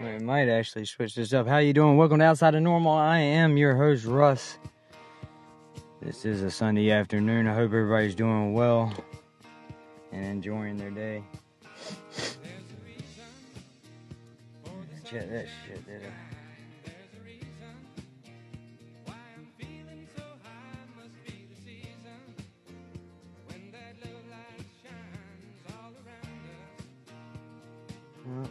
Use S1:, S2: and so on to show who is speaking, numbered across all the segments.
S1: We might actually switch this up. How you doing? Welcome to Outside of Normal. I am your host, Russ. This is a Sunday afternoon. I hope everybody's doing well and enjoying their day. Check that shit that I- Oh,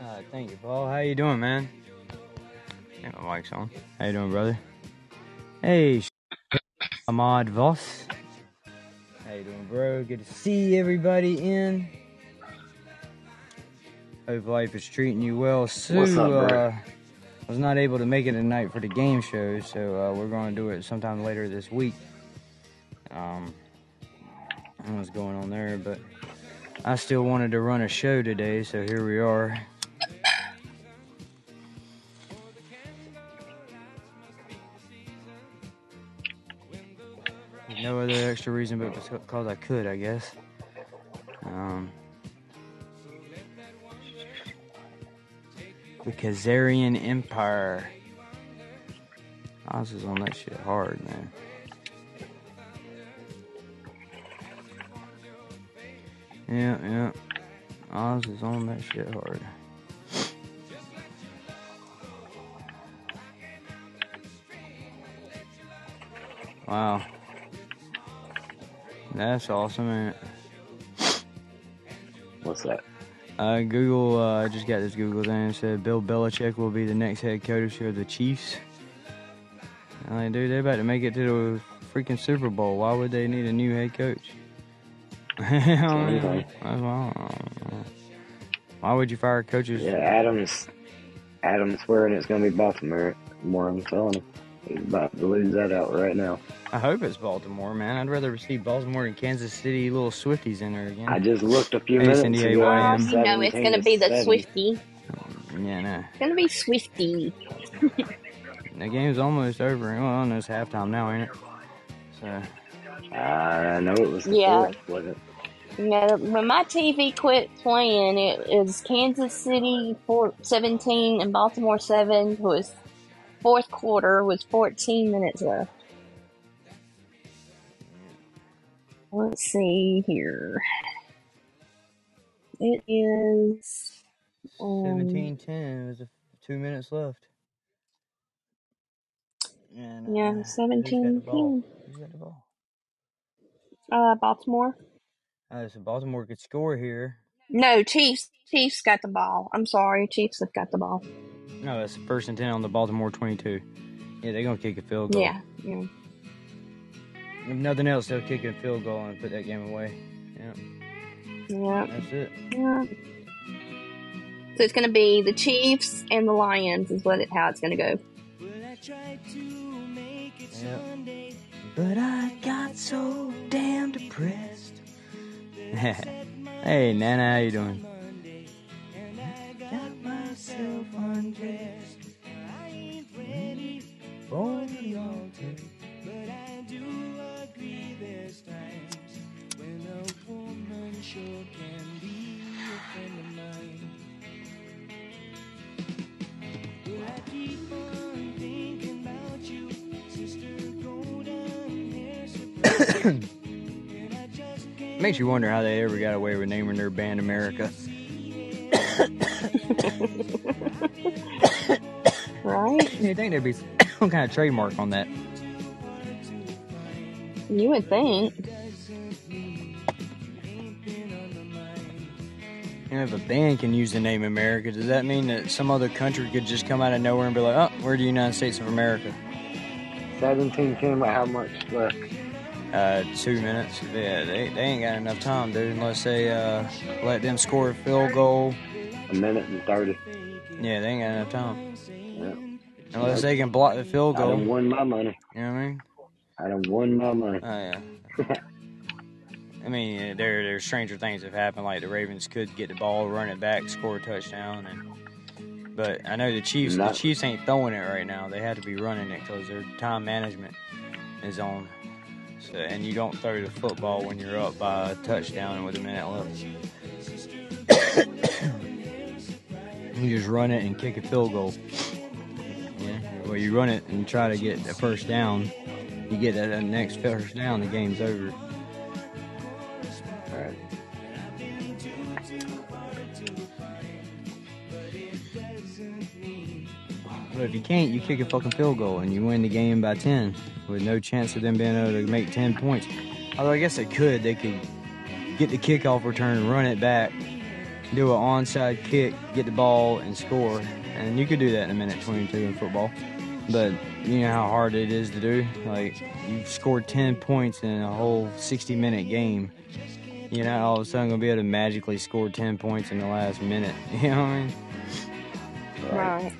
S1: Uh, thank you, Paul. How you doing, man? Yeah, my mic's on. How you doing, brother? Hey, sh- Ahmad Voss. How you doing, bro? Good to see everybody in. Hope life is treating you well.
S2: What's
S1: Sue
S2: up, bro?
S1: uh, was not able to make it tonight for the game show, so uh, we're going to do it sometime later this week. Um, I don't know what's going on there, but I still wanted to run a show today, so here we are. No other extra reason but because I could, I guess. Um, the Khazarian Empire. Oz is on that shit hard, man. Yeah, yeah. Oz is on that shit hard. Wow, that's awesome. Man.
S2: What's that?
S1: Uh, Google uh, I just got this Google thing. It said Bill Belichick will be the next head coach of the Chiefs. And like, dude, they're about to make it to the freaking Super Bowl. Why would they need a new head coach? I don't know.
S2: Anyway,
S1: I don't know. Oh. Why would you fire coaches?
S2: yeah, Adams. Adams swearing it's gonna be Baltimore. More, I'm telling him, he's about to lose that out right now.
S1: I hope it's Baltimore, man. I'd rather see Baltimore and Kansas City little Swifties in there
S2: I
S1: again.
S2: just looked a few
S1: Hey,
S2: minutes
S1: Cindy
S2: ago, and
S3: Oh,
S2: it was
S3: we
S1: AYM.
S3: know it's
S2: seventeen
S3: gonna
S2: to
S3: be the
S2: seven.
S3: Swifty. It's
S1: Yeah, no.
S3: gonna be Swifty.
S1: The game's almost over. Well, I know it's halftime now, ain't it? So,
S2: I know it was the
S3: Yeah.
S2: fourth, wasn't it?
S3: You know, when my TV quit playing, it was Kansas City four, 17 and Baltimore 7 was fourth quarter was 14 minutes left. Let's see here. It is um
S1: 17 10. There's a- two minutes left. And
S3: yeah,
S1: uh, who's got the
S3: 17
S1: ball? Who's got the ball?
S3: uh Baltimore.
S1: Uh, so Baltimore could score here.
S3: No, Chiefs Chiefs got the ball. I'm sorry, Chiefs have got the ball.
S1: No, that's first and 10 on the Baltimore 22. Yeah, they're going to kick a field goal.
S3: Yeah. yeah.
S1: If nothing else, they'll kick a field goal and put that game away. Yeah,
S3: Yeah.
S1: that's it.
S3: Yeah. So it's going to be the Chiefs and the Lions is what it, how it's going to go.
S1: Yeah. But I got so damn depressed. hey, Nana, how you doing? Got myself undressed. For the altar. Makes you wonder how they ever got away with naming their band America.
S3: Right?
S1: You'd think there'd be some kind of trademark on that.
S3: You would think.
S1: You know, if a band can use the name America, does that mean that some other country could just come out of nowhere and be like, oh, we're the United States of America?
S2: Seventeen ten. But how much left?
S1: uh, two minutes. Yeah, they, they ain't got enough time, dude. Unless they uh, let them score a field goal.
S2: A minute and 30.
S1: Yeah, they ain't got enough time.
S2: Yeah.
S1: Unless they can block the field
S2: I
S1: goal.
S2: done
S1: You know
S2: won my money.
S1: what I mean?
S2: I done won my money.
S1: Oh yeah. I mean, uh, there there's stranger things have happened. Like the Ravens could get the ball, run it back, score a touchdown, and but I know the Chiefs.
S2: Not-
S1: the Chiefs ain't throwing it right now. They had to be running it because their time management is on. So, and you don't throw the football when you're up by a touchdown and with a minute left. you just run it and kick a field goal. Yeah. Well, you run it and try to get the first down. You get that that next first down, the game's over.
S2: All right.
S1: But if you can't, you kick a fucking field goal and you win the game by 10 with no chance of them being able to make 10 points. Although I guess they could. They could get the kickoff return, run it back, do an onside kick, get the ball, and score. And you could do that in a minute 22 in football. But you know how hard it is to do. Like, you've scored 10 points in a whole 60 minute game. You're not all of a sudden going to be able to magically score 10 points in the last minute. You know what I mean?
S3: Right.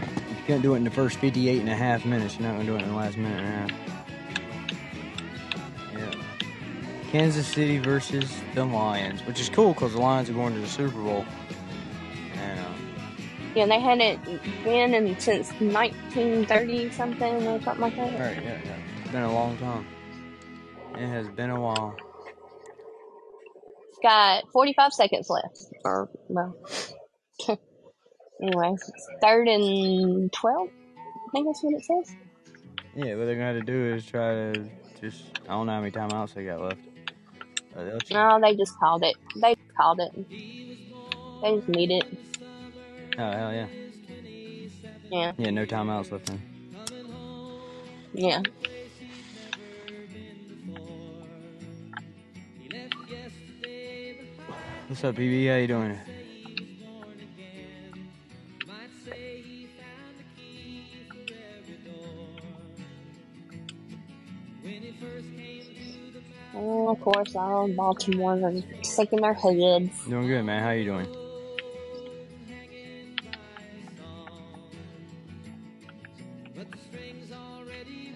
S1: You couldn't do it in the first 58 and a half minutes. You're not going to do it in the last minute and a half. Yeah. Kansas City versus the Lions, which is cool because the Lions are going to the Super Bowl. And, uh,
S3: Yeah, they hadn't been in since 1930 something or something like that.
S1: right, yeah, yeah. It's been a long time. It has been a while.
S3: Got 45 seconds left. Or, well. anyway, it's third and 12. I think that's what it says.
S1: Yeah, what they're going to have to do is try to just, I don't know how many timeouts they got left. But they'll oh, try-
S3: No, they just called it. They just called it. They just need it.
S1: Oh, hell yeah.
S3: Yeah,
S1: Yeah, no timeouts left then.
S3: yeah.
S1: What's up, BB? How you doing?
S3: And of course, all in Baltimore are shaking their heads.
S1: Doing good, man. How you doing?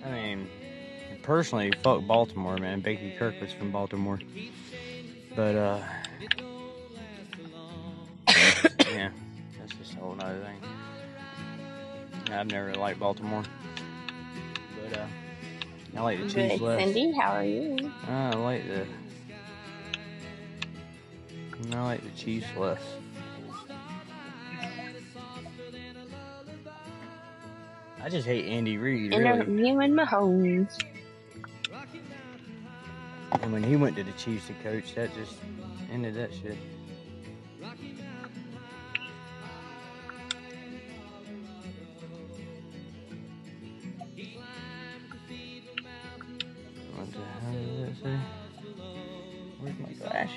S1: I mean, personally, fuck Baltimore, man. Becky Kirk was from Baltimore, but uh, yeah, that's just a whole nother thing. I've never liked Baltimore, but uh, I like the
S3: Good.
S1: Chiefs less.
S3: Cindy, how are you?
S1: I like the. I like the Chiefs less. I just hate Andy Reid,
S3: And
S1: really.
S3: I'm you and Mahomes.
S1: And when he went to the Chiefs to coach, that just ended that shit. What the hell does that say? Where's my glasses?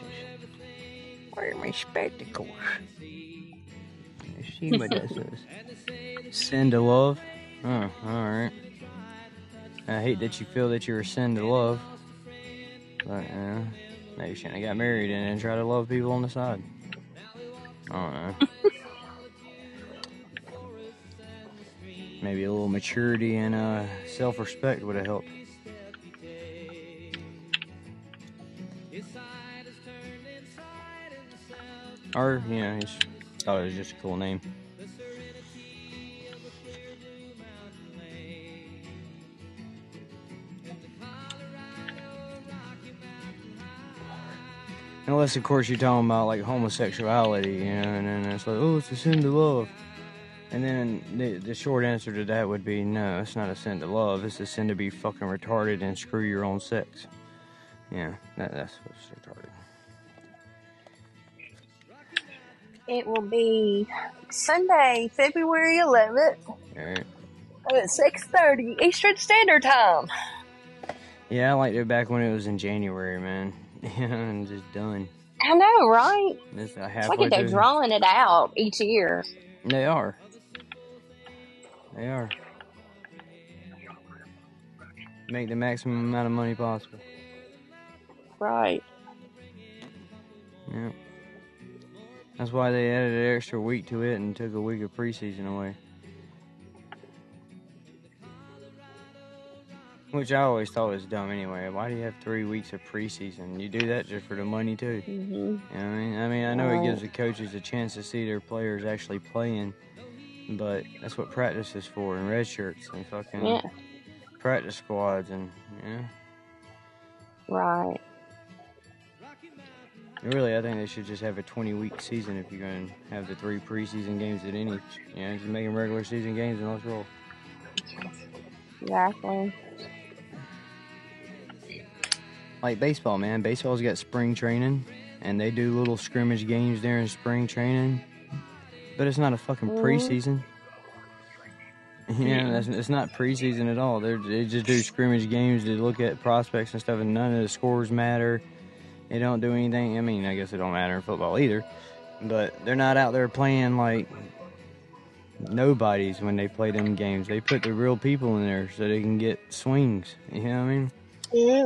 S1: Where are my spectacles? Let's see what that says. Send a love. Oh, alright. I hate that you feel that you were send a love. But yeah, maybe you shouldn't have got married and then try to love people on the side. I don't know. maybe a little maturity and uh, self-respect would have helped. Or you know, he's thought it was just a cool name. Unless, of course, you're talking about like homosexuality, you know, and then it's like, oh, it's a sin to love. And then the, the short answer to that would be no, it's not a sin to love. It's a sin to be fucking retarded and screw your own sex. Yeah, that, that's what's retarded.
S3: It will be Sunday, February 11th
S1: Alright.
S3: at 6.30 Eastern Standard Time.
S1: Yeah, I liked it back when it was in January, man. Yeah, and just done.
S3: I know, right?
S1: It's, uh,
S3: It's
S1: halfway
S3: like if they're
S1: through.
S3: drawing it out each year.
S1: They are. They are. make the maximum amount of money possible.
S3: Right.
S1: Yeah. That's why they added an extra week to it and took a week of preseason away. Which I always thought was dumb anyway. Why do you have three weeks of preseason? You do that just for the money too.
S3: hmm
S1: You know what I mean, I mean, I know it
S3: Right.
S1: gives the coaches a chance to see their players actually playing, but that's what practice is for, and red shirts and fucking
S3: Yeah.
S1: practice squads, and yeah.
S3: Right.
S1: And Really, I think they should just have a 20-week season if you're going to have the three preseason games at any. You know, just make them regular season games and let's roll.
S3: Exactly.
S1: Like baseball, man. Baseball's got spring training, and they do little scrimmage games during spring training, but it's not a fucking
S3: Mhm.
S1: preseason. You know, that's, it's not preseason at all. They're, they just do scrimmage games to look at prospects and stuff, and none of the scores matter. They don't do anything. I mean, I guess it don't matter in football either, but they're not out there playing like nobodies when they play them games. They put the real people in there so they can get swings. You know what I mean?
S3: Yeah.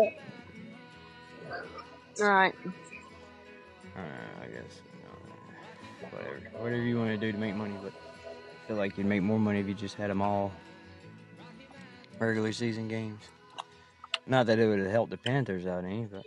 S3: Right.
S1: I don't know, Uh, I guess. you know, Whatever. Whatever you want to do to make money, but I feel like you'd make more money if you just had them all regular season games. Not that it would have helped the Panthers out any, but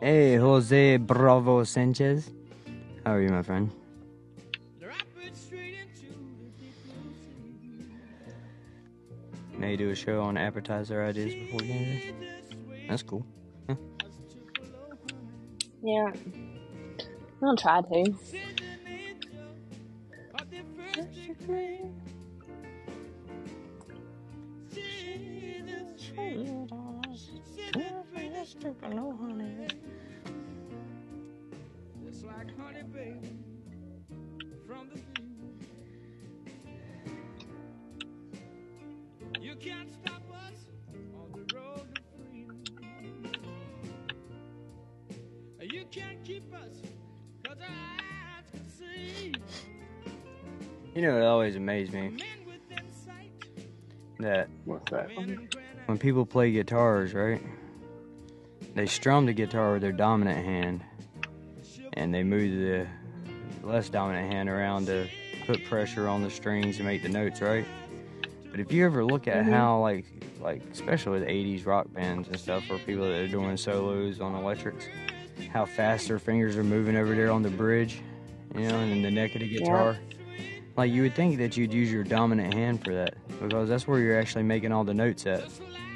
S1: Hey, Jose Bravo Sanchez. How are you, my friend? May do a show on appetizer ideas before game day. That's cool.
S3: Yeah. I'll try to.
S1: You know, it always amazed me that
S2: What's that?
S1: when people play guitars, right? They strum the guitar with their dominant hand, and they move the less dominant hand around to put pressure on the strings to make the notes, right? But if you ever look
S2: Mm-hmm.
S1: at how, like, like especially with '80s rock bands and stuff, or people that are doing solos on electrics, how fast their fingers are moving over there on the bridge, you know, and in the neck of the guitar. Like you would think that you'd use your dominant hand for that because that's where you're actually making all the notes at.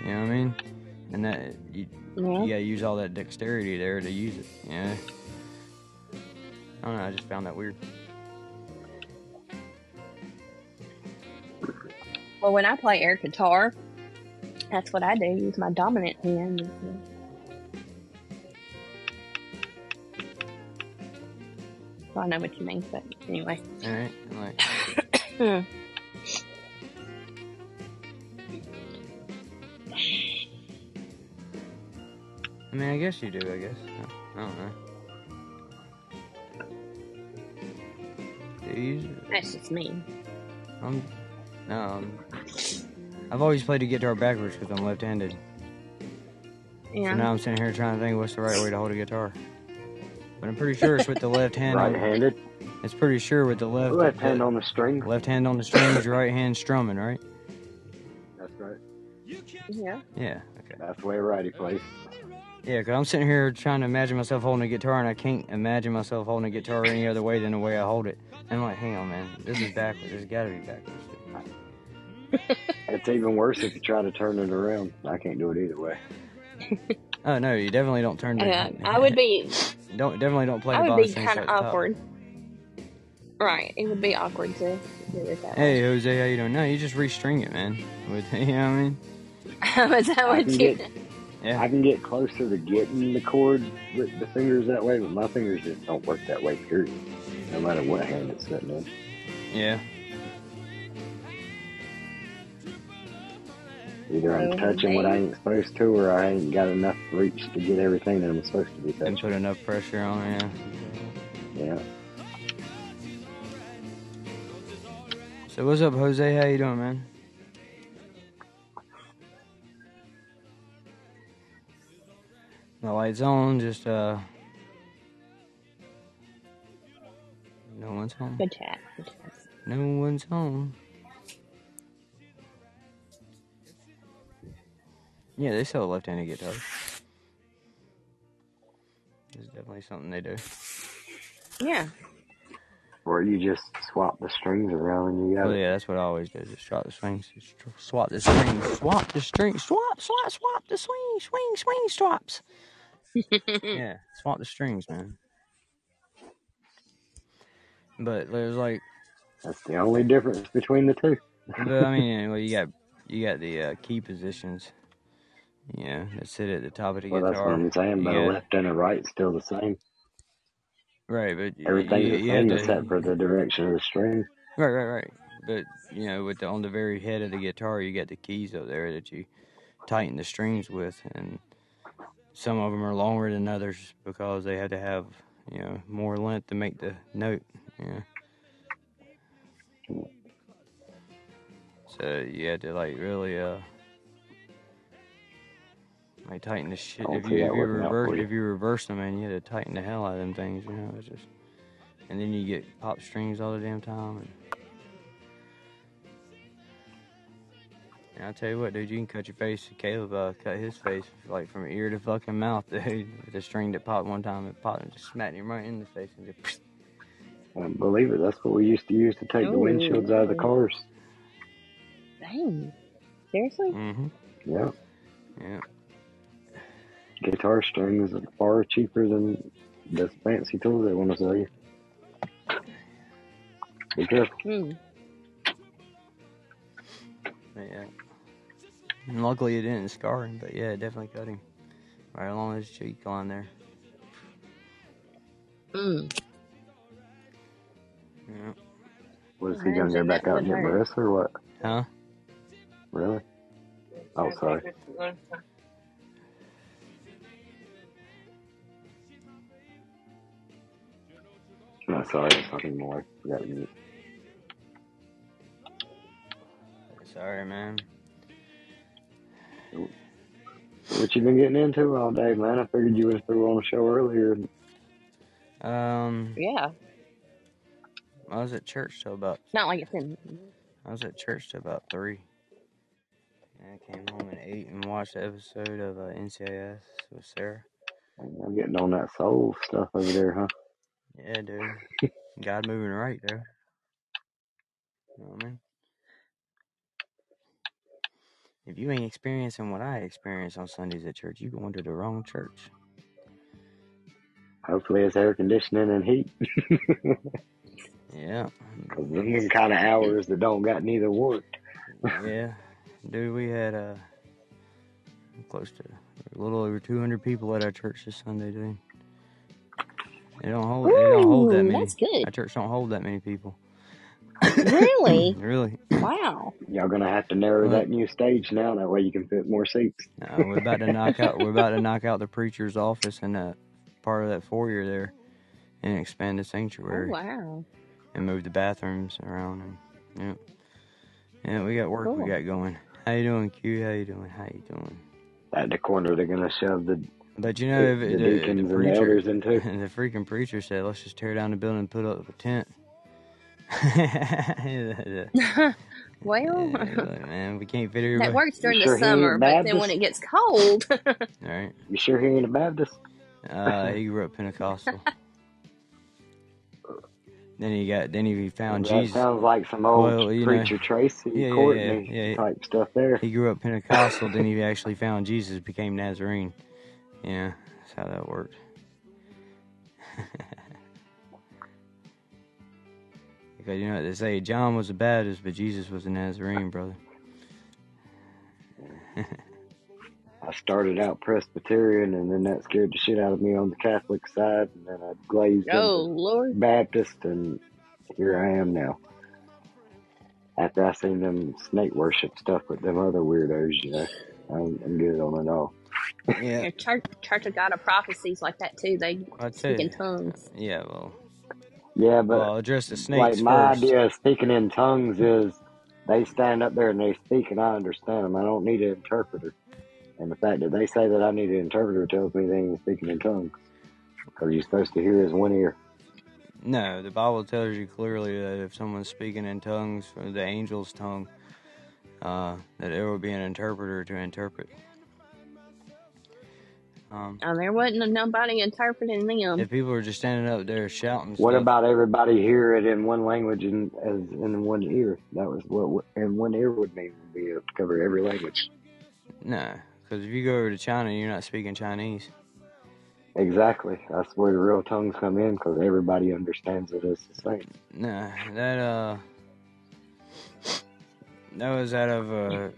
S1: You know what I mean? And that you, you
S3: Yeah.
S1: gotta use all that dexterity there to use it. Yeah. I don't know. I just found that weird.
S3: Well, when I play air guitar, that's what I do. Use my dominant hand. Well, I know what you mean, but anyway.
S1: All right. I'm like,
S3: Hmm.
S1: I mean, I guess you do. I guess. I, I don't know. Do you use it?
S3: That's just me.
S1: I'm, no. I'm, I've always played the guitar backwards because I'm left-handed. So
S3: Yeah.
S1: now I'm sitting here trying to think what's the right way to hold a guitar. But I'm pretty sure it's with the left hand. on-
S2: Right-handed.
S1: It's pretty sure with the left
S2: Left hand on the string.
S1: left hand on the strings, right hand strumming, right?
S2: That's right.
S3: Yeah.
S1: Yeah. Okay.
S2: That's the way righty plays.
S1: Yeah, because I'm sitting here trying to imagine myself holding a guitar, and I can't imagine myself holding a guitar any other way than the way I hold it. I'm like, hang on, man, this is backwards. This has got to be backwards.
S2: It's even worse if you try to turn it around. I can't do it either way.
S1: Oh no, you definitely don't turn. the-
S3: Yeah. uh, I would be.
S1: Don't definitely don't play.
S3: I
S1: the
S3: would
S1: bottom
S3: be
S1: strings
S3: kind
S1: at
S3: of
S1: the top.
S3: awkward. Right. It would be awkward to do it that
S1: Hey, Jose, how you doing? No, you just restring it, man. With, you know what I mean?
S3: way. Is that
S2: I
S3: what
S2: can
S3: you?
S2: get-
S1: Yeah.
S2: I can get closer to getting the cord with the fingers that way, but my fingers just don't work that way, period. No matter what hand it's sitting in.
S1: yeah.
S2: Either I'm
S3: Oh,
S2: touching what I
S3: man.
S2: ain't supposed to, or I ain't got enough reach to get everything that I'm supposed to be
S1: And
S2: touching.
S1: put enough pressure on it. Yeah.
S2: Yeah.
S1: So what's up, Jose? How you doing, man? The lights on. Just uh, no one's home.
S3: Good chat. Good chat.
S1: No one's home. Yeah, they sell left-handed guitars. It's definitely something they do.
S3: Yeah.
S2: Or you just swap the strings around and you got
S1: Oh
S2: it.
S1: yeah, that's what I always do. Just swap the strings, just tr- swap the strings, swap the strings, swap, swap, swap the swing, swing, swing, swaps. yeah, swap the strings, man. But there's like,
S2: That's the only difference between the two.
S1: but I mean, anyway, you got you got the uh, key positions. Yeah, that sit at the top of the
S2: Well, that's what
S1: guitar.
S2: I'm saying,
S1: You
S2: but a
S1: got-
S2: left and a right still the same.
S1: right, but you,
S2: Everything's
S1: you,
S2: the
S1: you have
S2: same
S1: to
S2: except for the direction of the string.
S1: Right, right, right. But you know, with the on the very head of the guitar, you got the keys up there that you tighten the strings with, and some of them are longer than others because they had to have you know more length to make the note. Yeah. So you had to like really uh like tighten the shit
S2: I don't
S1: if
S2: see
S1: you if
S2: that
S1: you
S2: working out
S1: reverse
S2: for you.
S1: if you reverse them and you had to tighten the hell out of them things. You know, it's just and then you get pop strings all the damn time. And, And I tell you what, dude, you can cut your face. Caleb uh, cut his face like from ear to fucking mouth, dude. With the string that popped one time, it popped and just smacked him right in the face. And just,
S2: I believe it. That's what we used to use to take the
S3: Ooh.
S2: windshields out of the cars.
S3: Dang. Seriously?
S1: mm-hmm.
S2: Yeah.
S1: Yeah.
S2: Guitar strings are far cheaper than the fancy tools they want to sell you. Be careful.
S3: Hmm.
S1: But yeah. And luckily it didn't scar him, but yeah, it definitely cut him right along his cheek line there. Hmm.
S3: Mm.
S1: Yeah.
S2: What
S3: I
S2: is he
S3: didn't
S2: going to go
S3: think
S2: back
S3: that
S2: out
S3: would
S2: and get
S3: hurt.
S2: Marissa or what?
S1: Huh?
S2: Really? Oh, sorry. No, sorry. I was talking more. Forgot to mute.
S1: Sorry, man.
S2: What you been getting into all day, man? I figured you would have threw on a show earlier.
S1: Um,
S3: Yeah.
S1: I was at church till about
S3: Not like it's in.
S1: I was at church till about three. And I came home and ate and watched the episode of uh, NCIS with Sarah.
S2: I'm getting on that soul stuff over there, huh?
S1: Yeah, dude. God moving right, dude. You know what I mean? If you ain't experiencing what I experience on Sundays at church, you going to the wrong church.
S2: Hopefully it's air conditioning and heat.
S1: Yeah.
S2: 'Cause them is kind of hours that don't got neither one.
S1: Yeah. Dude, we had uh close to a little over two hundred people at our church this Sunday, dude. They don't hold they don't hold that
S3: Ooh,
S1: many.
S3: that's good.
S1: Our church don't hold that many people.
S3: Really?
S1: really.
S3: wow.
S2: Y'all gonna have to narrow
S1: Well-
S2: that new stage now. That way you can fit more seats.
S1: Uh, we're about to knock out we're about to knock out the preacher's office and that part of that foyer there and expand the
S3: Oh
S1: sanctuary.
S3: wow.
S1: and move the bathrooms around and yeah. Yeah, we got work we
S3: Cool.
S1: got going. How you doing, Q? How you doing? How you doing?
S2: At the corner, they're gonna shove the
S1: But you know
S2: the,
S1: if
S2: the
S1: it, uh, the, the
S2: deacons and the
S1: preacher
S2: elders into.
S1: the freaking preacher said, Let's just tear down the building and put up a tent. Yeah,
S3: well,
S1: like, man, we can't fit
S3: that
S1: everybody.
S3: works during the
S2: sure he ain't
S3: summer, but then when
S2: Baptist?
S3: it gets cold,
S1: All right.
S2: You sure he ain't a Baptist?
S1: Uh, he grew up Pentecostal. then he got then he found
S2: that
S1: Jesus.
S2: sounds like some old
S1: Well, you know-
S2: preacher Tracy
S1: Yeah, yeah, yeah,
S2: Courtney
S1: yeah, yeah.
S2: type stuff there.
S1: He grew up Pentecostal, then he actually found Jesus, became Nazarene. Yeah, that's how that worked. Because you know what they say, John was a Baptist, but Jesus was a Nazarene, brother.
S2: I started out Presbyterian, and then that scared the shit out of me on the Catholic side, and then I glazed
S3: Oh,
S2: into
S3: Lord.
S2: Baptist, and here I am now. After I seen them snake worship stuff with them other weirdos, you know, I'm, I'm good on it all.
S1: Yeah,
S3: Your church, church of God of prophecies like that, too. They
S1: I tell
S3: speak in
S1: you.
S3: tongues.
S1: Yeah, well,
S2: Yeah,
S1: well,
S2: but
S1: I'll address the
S2: like
S1: snakes
S2: my
S1: first.
S2: idea of speaking in tongues is they stand up there and they speak, and I understand them. I don't need an interpreter. And the fact that they say that I need an interpreter tells me they ain't speaking in tongues because you're supposed to hear is one ear.
S1: No, the Bible tells you clearly that if someone's speaking in tongues, or the angel's tongue, uh, that there will be an interpreter to interpret. Um,
S3: And there wasn't nobody interpreting them.
S1: if people are just standing up there shouting
S2: What
S1: stuff,
S2: about everybody hear it in one language and as in one ear? That was what and one ear would mean would be to cover every language.
S1: no, because if you go over to China, you're not speaking Chinese.
S2: Exactly. That's where the real tongues come in because everybody understands it as the same.
S1: No, that uh, that was out of a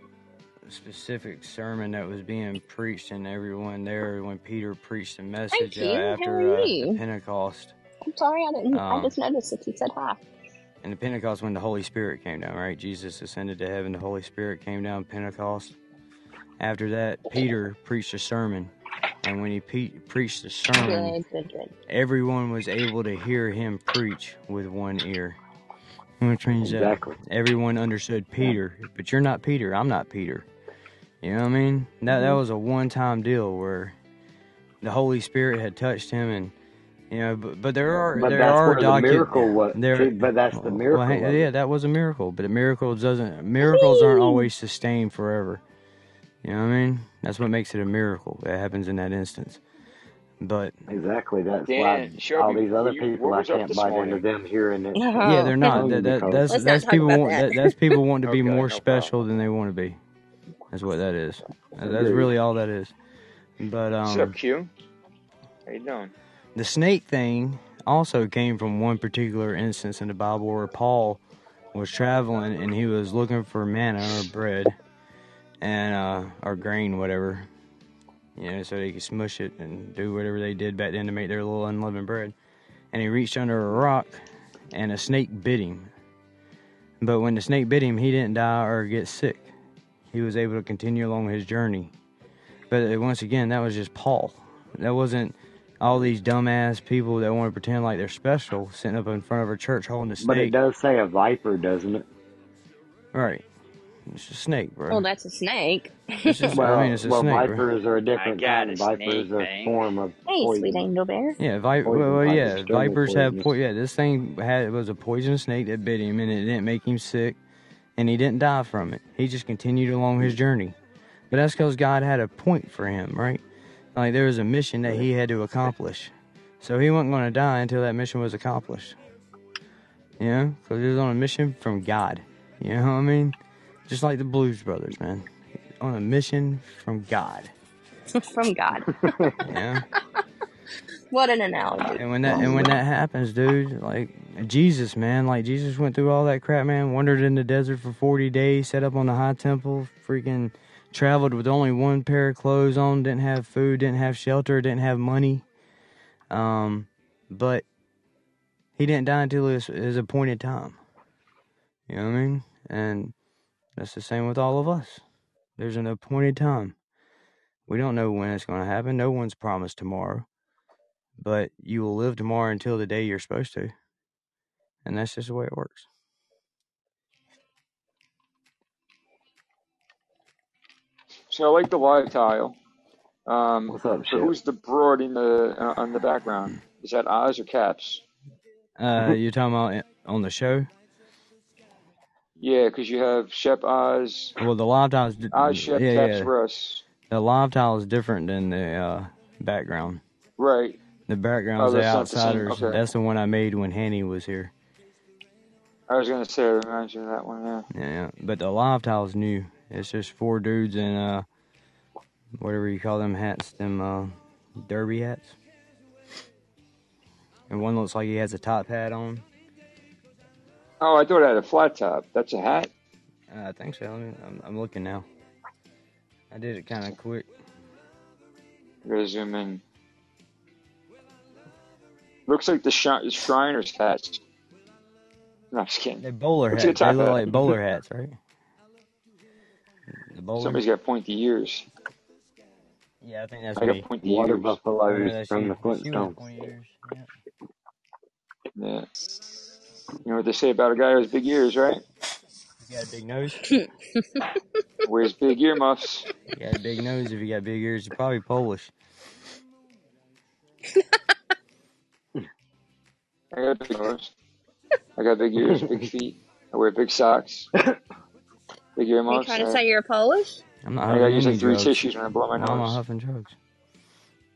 S1: specific sermon that was being preached, and everyone there when Peter preached the
S3: Thank
S1: message uh,
S3: you. How are
S1: after uh, the
S3: you?
S1: Pentecost.
S3: I'm sorry I didn't. I
S1: Um,
S3: just noticed that you said hi.
S1: And the Pentecost when the Holy Spirit came down, right? Jesus ascended to heaven, the Holy Spirit came down Pentecost. After that, Peter preached a sermon. And when he pe- preached the sermon,
S3: Good, good, good.
S1: everyone was able to hear him preach with one ear. Which means that
S2: Exactly.
S1: everyone understood
S2: Yeah.
S1: Peter, but you're not Peter, I'm not Peter. You know what I mean? That that
S3: hmm
S1: was a one-time deal where the Holy Spirit had touched him and you know, but, but there are
S2: But
S1: there
S2: that's
S1: are
S2: where the
S1: docu
S2: miracle was. See,
S1: there.
S2: but that's the
S1: Well, hang-
S2: miracle of
S1: yeah,
S2: it.
S1: that was a miracle, but miracles doesn't miracles aren't
S3: Whee!
S1: always sustained forever. You know what I mean? That's what makes it a miracle. It happens in that instance. But
S2: Exactly. That's why
S4: Dan,
S2: all
S4: Shelby,
S2: these
S4: were
S2: other
S4: you
S2: people,
S4: what
S2: I
S4: was up
S2: can't
S4: this
S2: buy into
S4: morning?
S2: them hearing it
S1: yeah,
S3: No,
S1: they're
S2: in
S1: not.
S2: tongues
S1: That that
S2: because
S1: that's
S3: let's not
S1: that's
S3: talk
S1: people
S3: about
S1: want
S3: that.
S1: that that's people want to be
S4: Okay,
S1: more
S4: no problem.
S1: special than they want to be. That's what that is. That- That's
S2: agreed.
S1: really all that is. But
S4: What's up,
S1: um,
S4: Q? How you doing?
S1: the snake thing also came from one particular instance in the Bible where Paul was traveling and he was looking for manna or bread. and uh, or grain, whatever, you know, so they could smush it and do whatever they did back then to make their little unleavened bread. And he reached under a rock, and a snake bit him. But when the snake bit him, he didn't die or get sick. He was able to continue along his journey. But uh, once again, that was just Paul. That wasn't all these dumbass people that want to pretend like they're special sitting up in front of a church holding a
S2: But it
S1: snake.
S2: does say a viper, doesn't it?
S1: Right. It's a snake,
S3: Well,
S1: bro.
S3: Oh, that's a snake.
S1: It's just, I mean,
S2: Well,
S1: it's a
S2: well,
S1: snake, bro.
S2: vipers are a
S4: I
S2: different
S4: got a
S2: kind. Vipers
S4: snake
S2: are a
S4: thing.
S2: form of
S3: Hey, sweet
S2: poison.
S3: angel bear.
S1: Yeah, vi- well,
S2: Poison
S1: well,
S2: like
S1: yeah,
S2: extremely
S1: vipers have
S2: poisonous.
S1: po- yeah. This thing had it was a poisonous snake that bit him, and it didn't make him sick, and he didn't die from it. He just continued along his journey. But that's because God had a point for him, right? Like there was a mission that he
S2: Correct.
S1: had to accomplish, so he wasn't going to die until that mission was accomplished. You know, because he was on a mission from God. You know what I mean? Just like the Blues Brothers, man, on a mission from God.
S3: From God.
S1: Yeah.
S3: What an analogy.
S1: And when that and
S2: Wow.
S1: when that happens, dude, like Jesus, man, like Jesus went through all that crap, man. Wandered in the desert for forty days, set up on the high temple, freaking traveled with only one pair of clothes on, didn't have food, didn't have shelter, didn't have money. Um, but he didn't die until his, his appointed time. You know what I mean? And that's the same with all of us. There's an appointed time. We don't know when it's going to happen. No one's promised tomorrow, but you will live tomorrow until the day you're supposed to. And that's just the way it works.
S4: So I like the live tile. Um,
S2: What's up,
S4: so
S2: Shep?
S4: who's the broad in the uh, on the background? Is that Oz or Caps? Mm-hmm.
S1: Uh, you're talking about it- on the show?
S4: Yeah, because you have Shep Oz,
S1: Well, the live tile is, di-
S4: Oz Shep
S1: yeah,
S4: Caps
S1: yeah.
S4: Russ.
S1: The live tile is different than the uh, background.
S4: Right.
S1: The background's
S4: Oh,
S1: the
S4: that's not the same.
S1: outsiders.
S4: Okay.
S1: That's the one I made when Hanny was here.
S4: I was gonna say it reminds me of that one. Yeah.
S1: Yeah, yeah. but the live tile's new. It's just four dudes in uh, whatever you call them hats, them uh, derby hats. And one looks like he has a top hat on.
S4: Oh, I thought I had a flat top. That's a hat.
S1: Uh, I think so. Let me, I'm, I'm looking now. I did it kind of quick.
S4: I gotta zoom in. Looks like the Shri- Shriners hats. No, I'm just kidding.
S1: They're bowler
S4: What's your
S1: hats. They look
S4: top
S1: like
S4: hat?
S1: bowler hats, right? The bowler.
S4: Somebody's got pointy ears.
S1: yeah, I think that's
S4: I
S1: me.
S4: got pointy
S2: Water
S4: ears.
S1: Remember
S2: buffaloes
S1: that
S2: from
S1: she-
S2: the
S1: she was
S2: Flintstones.
S1: 20 years, yeah.
S4: Yeah. You know what they say about a guy who has big ears, right?
S1: You got a big nose.
S4: Wears big earmuffs.
S1: You got a big nose. If you got big ears, you're probably Polish.
S4: I got a big nose. I got big ears, big feet. I wear big socks. Big
S3: you
S4: earmuffs.
S3: trying to
S4: I,
S3: say you're Polish?
S1: I'm not
S4: I gotta
S1: huffing
S4: use
S1: any
S4: like three
S1: drugs.
S4: tissues when I blow my
S1: Why am I
S4: nose.
S1: huffing drugs?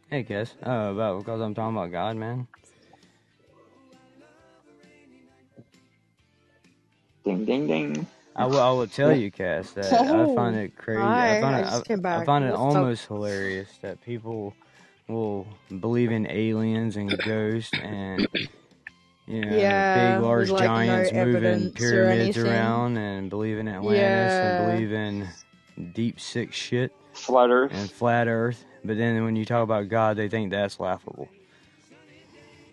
S1: Hey, guess. Oh, about because I'm talking about God, man.
S4: Ding, ding,
S5: Mm.
S4: ding.
S1: I will, I will tell you, Cass, that I find it crazy. I
S5: Hi,
S1: find
S5: Oh, I
S1: it,
S5: just came
S1: I, I
S5: back.
S1: find it
S5: What's up?
S1: almost hilarious that people will believe in aliens and ghosts and you know big
S5: Yeah, there's
S1: large
S5: like no
S1: giants moving
S5: evidence or
S1: pyramids
S5: anything.
S1: around and believe in Atlantis and
S5: Yeah.
S1: believe in deep sick shit
S4: Flat
S1: and
S4: Earth.
S1: flat Earth. But then when you talk about God, they think that's laughable.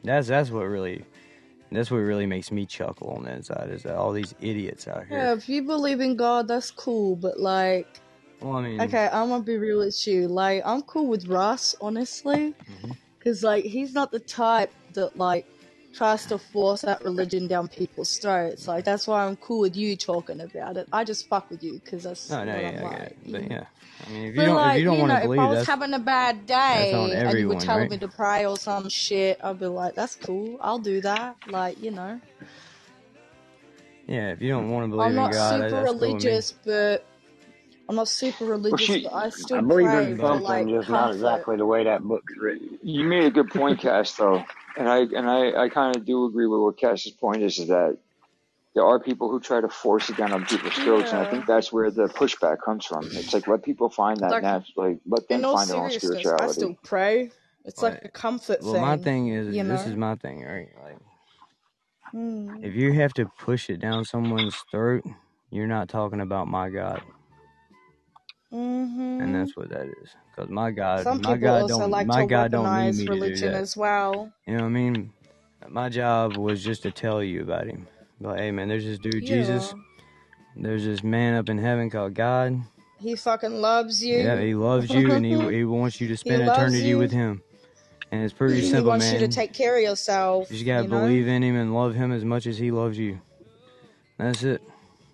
S1: That's that's what really that's what really makes me chuckle on the inside is that all these idiots out
S5: Yeah,
S1: here.
S5: if you believe in God, that's cool, but like,
S1: Well, I mean,
S5: okay, I'm gonna be real with you. Like, I'm cool with Russ, honestly,
S1: mhm.
S5: because like, he's not the type that like tries to force that religion down people's throats. Like, that's why I'm cool with you talking about it. I just fuck with you because that's
S1: no, no,
S5: what
S1: yeah,
S5: I'm
S1: I get
S5: like,
S1: it.
S5: you
S1: But
S5: know.
S1: yeah, I mean, if
S5: But
S1: you don't if you
S5: like,
S1: don't
S5: you
S1: want
S5: know,
S1: to
S5: if I
S1: believe
S5: was
S1: that's
S5: having a bad
S1: that's on
S5: day and you were
S1: everyone,
S5: telling
S1: right?
S5: me to pray or some shit, I'd be like, that's cool. I'll do that. Like, you know.
S1: Yeah, if you don't
S5: I'm
S1: want to believe in
S5: not
S1: God,
S5: super
S1: that, that's cool with me.
S5: religious, but I'm not super
S4: Well,
S5: religious, but
S4: she,
S5: I
S2: I
S5: still
S2: believe in
S5: pray for
S1: But
S2: something,
S5: like
S2: just not
S5: comfort.
S2: exactly the way that book's written.
S4: you made a good point, Cass, though, and I and I, I kind of do agree with what Cass's point is, is that there are people who try to force it down on people's throats, and I
S5: Yeah.
S4: think that's where the pushback comes from. It's like let people find that
S5: Like,
S4: nat like let
S5: in
S4: them
S5: all
S4: find their own
S5: seriousness, I still
S4: spirituality.
S5: pray. It's like
S1: Like,
S5: a comfort
S1: well, my
S5: thing,
S1: thing is
S5: you
S1: this is
S5: know?
S1: my thing, right? Like,
S5: Hmm.
S1: if you have to push it down someone's throat, you're not talking about my God, and
S5: hmm
S1: that's what that is. Because my God,
S5: Some
S1: my
S5: people
S1: God
S5: also
S1: don't
S5: like
S1: my
S5: to
S1: God don't need
S5: weaponize
S1: me to do
S5: religion
S1: that.
S5: as well.
S1: You know what I mean? My job was just to tell you about him. Like, hey man, there's this dude Jesus.
S5: Yeah.
S1: There's this man up in heaven called God.
S5: He fucking loves
S1: Yeah,
S5: you.
S1: he loves you and he he wants you to
S5: he
S1: spend
S5: loves
S1: eternity with
S5: you.
S1: him. And it's pretty
S5: He
S1: simple,
S5: wants you to
S1: man.
S5: take care of yourself,
S1: You just gotta
S5: you know?
S1: believe in him and love him as much as he loves you. That's it.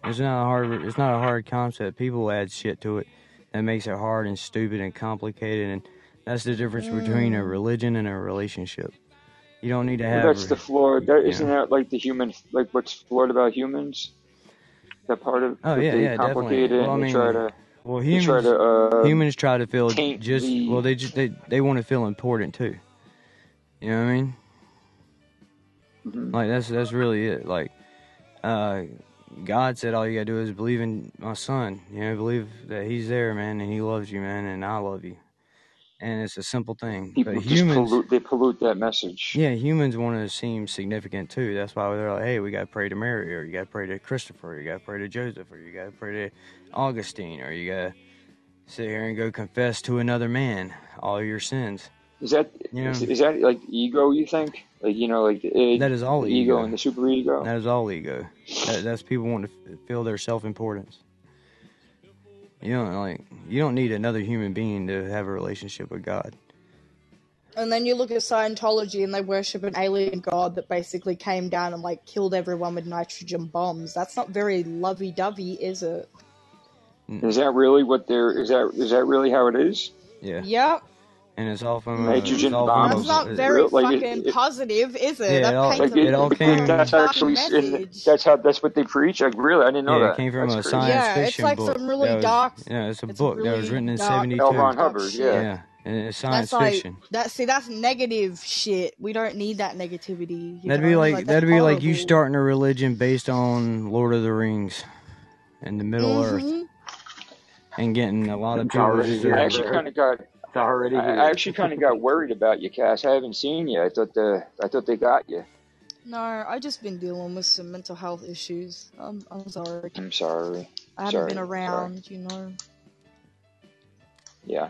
S1: It's not a hard it's not a hard concept. People add shit to it that makes it hard and stupid and complicated and that's the difference between a
S5: Mm.
S1: religion and a relationship. You don't need to
S4: But
S1: have
S4: that's the flaw. That
S1: you
S4: isn't
S1: know.
S4: that like the human like what's flawed about humans? That part of
S1: Oh
S4: that
S1: yeah,
S4: they
S1: yeah, definitely.
S4: complicate it
S1: Well, I
S4: and they try
S1: mean,
S4: to
S1: well,
S4: they try
S1: humans
S4: to uh,
S1: humans try to feel
S4: taint
S1: just well,
S4: the
S1: they just they they want to feel important too. You know what I mean?
S4: Mhm.
S1: Like that's that's really it. Like uh, God said, all you gotta do is believe in my son. You know, believe that he's there, man, and he loves you, man, and I love you. And it's a simple thing. But
S4: people just
S1: humans,
S4: pollute. They pollute that message.
S1: yeah, humans want to seem significant too. That's why they're like, hey, we gotta pray to Mary, or you gotta pray to Christopher, or you gotta pray to Joseph, or you gotta pray to Augustine, or you gotta sit here and go confess to another man all your sins.
S4: Is that
S1: You
S4: is,
S1: know,
S4: is that like ego? You think like you know like the id,
S1: that is all
S4: the ego,
S1: ego.
S4: and the superego?
S1: That is all ego. That, that's people want to f- feel their self importance. You don't like. You don't need another human being to have a relationship with God.
S5: And then you look at Scientology and they worship an alien god that basically came down and like killed everyone with nitrogen bombs. That's not very lovey dovey, is it?
S1: N-
S4: Is that really what they're? Is that is that really how it is?
S1: Yeah,
S5: Yep.
S1: and it's all from a. It's
S4: Nitrogen
S1: all from
S5: That's
S4: bombs,
S5: not
S1: a. it-
S5: very
S4: real like it,
S5: fucking
S4: it
S5: positive, is it?
S1: yeah, it
S5: That
S1: all
S5: paints
S4: like
S5: a
S1: it
S4: it,
S1: all
S4: it-
S5: very
S1: came.
S4: that's
S5: dark
S4: actually and
S5: message.
S4: that's how that's what they preach. Like really, I didn't know
S1: Yeah, it
S4: that.
S1: came from
S4: That's
S1: a
S4: crazy.
S1: science
S5: Yeah, it's
S1: fiction
S5: like
S1: book
S5: some really
S1: that was.
S5: dark,
S1: Yeah, it's a
S5: it's a
S1: book that was
S5: really
S1: written in
S5: dark,
S1: seventy
S4: L.
S1: two.
S4: Ron
S5: fucked up
S4: Hubbard, yeah.
S5: shit.
S1: Yeah, and it's
S5: That's
S1: science
S5: like
S1: fiction.
S5: that. See, that's negative shit. We don't need that negativity. You
S1: That'd
S5: know,
S1: be
S5: like
S1: like
S5: that's
S1: that'd be like you
S5: horrible.
S1: starting a religion based on Lord of the Rings and the Middle Earth.
S5: hmm Mm-hmm.
S1: and getting a lot of
S2: It's
S1: people
S2: already
S1: just
S4: I
S2: here,
S1: are
S4: actually
S2: bro.
S4: kind of got
S2: It's already
S4: I I
S2: here.
S4: actually kind of got worried about you, Cass. I haven't seen you. I thought the I thought they got you.
S5: No, I just been dealing with some mental health issues. Um, I'm sorry.
S4: I'm sorry.
S5: I haven't
S4: Sorry,
S5: been
S4: sorry.
S5: around, you know.
S4: Yeah.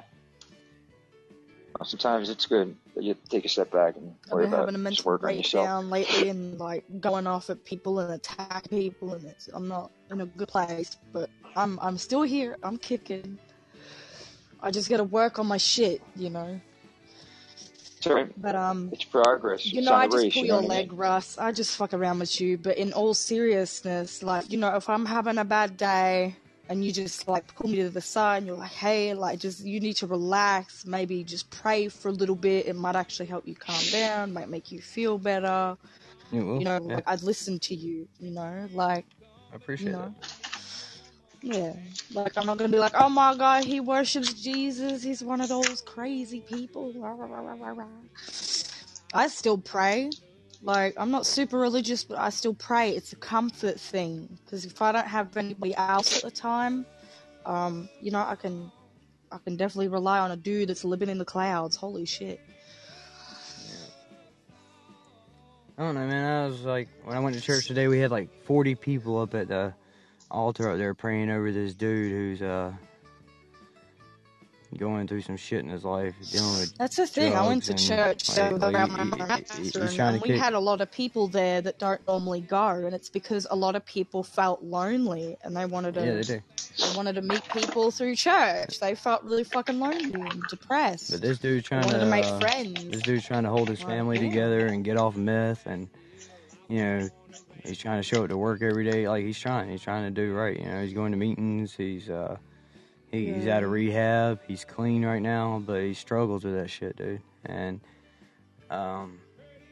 S4: Well, sometimes it's good that you take a step back and
S5: I've
S4: worry
S5: been
S4: about
S5: having a
S4: it. just
S5: mental
S4: work on yourself.
S5: breakdown lately and like going off at people and attack people and it's, I'm not in a good place, but I'm I'm still here. I'm kicking. I just gotta work on my shit, you know.
S4: It's, all right.
S5: But um
S4: it's progress.
S5: you
S4: it's
S5: know,
S4: not
S5: I
S4: a
S5: just
S4: race,
S5: pull
S4: you know
S5: your
S4: what I mean?
S5: leg, Russ. I just fuck around with you. But in all seriousness, like, you know, if I'm having a bad day and you just like pull me to the side and you're like, hey, like, just you need to relax, maybe just pray for a little bit. It might actually help you calm down, might make you feel better.
S1: It will.
S5: You know,
S1: yeah,
S5: like, I'd listen to you, you know, like,
S1: I
S5: you
S1: appreciate
S5: know.
S1: that.
S5: Yeah, like I'm not gonna be like, oh my god, he worships Jesus. He's one of those crazy people. Rah, rah, rah, rah, rah, rah. I still pray. Like I'm not super religious, but I still pray. It's a comfort thing because if I don't have anybody else at the time, um, you know, I can, I can definitely rely on a dude that's living in the clouds. Holy shit.
S1: Yeah. I don't know, man. I was like, when I went to church today, we had like 40 people up at the altar up there praying over this dude who's uh going through some shit in his life, dealing with.
S5: That's the thing. I went
S1: drugs
S5: to
S1: and,
S5: church
S1: like-
S5: um,
S1: like,
S5: around
S1: you-
S5: my
S1: you-
S5: mum's
S1: you- you-
S5: room,
S1: you're trying to
S5: and we
S1: kick-
S5: had a lot of people there that don't normally go, and it's because a lot of people felt lonely and they wanted
S1: Yeah,
S5: to
S1: they do.
S5: they wanted to meet people through church. They felt really fucking lonely and
S1: But
S5: depressed.
S1: this dude's
S5: They
S1: trying
S5: wanted
S1: to.
S5: to make
S1: Uh, this
S5: friends.
S1: dude's trying to hold his
S5: Like,
S1: family
S5: damn.
S1: together and get off meth, and you know, he's trying to show up to work every day. Like he's trying, he's trying to do right. You know, he's going to meetings. He's uh, he, he's out
S5: Yeah.
S1: of rehab. He's clean right now, but he struggles with that shit, dude. And um,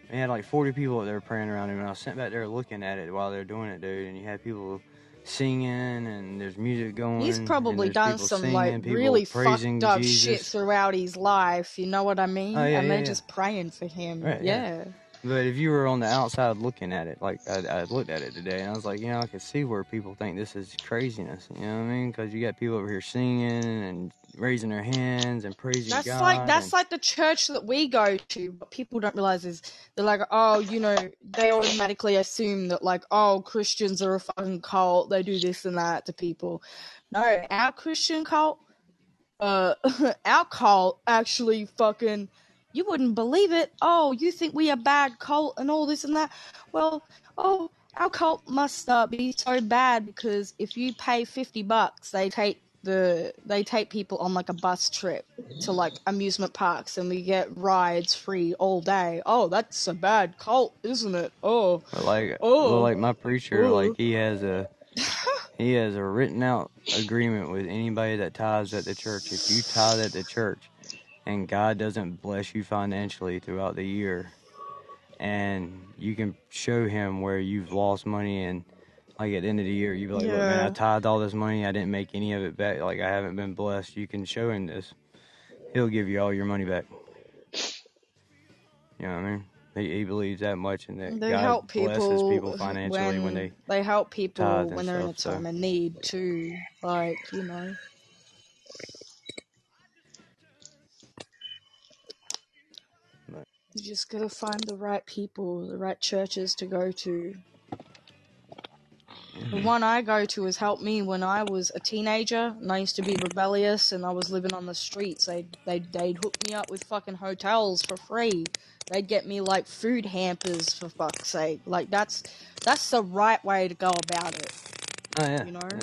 S1: he had like 40 people up there praying around him, and I was sitting back there looking at it while they're doing it, dude. And you had people singing, and there's music
S5: He's
S1: going, and
S5: probably
S1: there's
S5: done
S1: people
S5: some like
S1: singing, people
S5: really
S1: praising
S5: fucked up shit
S1: Jesus.
S5: throughout his life. You know what I
S1: Oh
S5: mean?
S1: yeah,
S5: And
S1: yeah,
S5: they're
S1: yeah.
S5: just praying for him.
S1: Right, yeah.
S5: Yeah.
S1: But if you were on the outside looking at it, like I, I looked at it today, and I was like, you know, I could see where people think this is craziness. You know what I mean? Because you got people over here singing and raising their hands and praising
S5: That's like
S1: God,
S5: that's
S1: and
S5: like the church that we go to, but people don't realize is they're like, oh, you know, they automatically assume that like, oh, Christians are a fucking cult. They do this and that to people. No, our Christian cult, uh, our cult actually fucking, you wouldn't believe it. Oh, you think we a bad cult and all this and that? Well, oh, our cult must uh, be so bad because if you pay fifty bucks, they take the they take people on like a bus trip to like amusement parks and we get rides free all day. Oh, that's a bad cult, isn't it? Oh,
S1: but like, well,
S5: oh,
S1: like my preacher, like
S5: oh.
S1: he has a he has a written out agreement with anybody that tithes at the church. If you tithe at the church, and God doesn't bless you financially throughout the year, and you can show him where you've lost money and like at the end of the year you'd be like look man i
S5: Yeah.
S1: tithed all this money i didn't make any of it back like i haven't been blessed you can show him this he'll give you all your money back you know what i mean he, he believes that much and that
S5: They
S1: god
S5: help
S1: blesses
S5: people
S1: people financially when
S5: when
S1: they
S5: they help
S1: tithe
S5: people
S1: and
S5: when they're in a
S1: stuff so
S5: time of need too. Like, you know.
S1: but,
S5: You just gotta find the right people, the right churches to go to. The one I go to has helped me when I was a teenager and I used to be rebellious and I was living on the streets. They they they'd hook me up with fucking hotels for free. They'd get me like food hampers for fuck's sake. Like that's that's the right way to go about it,
S1: oh yeah
S5: you know?
S1: yeah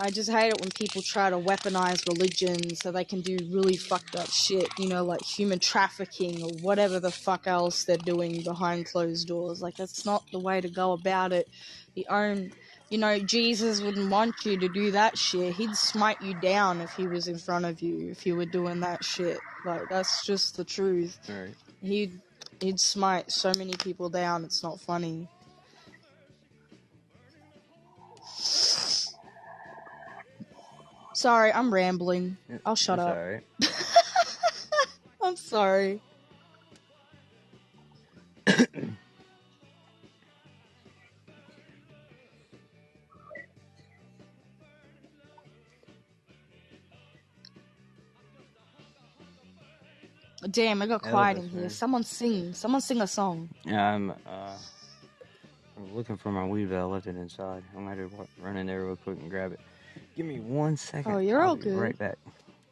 S5: I just hate it when people try to weaponize religion so they can do really fucked up shit, you know, like human trafficking or whatever the fuck else they're doing behind closed doors. Like, that's not the way to go about it. The own, you know, Jesus wouldn't want you to do that shit. He'd smite you down if he was in front of you, if you were doing that shit. Like, that's just the truth.
S1: all right
S5: He'd, he'd smite so many people down, it's not funny. Sorry, I'm rambling.
S1: It-
S5: I'll shut
S1: it's all
S5: up.
S1: right
S5: I'm sorry. Damn, it got quiet
S1: Elvis,
S5: in here.
S1: man.
S5: Someone sing. Someone sing a song.
S1: Yeah, I'm uh, I'm looking for my weed, but I left it inside. I'm gonna have to wa- run in there real quick and grab it. Give me one second.
S5: Oh, you're
S1: I'll
S5: all
S1: be
S5: good.
S1: Right back.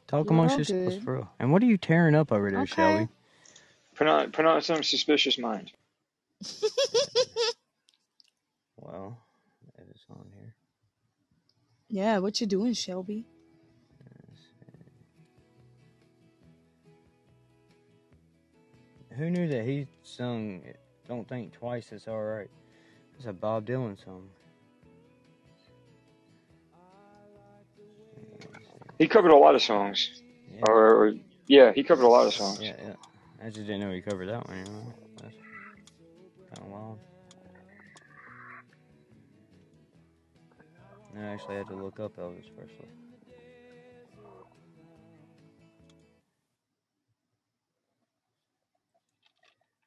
S1: Talk
S5: You're
S1: amongst
S5: all
S1: yourselves
S5: good.
S1: for real. And what are you tearing up over there, shall we?
S5: Okay.
S4: Put on put on some suspicious mind.
S1: Well, if it's on here.
S5: yeah, what you doing, Shelby?
S1: Who knew that he sung Don't Think Twice, It's Alright? It's a Bob Dylan song.
S4: He covered a lot of songs.
S1: Yeah.
S4: Or, or yeah, he covered a lot of songs.
S1: Yeah, yeah. I just didn't know he covered that one. You know? That's kind of wild. I actually had to look up Elvis Presley.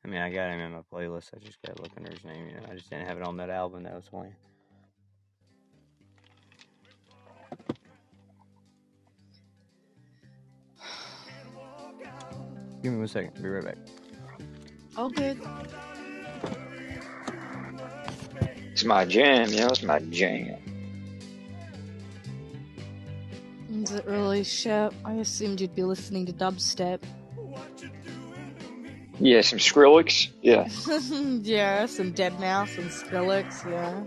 S1: I mean, I got him in my playlist. I just got looking under his name. You know, I just didn't have it on that album that was playing. Give me one second. Be right back.
S5: All good.
S4: It's my jam, you know, it's my jam.
S5: Is it really, Shep? I assumed you'd be listening to dubstep.
S4: Yeah, some Skrillex. Yeah.
S5: yeah, some Dead Mouse and Skrillex. Yeah.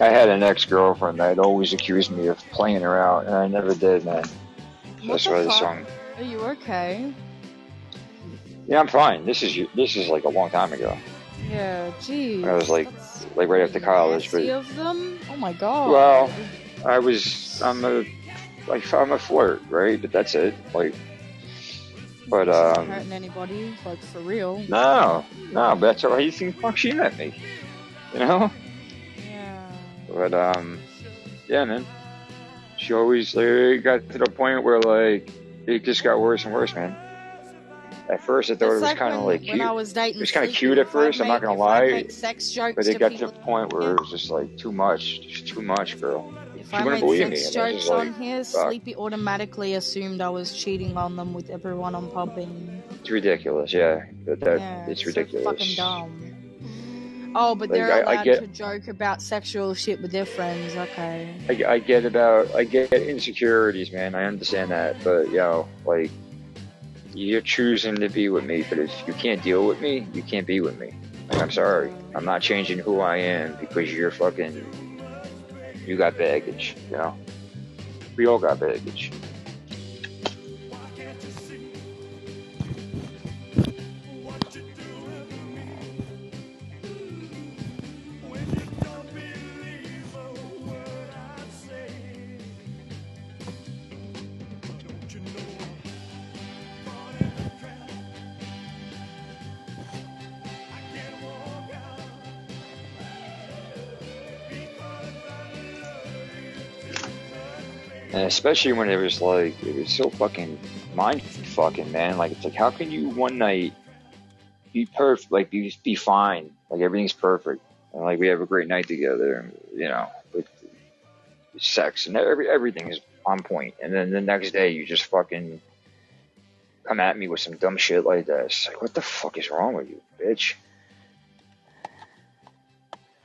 S4: I had an ex girlfriend that always accused me of playing her out, and I never did, man.
S5: What
S4: That's
S5: the
S4: why the
S5: fuck?
S4: song.
S5: Are you okay?
S4: Yeah, I'm fine. This is this is like a long time ago
S5: Yeah,
S4: when I was
S5: jeez,
S4: like
S5: that's
S4: like right after
S5: pretty
S4: college. But
S5: nasty of them. Oh my god.
S4: well, I was I'm a like I'm a flirt, right? But that's it. Like, but
S5: This isn't
S4: um,
S5: hurting anybody, like for real.
S4: no, no, but that's how you think fuck she met me, you know.
S5: Yeah.
S4: But um, yeah, man. She always like it got to the point where like it just got worse and worse, man. At first, I thought it
S5: It's
S4: was
S5: like
S4: kind of like
S5: when when
S4: cute.
S5: I was
S4: It
S5: dating
S4: was kind of
S5: Sleepy.
S4: cute at
S5: If I'd
S4: first. I'm not
S5: make
S4: gonna
S5: if I'd
S4: lie,
S5: make sex
S4: but
S5: jokes
S4: it
S5: to
S4: got to
S5: people
S4: the point
S5: on
S4: where
S5: here,
S4: it was just like too much, just too much, girl.
S5: if
S4: She
S5: I
S4: wouldn't
S5: made
S4: believe me,
S5: sex
S4: and I was just
S5: jokes
S4: like,
S5: on here,
S4: "Fuck,
S5: Sleepy automatically assumed I was cheating on them with everyone on Podbean.
S4: it's ridiculous." Yeah, that, that
S5: Yeah,
S4: it's
S5: it's so fucking
S4: ridiculous.
S5: dumb. Oh, but
S4: Like
S5: they're
S4: I, I
S5: allowed
S4: get,
S5: to joke about sexual shit with their friends. Okay.
S4: I, I get about, I get insecurities, man. I understand that, but yo, like you're choosing to be with me, but if you can't deal with me, you can't be with me. Like I'm sorry,
S5: Yeah.
S4: I'm not changing who I am because you're fucking, you got baggage, you know. We all got baggage. And especially when it was like it was so fucking mind fucking man. Like it's like how can you one night be perfect, like be be fine, like everything's perfect, and like we have a great night together, and, you know, with sex and every everything is on point, and then the next day you just fucking come at me with some dumb shit like that. It's like what the fuck is wrong with you, bitch?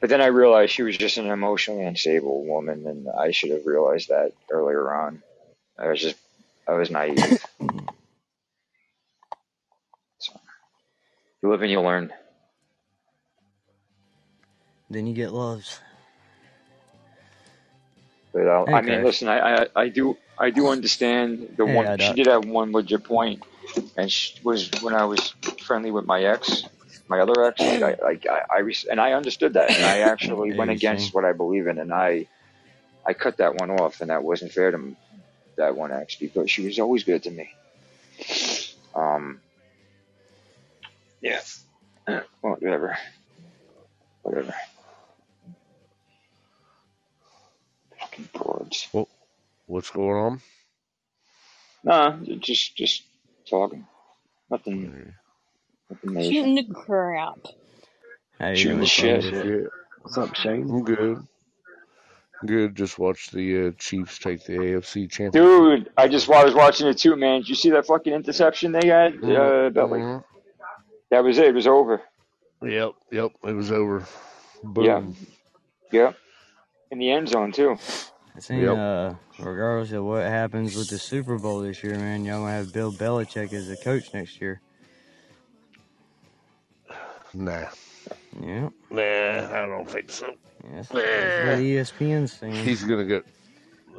S4: But then I realized she was just an emotionally unstable woman, and I should have realized that earlier on. I was just I was naive. So you live and you learn.
S1: Then you get loves.
S4: But uh,
S1: Hey,
S4: I mean,
S1: Crash.
S4: listen, I, I I do I do understand the
S1: Hey,
S4: one
S1: I
S4: she
S1: doc.
S4: did have one legit point, and she was when I was friendly with my ex, my other ex. Like I like I, I res- and I understood that, and I actually
S1: Hey,
S4: went
S1: you sing.
S4: against what I believe in, and I I cut that one off, and that wasn't fair to m- that one ex because she was always good to me. Um, yeah. Well, whatever. Whatever. Fucking broads.
S6: What's going on?
S4: Nah, just just talking. Nothing,
S6: Alright.
S4: nothing major.
S3: Shooting the crap.
S1: How you
S4: Shooting the
S1: doing,
S4: shit.
S1: Shane?
S6: What's your-
S2: What's up, Shane?
S6: I'm good. Good. Just watched the uh, Chiefs take the AFC championship.
S4: Dude, I just I was watching it too, man. Did you see that fucking interception they had? Uh, Bentley.
S6: Mm-hmm.
S4: That was it. It was over.
S6: Yep, yep. It was over.
S4: Yeah,
S6: Boom.
S4: yeah. In the end zone too.
S1: I seen,
S6: Yep.
S1: uh, regardless of what happens with the Super Bowl this year, man, y'all gonna have Bill Belichick as the coach next year.
S6: Nah.
S1: Yeah,
S6: Nah, I don't think so.
S1: that's, that's what
S6: Nah.
S1: ESPN's saying.
S6: He's gonna go.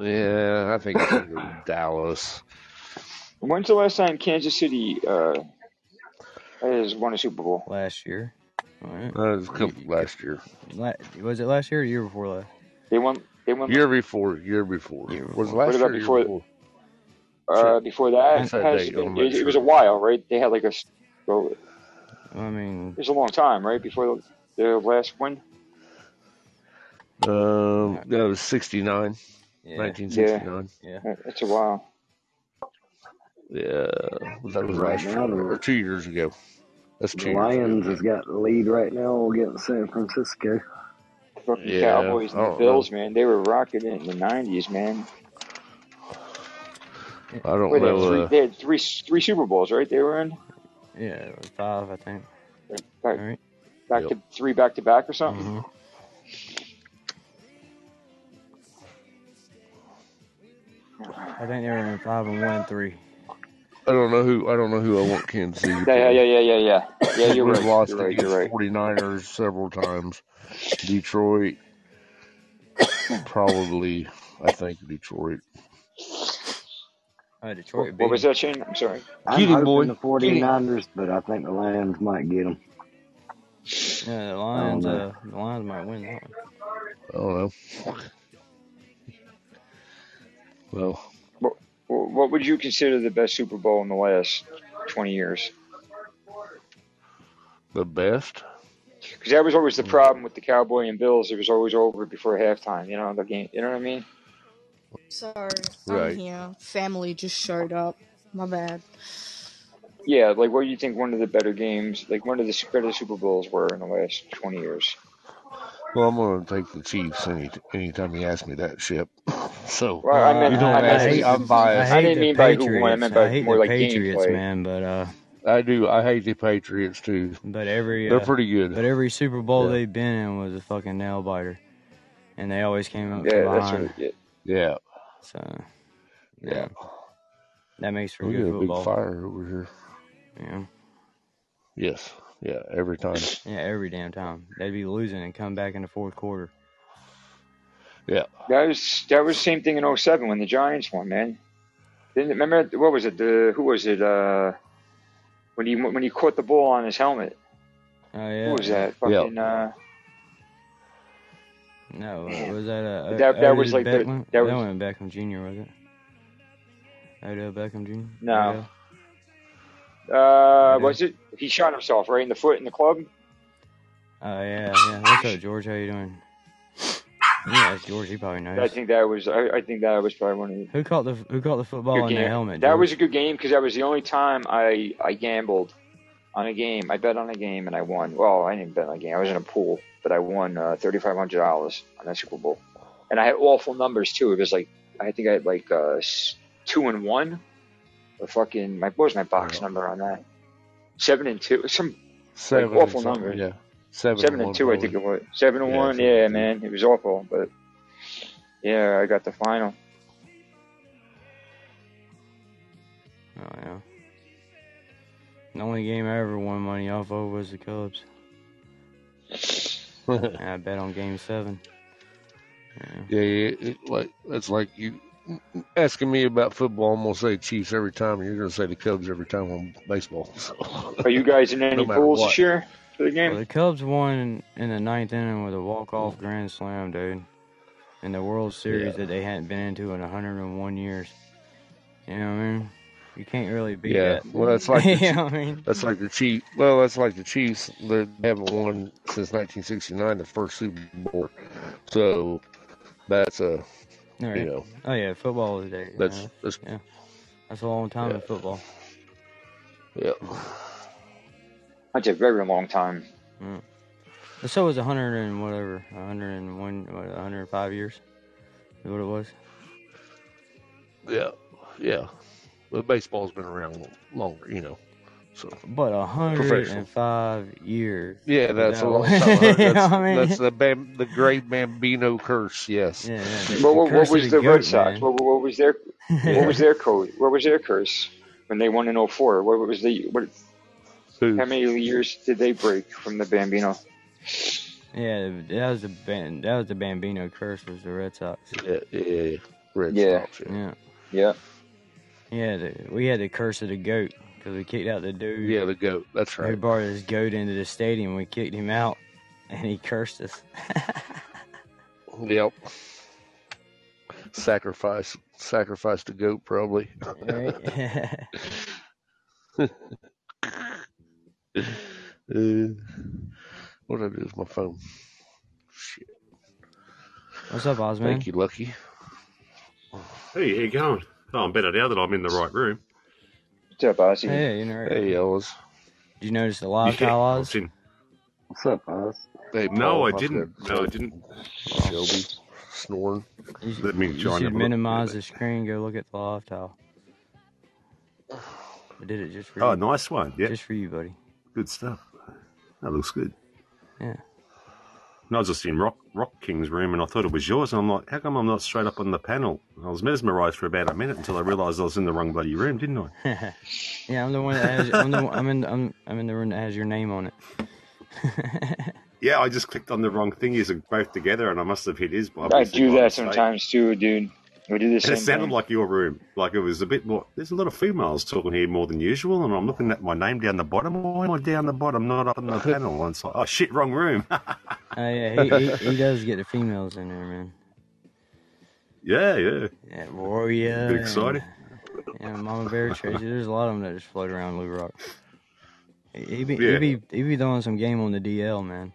S6: Yeah, I think he's gonna go to Dallas.
S4: When's the last time Kansas City uh has won a Super Bowl?
S1: Last year. All right.
S6: That was a
S1: You,
S6: couple
S1: you, could-
S6: last year,
S1: la- was it last year or the year before last?
S4: They won. They won.
S6: year before, year before.
S1: Year
S6: Was it
S1: before.
S4: What
S6: last year
S4: about
S6: or year
S4: before?
S6: before? Shit,
S4: Uh, before
S6: what's
S4: that
S6: that
S4: has
S6: date? I'm not
S4: it, it was
S6: sure.
S4: a while, right? They had like a s- well, it
S1: I mean,
S4: was a long time, right? Before the, the last win.
S6: Um,
S1: not,
S6: that was 69,
S1: yeah,
S4: Yeah,
S6: 1969.
S1: yeah.
S4: that- that's a while.
S6: Yeah, that was
S2: Right
S6: last
S2: now,
S6: year
S2: the,
S6: or two years ago. That's
S2: the
S6: two years ago
S2: Lions
S6: now.
S2: has got the lead right now against San Francisco.
S4: fucking
S6: Yeah,
S4: Cowboys
S6: I
S4: and the
S6: don't know.
S4: Bills, man. They were rocking it in the nineties, man.
S1: It,
S6: I don't
S4: Where they had
S6: know.
S1: well,
S4: three,
S6: Uh,
S4: they had three, three Super Bowls, right? They were in
S1: yeah, it was five, I think.
S4: back,
S1: All right.
S4: back
S6: yep.
S4: to three back to back or something.
S1: Mm-hmm. I think they were in five and one and three.
S6: I don't know who. I don't know who I want Kansas City to
S4: Yeah, yeah,
S6: be.
S4: yeah, yeah, yeah, yeah. Yeah, you're
S6: We've
S4: right.
S6: lost
S4: You're right. You're
S6: against
S4: right.
S6: 49ers several times. Detroit, probably. I think Detroit.
S1: Uh,
S4: What,
S1: Detroit
S4: what
S1: beat
S4: was
S1: them.
S4: that, Shane? I'm sorry.
S2: I'm
S6: Get him,
S2: hoping
S6: boy.
S2: the
S6: Get him.
S2: 49ers, but I think the Lions might get them.
S1: Yeah, the
S2: I don't
S1: Lions.
S2: know.
S1: Uh, the Lions might win that one.
S6: I don't know. Well,
S4: What, what would you consider the best Super Bowl in the last twenty years?
S6: the best.
S4: Because that was always
S1: Hmm.
S4: the
S6: Mm,
S4: problem with the Cowboy and Bills. It was always over before halftime. You know the game. You know what I mean?
S5: Sorry, I'm
S6: Right.
S5: here. Family just showed up. My bad.
S4: Yeah. Like, what do you think one of the better games, like one of the better Super Bowls, were in the last twenty years?
S6: Well, I'm gonna take the Chiefs any anytime you ask me that shit. So
S4: Well, I
S1: Well,
S4: meant
S6: you
S1: I,
S6: don't
S4: I
S1: I
S4: meant
S6: ask
S4: like
S6: me,
S1: hate the
S6: I'm
S5: Mhm.
S4: I
S1: I
S6: biased.
S1: hate
S4: didn't
S1: the
S4: mean by who won. I
S1: Patriots.
S4: meant
S1: I
S4: by
S1: hate
S4: more
S1: the
S4: like
S1: Patriots,
S4: gameplay.
S1: man. But uh,
S6: I do. I hate the Patriots too.
S1: but every
S6: They're
S1: uh,
S6: pretty good.
S1: but every Super Bowl
S6: Yeah.
S1: they've been in was a fucking nail biter, and they always came up from
S4: Yeah, that's what.
S1: behind.
S4: It, yeah.
S6: Yeah.
S1: So you
S6: Yeah.
S1: know that makes for
S6: We
S1: good
S6: got a big
S1: football.
S6: fire over here.
S1: You know,
S6: Yes. Yeah. Every time.
S1: yeah, every damn time they'd be losing and come back in the fourth quarter.
S6: Yeah.
S4: That was that was same thing in 07 when the Giants won, man. Didn't remember what was it? The who was it? Uh, when he when he caught the ball on his helmet.
S1: Oh
S4: Who
S1: yeah,
S4: was
S1: yeah.
S4: that?
S6: Yeah.
S4: Fucking uh,
S1: No, uh,
S4: man.
S1: was that
S4: But
S1: uh,
S4: that
S1: O-
S4: that was
S1: Odell
S4: like the
S1: Beckham?
S4: that
S1: That
S4: was
S1: wasn't Beckham Jr. was it? Odell Beckham Jr.
S4: no.
S1: Odell.
S4: Uh,
S1: Odell.
S4: was it? He shot himself right in the foot in the club.
S1: Oh yeah, yeah. What's up, George? How you doing? Yeah, it's George. He probably
S4: I
S1: knows.
S4: think that was I, I think that was probably one of the
S1: Who caught the Who caught the football
S4: good
S1: in the
S4: game.
S1: helmet,
S4: That was a
S1: George?
S4: good game because that was the only time I I gambled on a game. I bet on a game and I won. Well, I didn't bet on a game. I was in a pool, but I won uh, thirty five hundred dollars on that Super Bowl, and I had awful numbers too. It was like I think I had like uh, s- two and one. Or fucking my what was my
S6: Yeah.
S4: box number on that? Seven and two. Some like
S6: Seven and
S4: awful
S6: something.
S4: numbers.
S6: Yeah. Seven and
S4: Seven and
S6: one
S4: two, I think
S6: probably.
S4: it was. Seven and
S6: Yeah.
S4: one.
S6: Seven
S4: Yeah,
S6: and two.
S4: man, it was awful. But yeah, I got the final.
S1: Oh yeah. The only game I ever won money off of was the Cubs, and I bet on Game Seven. Yeah.
S6: yeah. yeah it, like that's like you asking me about football. I'm gonna say Chiefs every time. and You're gonna say the Cubs every time on baseball. So,
S4: Are you guys in
S6: no
S4: any
S6: matter
S4: pools
S6: what.
S4: this year for the
S1: Well,
S4: game?
S1: the Cubs won in the ninth inning with a walk-off grand slam, dude. in the World Series
S6: Yeah.
S1: that they hadn't been into in 101 years. You know what I mean? You can't really beat
S6: Yeah.
S1: that.
S6: Well, that's like the
S1: you know what I mean?
S6: That's like the Chiefs. Well, that's like the Chiefs. They haven't won since 1969, the first Super Bowl. So that's a
S1: All right.
S6: you know
S1: Oh yeah, football is there.
S6: that's that's
S1: that's a long time in
S6: yeah.
S1: football.
S6: yeah.
S4: That's a very long time.
S1: But so was 100 and whatever, 101, what, 105 years. Is what it was.
S6: Yeah, yeah. But baseball's been around longer, you know. So
S1: But
S6: Professional.
S1: 105 years.
S6: yeah, that's a long
S1: Yeah.
S6: time.
S1: You know
S6: That's,
S1: what I mean?
S6: that's the bam, the great Bambino curse. Yes.
S1: Yeah, yeah. the-
S4: But
S1: the
S4: what, what
S1: curse of
S4: was the
S1: goat,
S4: Red Sox?
S1: man.
S4: What, what what was their
S6: Yeah.
S4: what was their code? What was their curse when they won in 04? What was the what?
S6: Who?
S4: How many years did they break from the Bambino?
S1: yeah, that was the ban- that was the Bambino curse was the Red Sox.
S6: Yeah, yeah, yeah. Red
S4: Yeah.
S6: Sox. Yeah.
S1: Yeah,
S4: Yeah,
S1: yeah. The, we had the curse of the goat because we kicked out the dude
S6: yeah, the goat. That's
S1: who
S6: right.
S1: brought his goat into the stadium. We kicked him out, and he cursed us.
S6: Yep. Sacrifice, sacrifice the goat, probably.
S1: right?
S6: Uh, what I do is my phone. Shit.
S1: What's up, Ozman?
S6: Thank you, Lucky.
S7: Hey, how you going? Oh, I'm better now that I'm in the right room.
S4: what's up, Ozzy?
S1: Hey, you know,
S6: Hey, Ellis.
S1: did you notice the live
S7: Yeah,
S1: tile
S7: I
S1: Oz?
S7: was in.
S2: What's up, Oz?
S6: Hey,
S7: No,
S6: Paul.
S7: I
S6: My
S7: didn't.
S6: friend
S7: No, I didn't.
S1: Well,
S6: Oh, Shelby snoring.
S1: you, sh-
S7: Let me
S1: you
S7: try and
S1: should
S7: have a look.
S1: minimize the screen. Go look at the live tile. I did it just for
S7: Oh,
S1: you,
S7: nice one. Yep,
S1: just for you, buddy.
S7: good stuff. That looks good.
S1: Yeah.
S7: And I was just in Rock Rock King's room, and I thought it was yours. And I'm like, how come I'm not straight up on the panel? And I was mesmerised for about a minute until I realised I was in the wrong bloody room, didn't I?
S1: yeah, I'm the one that has. I'm the. One, I'm in. I'm. I'm in the room that has your name on it.
S7: Yeah, I just clicked on the wrong thing. Is both together, and I must have hit his.
S4: I
S7: Obviously,
S4: do
S7: by
S4: that
S7: mistake.
S4: sometimes too, dude. We do the
S7: And
S4: same
S7: it sounded
S4: thing.
S7: like your room. Like it was a bit more. There's a lot of females talking here more than usual, and I'm looking at my name down the bottom. Why am I down the bottom, not up on the panel? And it's like, oh shit, wrong room.
S1: Oh yeah, he, he he does get the females in there, man.
S7: yeah, yeah.
S1: Yeah, warrior.
S7: Bit excited.
S1: And, and Mama Bear Tracy. There's a lot of them that just float around Blue Rock. He he be he
S7: Yeah.
S1: be he be throwing some game on the DL, man.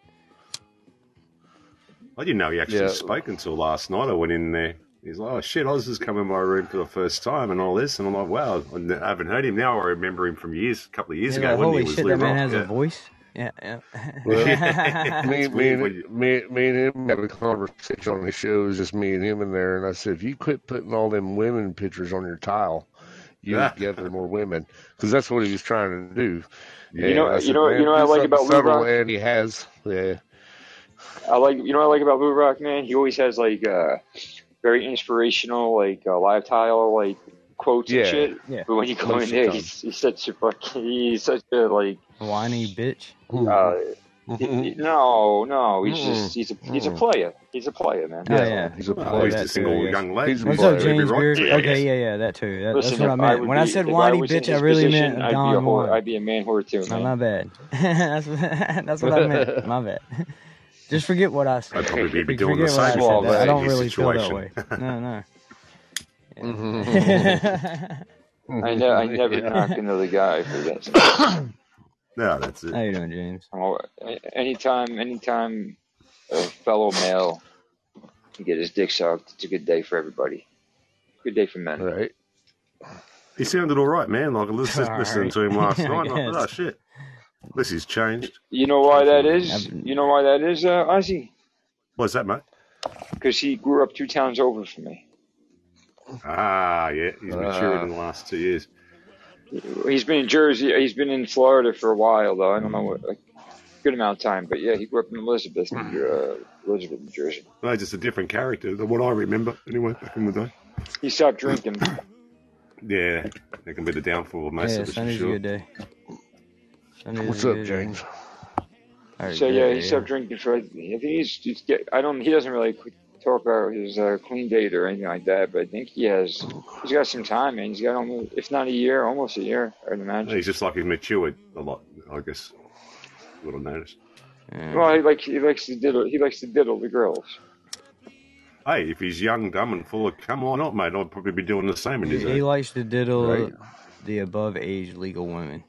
S7: I didn't know he actually
S6: Yeah.
S7: spoke until last night. I went in there. He's like, oh shit, Oz has come in my room for the first time and all this. And I'm like, wow, I n- I haven't heard him now. I remember him from years, a couple of years
S1: He's
S7: ago
S1: like,
S7: when he
S1: holy
S7: was
S1: shit,
S7: Lou
S1: that man
S7: Rock.
S1: has a
S7: Yeah.
S1: voice. Yeah, yeah.
S6: Well,
S7: Yeah.
S6: me,
S7: It's
S6: me,
S7: weird when
S6: and,
S7: you.
S6: me, me and him had a conversation on the show. It was just me and him in there, and I said, if you quit putting all them women pictures on your tile, you would gather more women, because that's what he was trying to do.
S4: You
S7: yeah.
S6: And
S4: know,
S6: I
S4: you
S6: said,
S4: know, you
S6: man,
S4: know. What I
S6: do something
S4: like about Lou
S6: subtle,
S4: Rock.
S6: and he has. Yeah,
S4: I like, you know, what I like about Lou Rock, man. He always has like uh, very inspirational, like uh, live tile, like quotes and
S6: yeah,
S4: shit.
S1: yeah.
S4: But when you go
S6: most
S4: in
S6: of the
S4: there,
S6: time.
S4: he's, he's such a fucking, he's such a like.
S1: Whiny bitch.
S4: Uh,
S6: Mhm.
S4: he- he-
S6: Mhm.
S4: no, no, he's
S6: Mm-mm.
S4: just he's a he's a
S6: Mm-mm.
S4: player. He's a player, man.
S1: Oh
S6: Yeah,
S1: yeah.
S6: he's a
S7: Well,
S1: Yeah,
S6: player.
S7: he's a
S1: that too, I
S7: single
S1: guess.
S7: young
S6: He's
S7: lady.
S6: a
S1: What's
S7: He's
S1: up,
S6: player.
S7: maybe
S1: James
S7: right
S1: Beard?
S7: to you, I
S1: Okay,
S7: guess.
S1: yeah, yeah, that too. That, that's
S4: Listen,
S1: what
S4: if
S1: I
S4: I
S1: meant.
S4: would
S1: When I
S4: be
S1: said
S4: if I
S1: whiny
S4: was in
S1: bitch, I
S4: his
S1: really
S4: position,
S1: meant
S4: I'd be a
S1: Don
S4: whore.
S1: Juan.
S4: I'd be a man whore too,
S1: Oh,
S4: man.
S1: my bad. that's, that's what I meant. My bad. Just forget what I
S7: I'd
S1: said.
S7: probably be
S1: Forg-
S7: doing the
S1: Forget what
S7: same if I
S1: I said.
S6: Small
S7: was
S1: That I
S7: in
S1: don't
S6: bag.
S7: his
S1: really feel that
S7: situation.
S1: way. No, no. Yeah.
S6: Mhm.
S4: I ne- I never
S6: yeah.
S4: knock another guy for that some shit.
S7: no, that's it.
S1: How you doing, James?
S4: I'm all- Oh, a- Anytime, anytime a fellow male can get his dick sucked, it's a good day for everybody. Good day for men.
S6: Right.
S7: He sounded all right, man. Like I was
S1: All
S7: just listening
S1: right.
S7: to him last
S1: I
S7: night, and I thought,
S1: guess.
S7: oh shit, this has changed.
S4: You know why that
S7: Definitely.
S4: is?
S1: I've-
S4: You know why that is, uh, Ozzy?
S7: What's that, mate?
S4: Because he grew up two towns over from me.
S7: Ah, yeah, he's matured
S6: Uh,
S7: in the last two years.
S4: He's been in Jersey. He's been in Florida for a while, though. I don't know what, a good amount of time, but yeah, he grew up in Elizabeth, uh, Elizabeth, New Jersey.
S7: No, just a different character than what I remember anyway back in the day.
S4: He stopped drinking.
S7: Yeah, that can be the downfall of most
S1: Yeah,
S7: of us for
S1: Sunday's a
S7: sure.
S1: good day. Sunday's
S6: what's
S1: a
S6: up,
S1: good day.
S6: James?
S1: All right,
S4: So yeah,
S1: great
S4: he
S1: day.
S4: stopped
S1: Yeah.
S4: drinking for. I think he's. he's get, I don't. He doesn't really qu- talk about his uh, clean date or anything like that. But I think he has. He's got some time, man. He's got almost, if not a year, almost a year. I'd imagine.
S7: He's just like he's matured a lot, I guess. What I noticed.
S1: Yeah.
S4: Well, he like he likes to diddle. He likes to diddle the girls.
S7: Hey, if he's young, dumb, and full of cum, why not, mate? I'd probably be doing the same in his
S1: He
S7: age.
S1: likes to diddle
S6: Right.
S1: the above age legal women.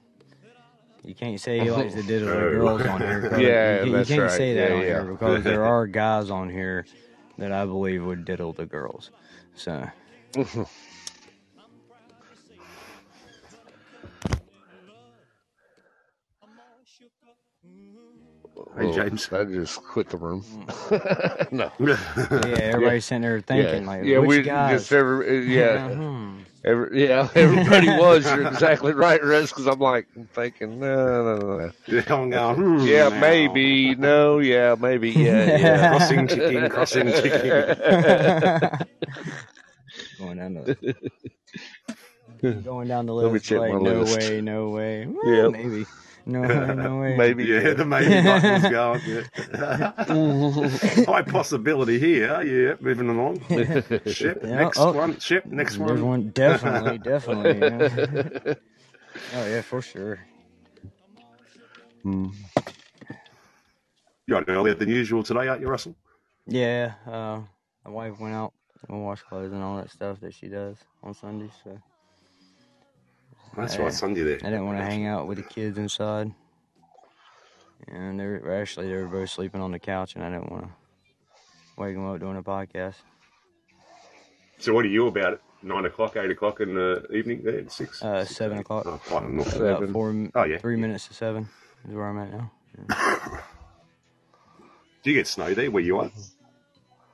S1: You can't say he likes to diddle the
S7: Oh.
S1: girls on here. 'cause
S6: Yeah,
S1: you, you
S6: that's
S1: can't
S6: right.
S1: say that
S6: Yeah,
S1: on
S6: yeah.
S1: here because there are guys on here that I believe would diddle the girls. So
S7: Hey, James.
S6: I Oh, just quit the room. no.
S1: Mm. yeah, everybody's sitting there thinking
S6: yeah,
S1: like,
S6: yeah
S1: which
S6: we
S1: guys?
S6: just every uh, yeah.
S1: hmm.
S6: Every, yeah, everybody was. You're exactly right, Russ, because I'm like I'm thinking, no, no, no, no.
S7: I'm going, hmm,
S6: Yeah,
S7: now.
S6: maybe. No, yeah, maybe. Yeah, yeah.
S7: Crossing ticking, crossing ticking.
S1: going down the going down the
S6: Let me
S1: list
S6: check
S1: like
S6: my
S1: no
S6: list.
S1: way, no way, Well,
S6: Yep.
S1: maybe, no way, no way,
S6: Maybe.
S7: Yeah, the maybe button's going. Yeah. High possibility here. Yeah, moving along. Ship,
S1: Yeah,
S7: next
S1: oh.
S7: one. Ship, next
S1: There's
S7: one.
S1: one definitely, definitely. yeah. oh yeah, for sure.
S7: Mm. You're out earlier than usual today, aren't you, Russell?
S1: Yeah, uh, my wife went out and washed clothes and all that stuff that she does on Sundays. So
S7: That's
S1: Yeah.
S7: right, Sunday there.
S1: I didn't want to hang out with the kids inside, and they were actually they were both sleeping on the couch, and I didn't want to wake them up doing a podcast.
S7: So what are you about at nine o'clock, eight o'clock in the evening there? At six?
S1: Uh,
S7: Six,
S1: seven
S7: eight?
S1: o'clock.
S7: Oh, quite enough.
S1: So about
S6: Seven.
S1: four, m-
S7: Oh, yeah.
S1: three minutes to seven is where I'm at now.
S7: Do you get snow there where you are?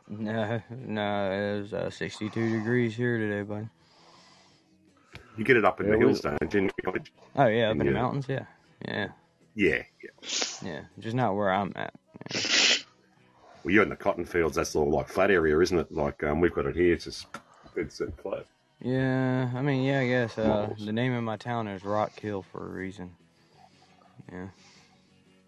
S1: No, no, it was uh, 62 degrees here today, bud.
S7: You get it up in
S6: Yeah,
S7: the
S6: we-
S7: hills, don't you?
S1: Oh yeah, up in the
S7: Yeah.
S1: mountains. Yeah, yeah,
S7: Yeah, yeah.
S1: yeah. Just not where I'm at.
S7: Well, you're in the cotton fields. That's all like flat area, isn't it? Like um, we've got it here. It's just it's uh, flat.
S1: Yeah, I mean, yeah, I guess uh,
S7: Models.
S1: the name of my town is Rock Hill for a reason. Yeah.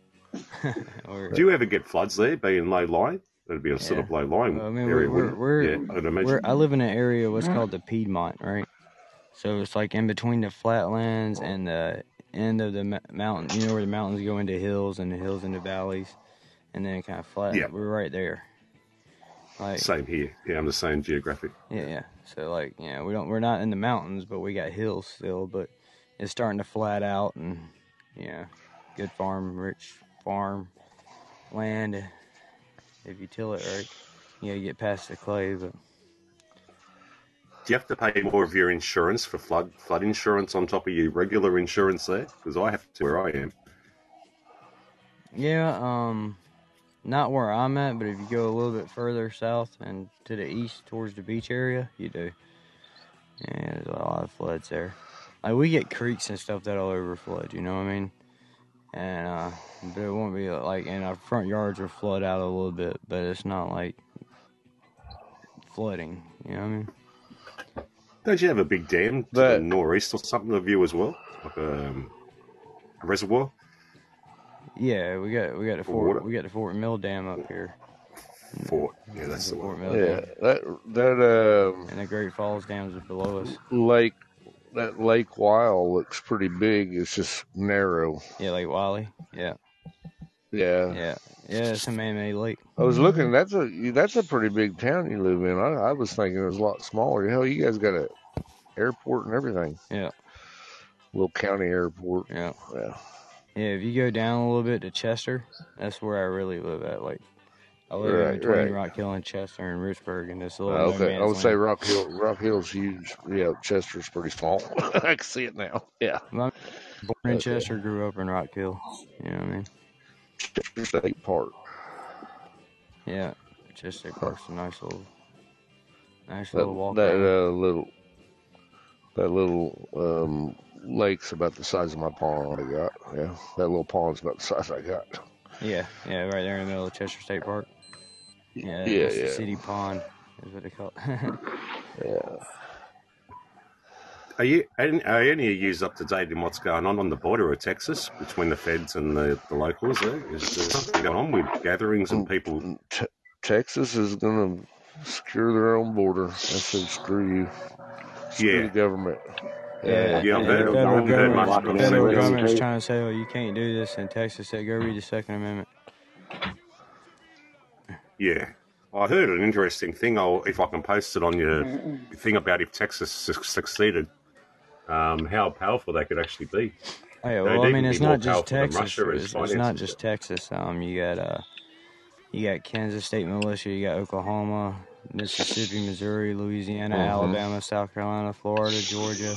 S1: or,
S7: Do you ever get floods there, being low lying? It'd be a sort of
S1: Yeah.
S7: low lying
S1: I mean,
S7: area.
S1: we're, we're,
S7: wouldn't
S1: we're,
S7: it? yeah, I'd imagine.
S1: we're- I live in an area what's called the Piedmont, right? So it's like in between the flatlands and the end of the m- mountain. You know where the mountains go into hills and the hills into valleys, and then kind of flat.
S7: Yeah.
S1: We're right there. Like
S7: Same here. Yeah, I'm the same geographic.
S1: yeah, yeah. So like yeah, we don't we're not in the mountains, but we got hills still. But it's starting to flat out, and yeah, good farm, rich farm land. If you till it right, you gotta get past the clay. But
S7: Do you have to pay more of your insurance for flood flood insurance on top of your regular insurance there? Because I have to where I am.
S1: Yeah, um, not where I'm at, but if you go a little bit further south and to the east towards the beach area, you do. Yeah, there's a lot of floods there. Like we get creeks and stuff that'll overflood. You know what I mean? And uh, but it won't be like and our front yards will flood out a little bit, but it's not like flooding. You know what I mean?
S7: Don't you have a big dam to the
S6: That-
S7: northeast or something of you as well? Like um, a reservoir?
S1: Yeah, we got we got the
S7: For
S1: Fort
S7: water?
S1: we got the Fort Mill Dam up here.
S7: Fort. Yeah, that's
S1: There's
S7: the
S1: a Fort
S7: one.
S1: Mill
S6: yeah,
S1: Dam,
S6: that that um
S1: and the Great Falls Dams is below us.
S6: lake that Lake Weil looks pretty big. It's just narrow.
S1: Yeah, Lake Wiley. Yeah.
S6: Yeah,
S1: Yeah, yeah, it's a man-made lake.
S6: I was looking. That's a that's a pretty big town you live in. I, I was thinking it was a lot smaller. Hell, you guys got a airport and everything.
S1: Yeah,
S6: Little county airport.
S1: yeah,
S6: Yeah.
S1: yeah. If you go down a little bit to Chester, that's where I really live at. Like, I live
S6: Right,
S1: in between
S6: right.
S1: Rock Hill and Chester and Richburg, and this little
S6: Uh,
S1: no
S6: okay, I
S1: man's
S6: would say
S1: land.
S6: Rock Hill. Rock Hill's huge. Yeah, Chester's pretty small. I can see it now. Yeah,
S1: I'm born in
S6: Okay.
S1: Chester, grew up in Rock Hill. You know what I mean?
S6: Chester State Park.
S1: Yeah, Chester Park's a nice little, nice
S6: That
S1: little walk
S6: that
S1: around.
S6: uh, little that little um, lake's about the size of my pond. I got. Yeah, that little pond's about the size I got.
S1: Yeah, yeah, right there in the middle of Chester State Park. Yeah,
S6: Yeah,
S1: that's the
S6: yeah,
S1: city pond, is what they call it.
S6: yeah.
S7: Are you and are any of you up to date in what's going on on the border of Texas between the feds and the, the locals? There is there something going on with gatherings and people.
S6: Mm, Te- Texas is gonna secure their own border. I said, screw you, screw
S7: Yeah,
S6: the government.
S1: Yeah,
S7: Yeah, I've heard-
S1: and the
S7: I've
S1: federal
S7: heard
S1: government,
S7: much, but
S1: the
S7: I've
S1: federal
S7: seen bits.
S1: government's trying to say, "Oh, you can't do this in Texas." Say, go read the Second Amendment.
S7: yeah. I heard an interesting thing. I'll, if I can post it on your thing about if Texas su- succeeded, um, how powerful they could actually be.
S1: Oh, yeah,
S7: They'd
S1: well, I
S7: even
S1: mean,
S7: be
S1: it's
S7: more
S1: not just
S7: powerful than
S1: Texas.
S7: Russia as
S1: It's, it's
S7: finances
S1: not
S7: go.
S1: just Texas. Um, you got uh, you got Kansas State militia. You got Oklahoma, Mississippi, Missouri, Louisiana,
S7: Mm-hmm.
S4: Mhm.
S1: Alabama, South Carolina, Florida, Georgia,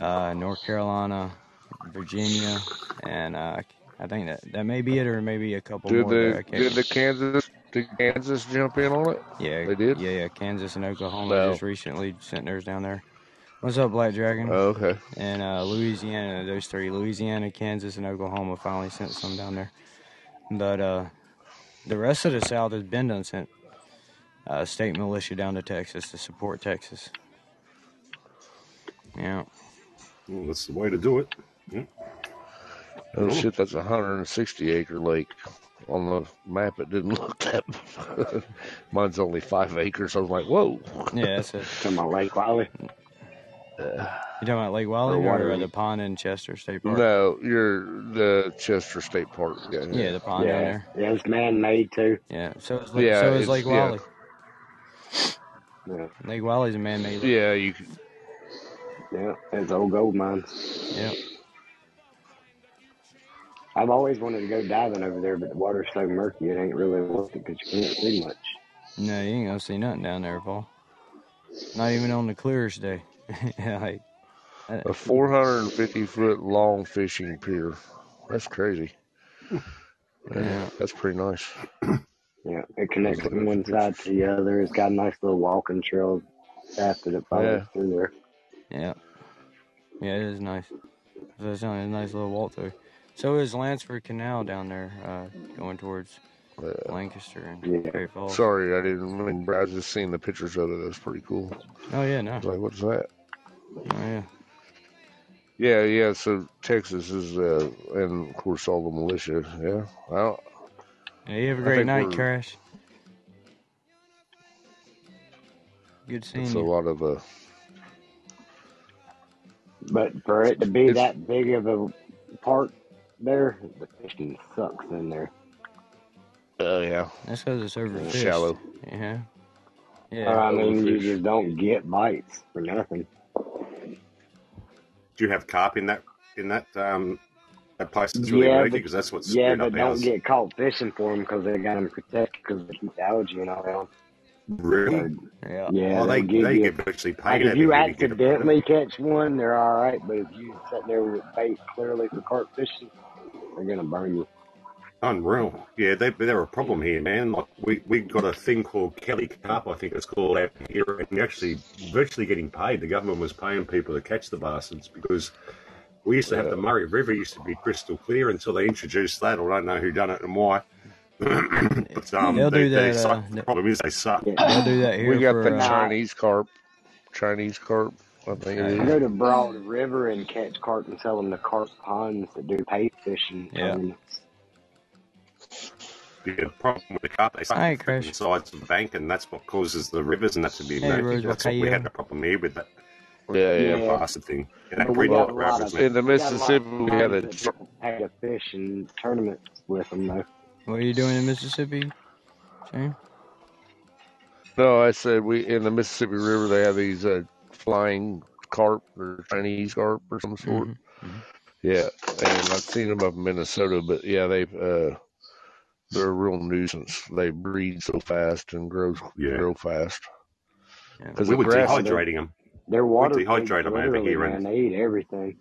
S1: uh, North Carolina, Virginia, and uh, I think that that may be it, or maybe a couple
S6: Did
S1: more. There, I
S6: the
S1: can't
S6: did the Kansas did Kansas jump in on it?
S1: Yeah,
S6: They did.
S1: yeah, yeah. Kansas and Oklahoma
S6: No.
S1: just recently sent theirs down there. What's up, Black Dragon?
S6: Oh, okay.
S1: and uh, Louisiana, those three, Louisiana, Kansas, and Oklahoma, finally sent some down there. But uh, the rest of the South has been done sent uh, state militia down to Texas to support Texas. Yeah,
S7: Well, that's the way to do it. Yeah.
S6: Oh
S7: Cool.
S6: shit, that's a hundred and sixty acre lake. On the map, it didn't look that. Mine's only five acres. I was like, whoa.
S1: yeah, that's it.
S2: Come on, Lake Wiley.
S1: You talking about Lake Wiley
S2: Or
S1: or, uh,
S2: Waterloo.
S1: the pond in Chester State Park?
S6: No, you're the Chester State Park. Yeah,
S1: Yeah,
S6: yeah.
S1: the pond down
S2: Yeah,
S1: there.
S2: yeah, it's man made too.
S1: Yeah, so is Lake,
S6: Yeah,
S1: so is
S6: it's-
S1: Lake
S6: yeah.
S1: Wiley.
S2: Yeah,
S1: Lake Wiley's a man-made lake.
S6: Yeah, you. c-
S2: yeah, it's old gold mines.
S1: Yeah,
S2: I've always wanted to go diving over there, but the water's so murky it ain't really worth it because you can't see much.
S1: no, you ain't gonna see nothing down there, Paul. Not even on the clearest day. yeah, like, uh,
S6: A 450 foot long fishing pier. That's crazy. Yeah,
S1: yeah.
S6: that's pretty nice.
S2: Yeah, it
S6: I was
S2: connects
S6: looking
S2: from
S6: at some
S2: one side
S6: pictures.
S2: to the other. It's got a nice little walking trail path that it follows
S6: Yeah,
S2: through there.
S1: Yeah, yeah, it is nice. So it's only a nice little walk through. So is Lansford Canal down there, uh, going towards
S6: Uh, yeah.
S1: Lancaster and
S2: Yeah,
S1: Great Falls.
S6: Sorry, I didn't mean. but I was just seeing the pictures of it. That's pretty cool.
S1: Oh yeah, no,
S6: I was like, what's that?
S1: oh yeah,
S6: Yeah, yeah. So Texas is, uh, and of course all the militia. Yeah, I, don't-
S1: yeah. You have a
S6: I
S1: great
S6: think
S1: night,
S6: we're.
S1: Crash. Good
S6: It's
S1: seeing
S6: a
S1: you.
S6: lot of uh,
S2: but for it to be
S6: it's
S2: that big of a park there, the fishing sucks in there.
S6: uh, yeah,
S1: That's because it's
S2: Yeah.
S1: overfished.
S6: shallow,
S1: Yeah,
S2: Or
S1: yeah,
S2: I mean, you
S6: overfish.
S2: just don't get bites for nothing.
S7: Do you have carp in that in that um that place that's really
S2: Yeah,
S7: murky?
S2: but
S7: Because that's what
S2: yeah,
S7: screwed up
S2: but don't
S7: ours.
S2: get caught fishing for them because they got them protected because they keep the algae and all that. on.
S7: Really?
S2: So
S1: yeah,
S2: yeah,
S7: Oh,
S2: they'll
S7: they
S2: give
S7: they
S2: you
S7: get actually
S2: Like
S7: paid
S2: if
S7: out of
S2: you
S7: here to get a permit.
S2: accidentally catch one, they're all right. But if you sitting there with bait clearly for carp fishing, they're gonna burn you.
S7: Unreal. Yeah, they, they're a
S2: Yeah.
S7: problem here, man. Like we we got a thing called Kelly Carp, I think it's called out here, and you're actually virtually getting paid. The government was paying people to catch the bastards because we used to have
S6: Yeah,
S7: the Murray River used to be crystal clear until they introduced that. I don't know who done it and why, but um,
S1: they'll
S7: they
S1: do
S7: they
S1: that.
S7: suck.
S1: Uh,
S7: The
S1: th-
S7: problem is they suck.
S2: Yeah.
S1: they'll do that
S6: we
S1: here
S6: got the
S1: for. Uh,
S2: Nah,
S6: Chinese carp, Chinese carp. I think it
S1: oh
S2: I
S6: is.
S1: yeah,
S2: go to Broad River and catch carp and sell them to carp ponds that do pay fishing
S1: yeah.
S2: tournaments.
S7: Yeah, the problem with the carp, they
S1: All
S7: suck the
S1: right,
S7: freaking
S1: Crash.
S7: sides of the bank, and that's what causes the rivers and that to be
S1: Hey,
S7: murky.
S1: Rose
S7: That's what we had
S1: Bakayo.
S7: the problem here with that
S6: Yeah, yeah.
S7: that
S2: Yeah,
S7: bastard thing. Yeah,
S2: but
S7: that
S2: we
S7: Great
S2: got
S6: Well,
S2: a
S7: White
S2: lot
S7: Rapids,
S2: of
S7: man.
S6: in the
S2: we got a lot
S6: Mississippi,
S2: of
S6: we had
S2: ponds
S6: a
S2: that
S6: ch-
S2: people pay to fish in tournaments with them though.
S1: What are you doing in Mississippi, Shane?
S6: no. I said we in the Mississippi River. They have these uh, flying carp or Chinese carp or some sort.
S1: hmm hmm
S6: Yeah, and I've seen them up in Minnesota, but yeah, they uh, they're a real nuisance. They breed so fast and grow
S7: Yeah,
S6: grow fast
S1: Yeah.
S6: because
S7: we
S6: the
S7: were
S2: Oh,
S6: grass.
S2: they're
S7: dehydrating them.
S2: they're
S7: We
S2: water pigs,
S7: dehydrate them over
S2: literally,
S7: here, and
S2: man. They eat everything.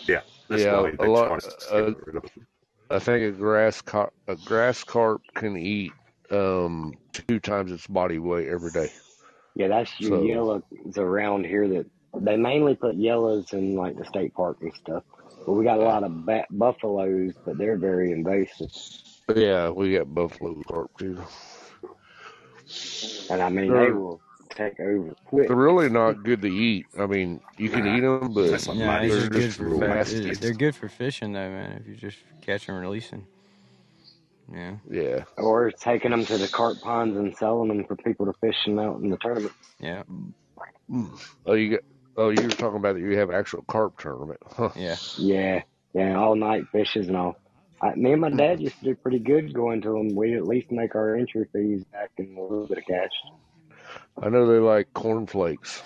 S7: yeah, that's
S6: Yeah,
S7: why
S6: a
S7: they're
S6: lot.
S7: trying to get
S6: Uh,
S7: rid of them.
S6: I think a grass car- a grass carp can eat um two times its body weight every day.
S2: Yeah, that's your
S6: So
S2: yellows around here that they mainly put yellows in like the state park and stuff. But we got a
S6: yeah,
S2: lot of bat buffaloes, but they're very invasive.
S6: yeah, we got buffalo carp too.
S2: And I mean, they
S6: They're
S2: will take over quick.
S6: they're really not good to eat. I mean, you can
S7: Nah,
S6: eat them, but
S7: that's like
S1: No,
S7: mud.
S1: it's
S7: It's
S6: they're
S7: just
S1: just good
S6: just
S1: for
S7: raw
S1: fi-
S7: mud.
S1: uh,
S6: nasty.
S1: they're
S7: It's
S1: good for fishing though, man. If you just catch and releasing, yeah,
S6: Yeah,
S2: Or taking them to the carp ponds and selling them for people to fishing out in the tournaments.
S1: yeah,
S6: Mm. Oh, you got. Oh, you were talking about that you have an actual carp tournament, huh?
S1: yeah,
S2: Yeah, yeah, all night fishes and all. I, me and my dad used to do pretty good going to them. We'd at least make our entry fees back in a little bit of cash.
S6: I know they like cornflakes.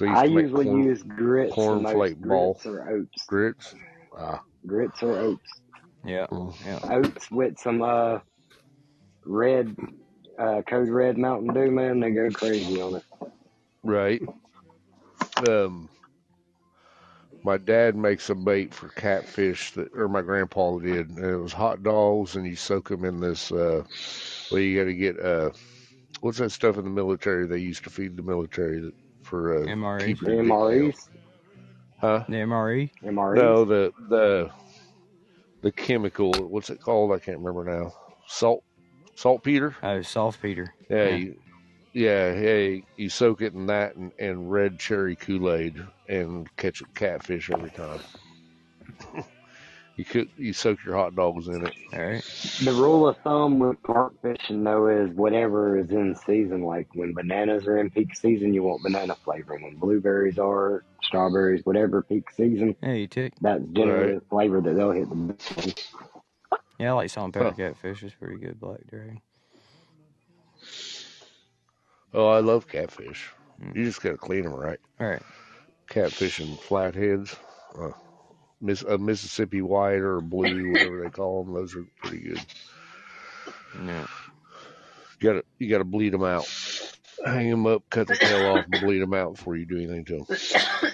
S6: They used
S2: I
S6: to make
S2: usually
S6: corn
S2: use grits the most.
S6: cornflake ball
S2: Grits or oats.
S6: grits. Ah,
S2: Grits or oats.
S1: Yeah,
S6: mm.
S1: yeah.
S2: Oats with some uh red uh code red Mountain Dew, man, they go crazy on it.
S6: right. Um, my dad makes a bait for catfish that, or my grandpa did, and it was hot dogs, and you soak them in this. Uh, well, you got to get uh, what's that stuff in the military they used to feed the military that, for uh,
S1: MREs.
S6: keep
S2: The
S6: your dick down,
S2: MREs.
S6: huh?
S1: The E? MRE.
S2: MREs.
S6: No, the the the chemical. What's it called? I can't remember now. Salt, saltpeter.
S1: Oh, soft Peter.
S6: Yeah,
S1: Yeah.
S6: you, yeah, yeah. You soak it in that and, and red cherry Kool Aid and catch a catfish every time. You cook, you soak your hot dogs in it.
S1: All right.
S2: The rule of thumb with carp fishing though is whatever is in season. Like when bananas are in peak season, you want banana flavoring. When blueberries are, strawberries, whatever peak season,
S1: Yeah, you tick.
S2: that's
S6: Right.
S2: generally the flavor that they'll hit the best on.
S1: Yeah, I like salt and pepper
S6: Huh.
S1: catfish. It's pretty good black dragon.
S6: Oh, I love catfish.
S1: Mm.
S6: You just gotta clean them right.
S1: All right.
S6: Catfish and flatheads. Uh, Miss a Mississippi white or blue, whatever they call them. Those are pretty good.
S1: Yeah.
S6: You gotta you gotta bleed them out. Hang them up, cut the tail off, and bleed them out before you do anything to them.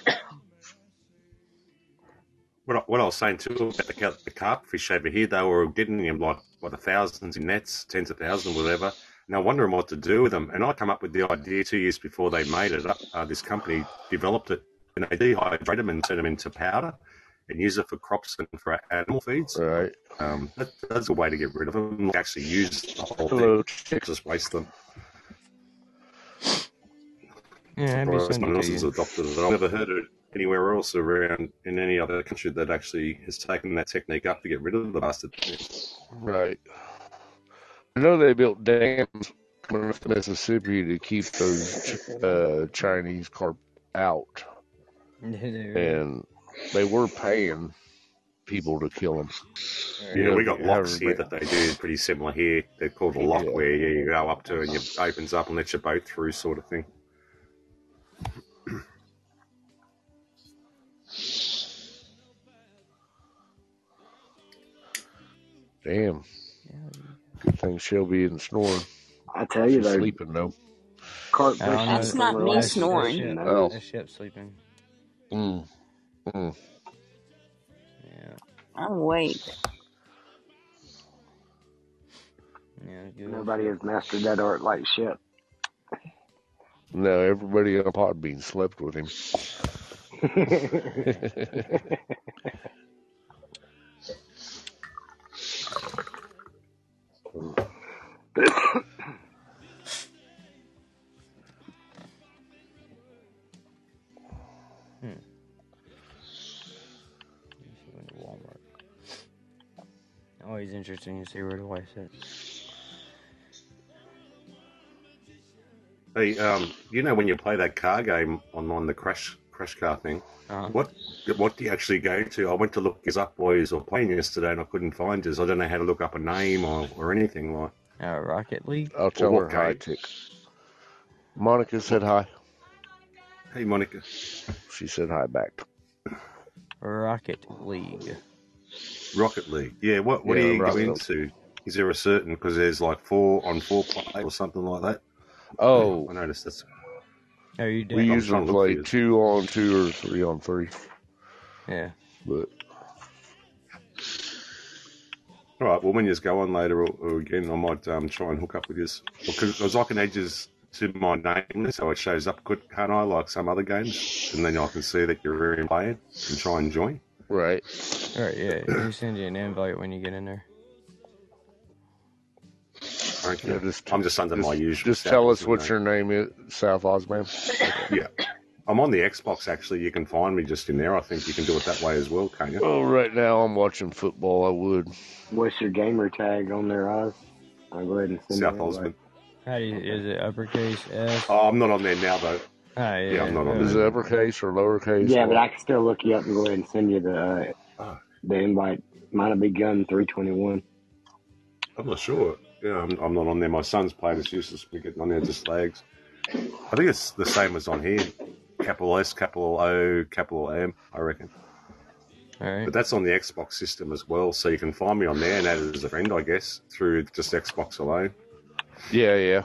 S7: What I, what I was saying too about the, cat- the carpfish over here, they were getting them like by the thousands in nets, tens of thousands, whatever. And I wondering what to do with them. And I come up with the idea two years before they made it. up, Uh, this company developed it, and they dehydrate them and turn them into powder, and use it for crops and for animal feeds.
S6: Right.
S7: Um, that, that's a way to get rid of them. Like, actually, use the whole thing,
S6: Hello, chick.
S7: just waste them.
S1: Yeah, that'd be
S7: surprised
S1: something
S7: someone
S1: to
S7: else has
S1: you.
S7: adopted it. I've never heard it anywhere else around in any other country that actually has taken that technique up to get rid of the bastard things.
S6: Right. I know they built dams coming up the Mississippi to keep those Ch- uh, Chinese carp out,
S1: Alright.
S6: and they were paying people to kill them. You
S7: Yeah,
S6: know,
S7: we
S6: if
S7: got
S6: you- however
S7: locks here
S6: many.
S7: that they do pretty similar here. They're called a lock
S6: Yeah.
S7: where yeah, you go up to and it opens up and lets your boat through sort of thing.
S6: Damn.
S1: Yeah, there you
S6: Good thing Shelby isn't snoring.
S2: I tell you
S6: She's
S2: though,
S6: sleeping though.
S2: carp
S1: go. I don't
S2: fishing is
S1: know.
S3: That's
S2: for
S3: not me
S1: That's that's
S2: relaxation
S1: Shep.
S2: though.
S6: Oh.
S2: It's
S1: That's Shep sleeping.
S6: Mm, mm.
S1: Yeah.
S3: I'm awake.
S1: Yeah, that's good old
S2: nobody
S1: Shep.
S2: has mastered that art like shit.
S6: No, everybody on Podbean slept with him.
S1: Hmm. Let me see, went to Walmart. Always interesting to see where the wife's at.
S7: Hey, um, you know when you play that car game online, the crash crash car thing,
S1: Uh,
S7: what what do you actually go to? I went to look his up while you were playing yesterday and I couldn't find his. I don't know how to look up a name or, or anything like
S1: uh, Rocket League.
S6: I'll
S7: or
S6: tell
S7: what
S6: her hi,
S7: game.
S6: Tick. Monica said hi.
S7: Hey, Monica.
S6: She said hi back.
S1: Rocket League.
S7: Rocket League. Yeah, what what do
S6: Yeah,
S7: you go
S6: Rocket.
S7: into? Is there a certain because there's like four on four play or something like that?
S6: Oh,
S7: I noticed that's.
S1: Oh, you
S6: we
S1: did?
S7: I'm
S6: usually
S7: trying to look for
S6: play
S7: you.
S6: two on two or three on three,
S1: Yeah.
S6: but
S7: All right. Well, when you go on later or, or again, I might um, try and hook up with you because I was looking edges to my name list, so it shows up. Good, can't I? Like some other games, and then I can see that you're in playing and try and join.
S6: right.
S1: Alright, yeah. He'll send you an invite when you get in there.
S6: Yeah,
S7: Okay.
S6: just
S7: I'm just under my
S6: just
S7: usual
S6: just
S7: South
S6: tell us
S7: Osman
S6: what
S7: name.
S6: your name is, South Osman. Okay.
S7: Yeah. I'm on the Xbox actually. You can find me just in there. I think you can do it that way as well, can't you?
S6: Oh, right now I'm watching football. I would.
S2: What's your gamer tag on their eyes? I'll go ahead and send you
S7: South
S2: an invite.
S7: Osman.
S1: How do you,
S2: Okay.
S1: is it uppercase S?
S7: Oh, I'm not on there now though.
S1: Ah,
S7: Yeah, I'm
S1: yeah.
S7: not on
S6: Is
S7: there
S1: Uh,
S6: it
S7: now.
S6: uppercase or lowercase?
S2: Yeah, but
S6: What?
S2: I can still look you up and go ahead and send you the uh,
S7: Oh.
S2: The invite might have begun 321.
S7: I'm not sure. Yeah, I'm, I'm not on there. My son's playing as useless. We're getting on there just lags. I think it's the same as on here. Capital S, capital O, capital M, I reckon.
S1: All right.
S7: But that's on the Xbox system as well, so you can find me on there and add it as a friend, I guess, through just Xbox alone.
S6: Yeah, yeah.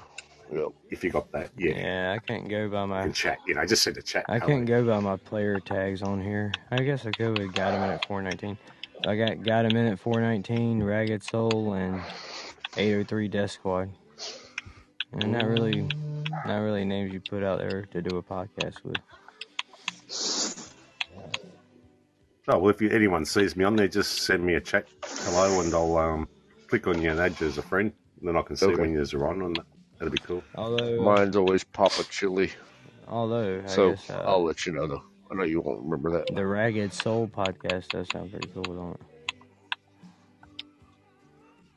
S6: Yep.
S7: If you got that, yeah.
S1: Yeah, I can't go by
S7: You
S1: my
S7: can chat, you know, just send a chat.
S1: I
S7: colour.
S1: couldn't go by my player tags on here. I guess I could with Got a Minute 419. So I got Got a Minute 419, Ragged Soul, and 803 Death Squad. And not really, not really names you put out there to do a podcast with.
S7: Oh well, if you, anyone sees me on there, just send me a chat, hello, and I'll um, click on you and add you as a friend. And then I can see
S6: Okay.
S7: when you're on, and that'd be cool.
S1: Although,
S6: Mine's always Papa Chili,
S1: although I
S6: so
S1: guess uh,
S6: I'll let you know though. I know you won't remember that.
S1: the Ragged Soul podcast does sound pretty cool, don't it?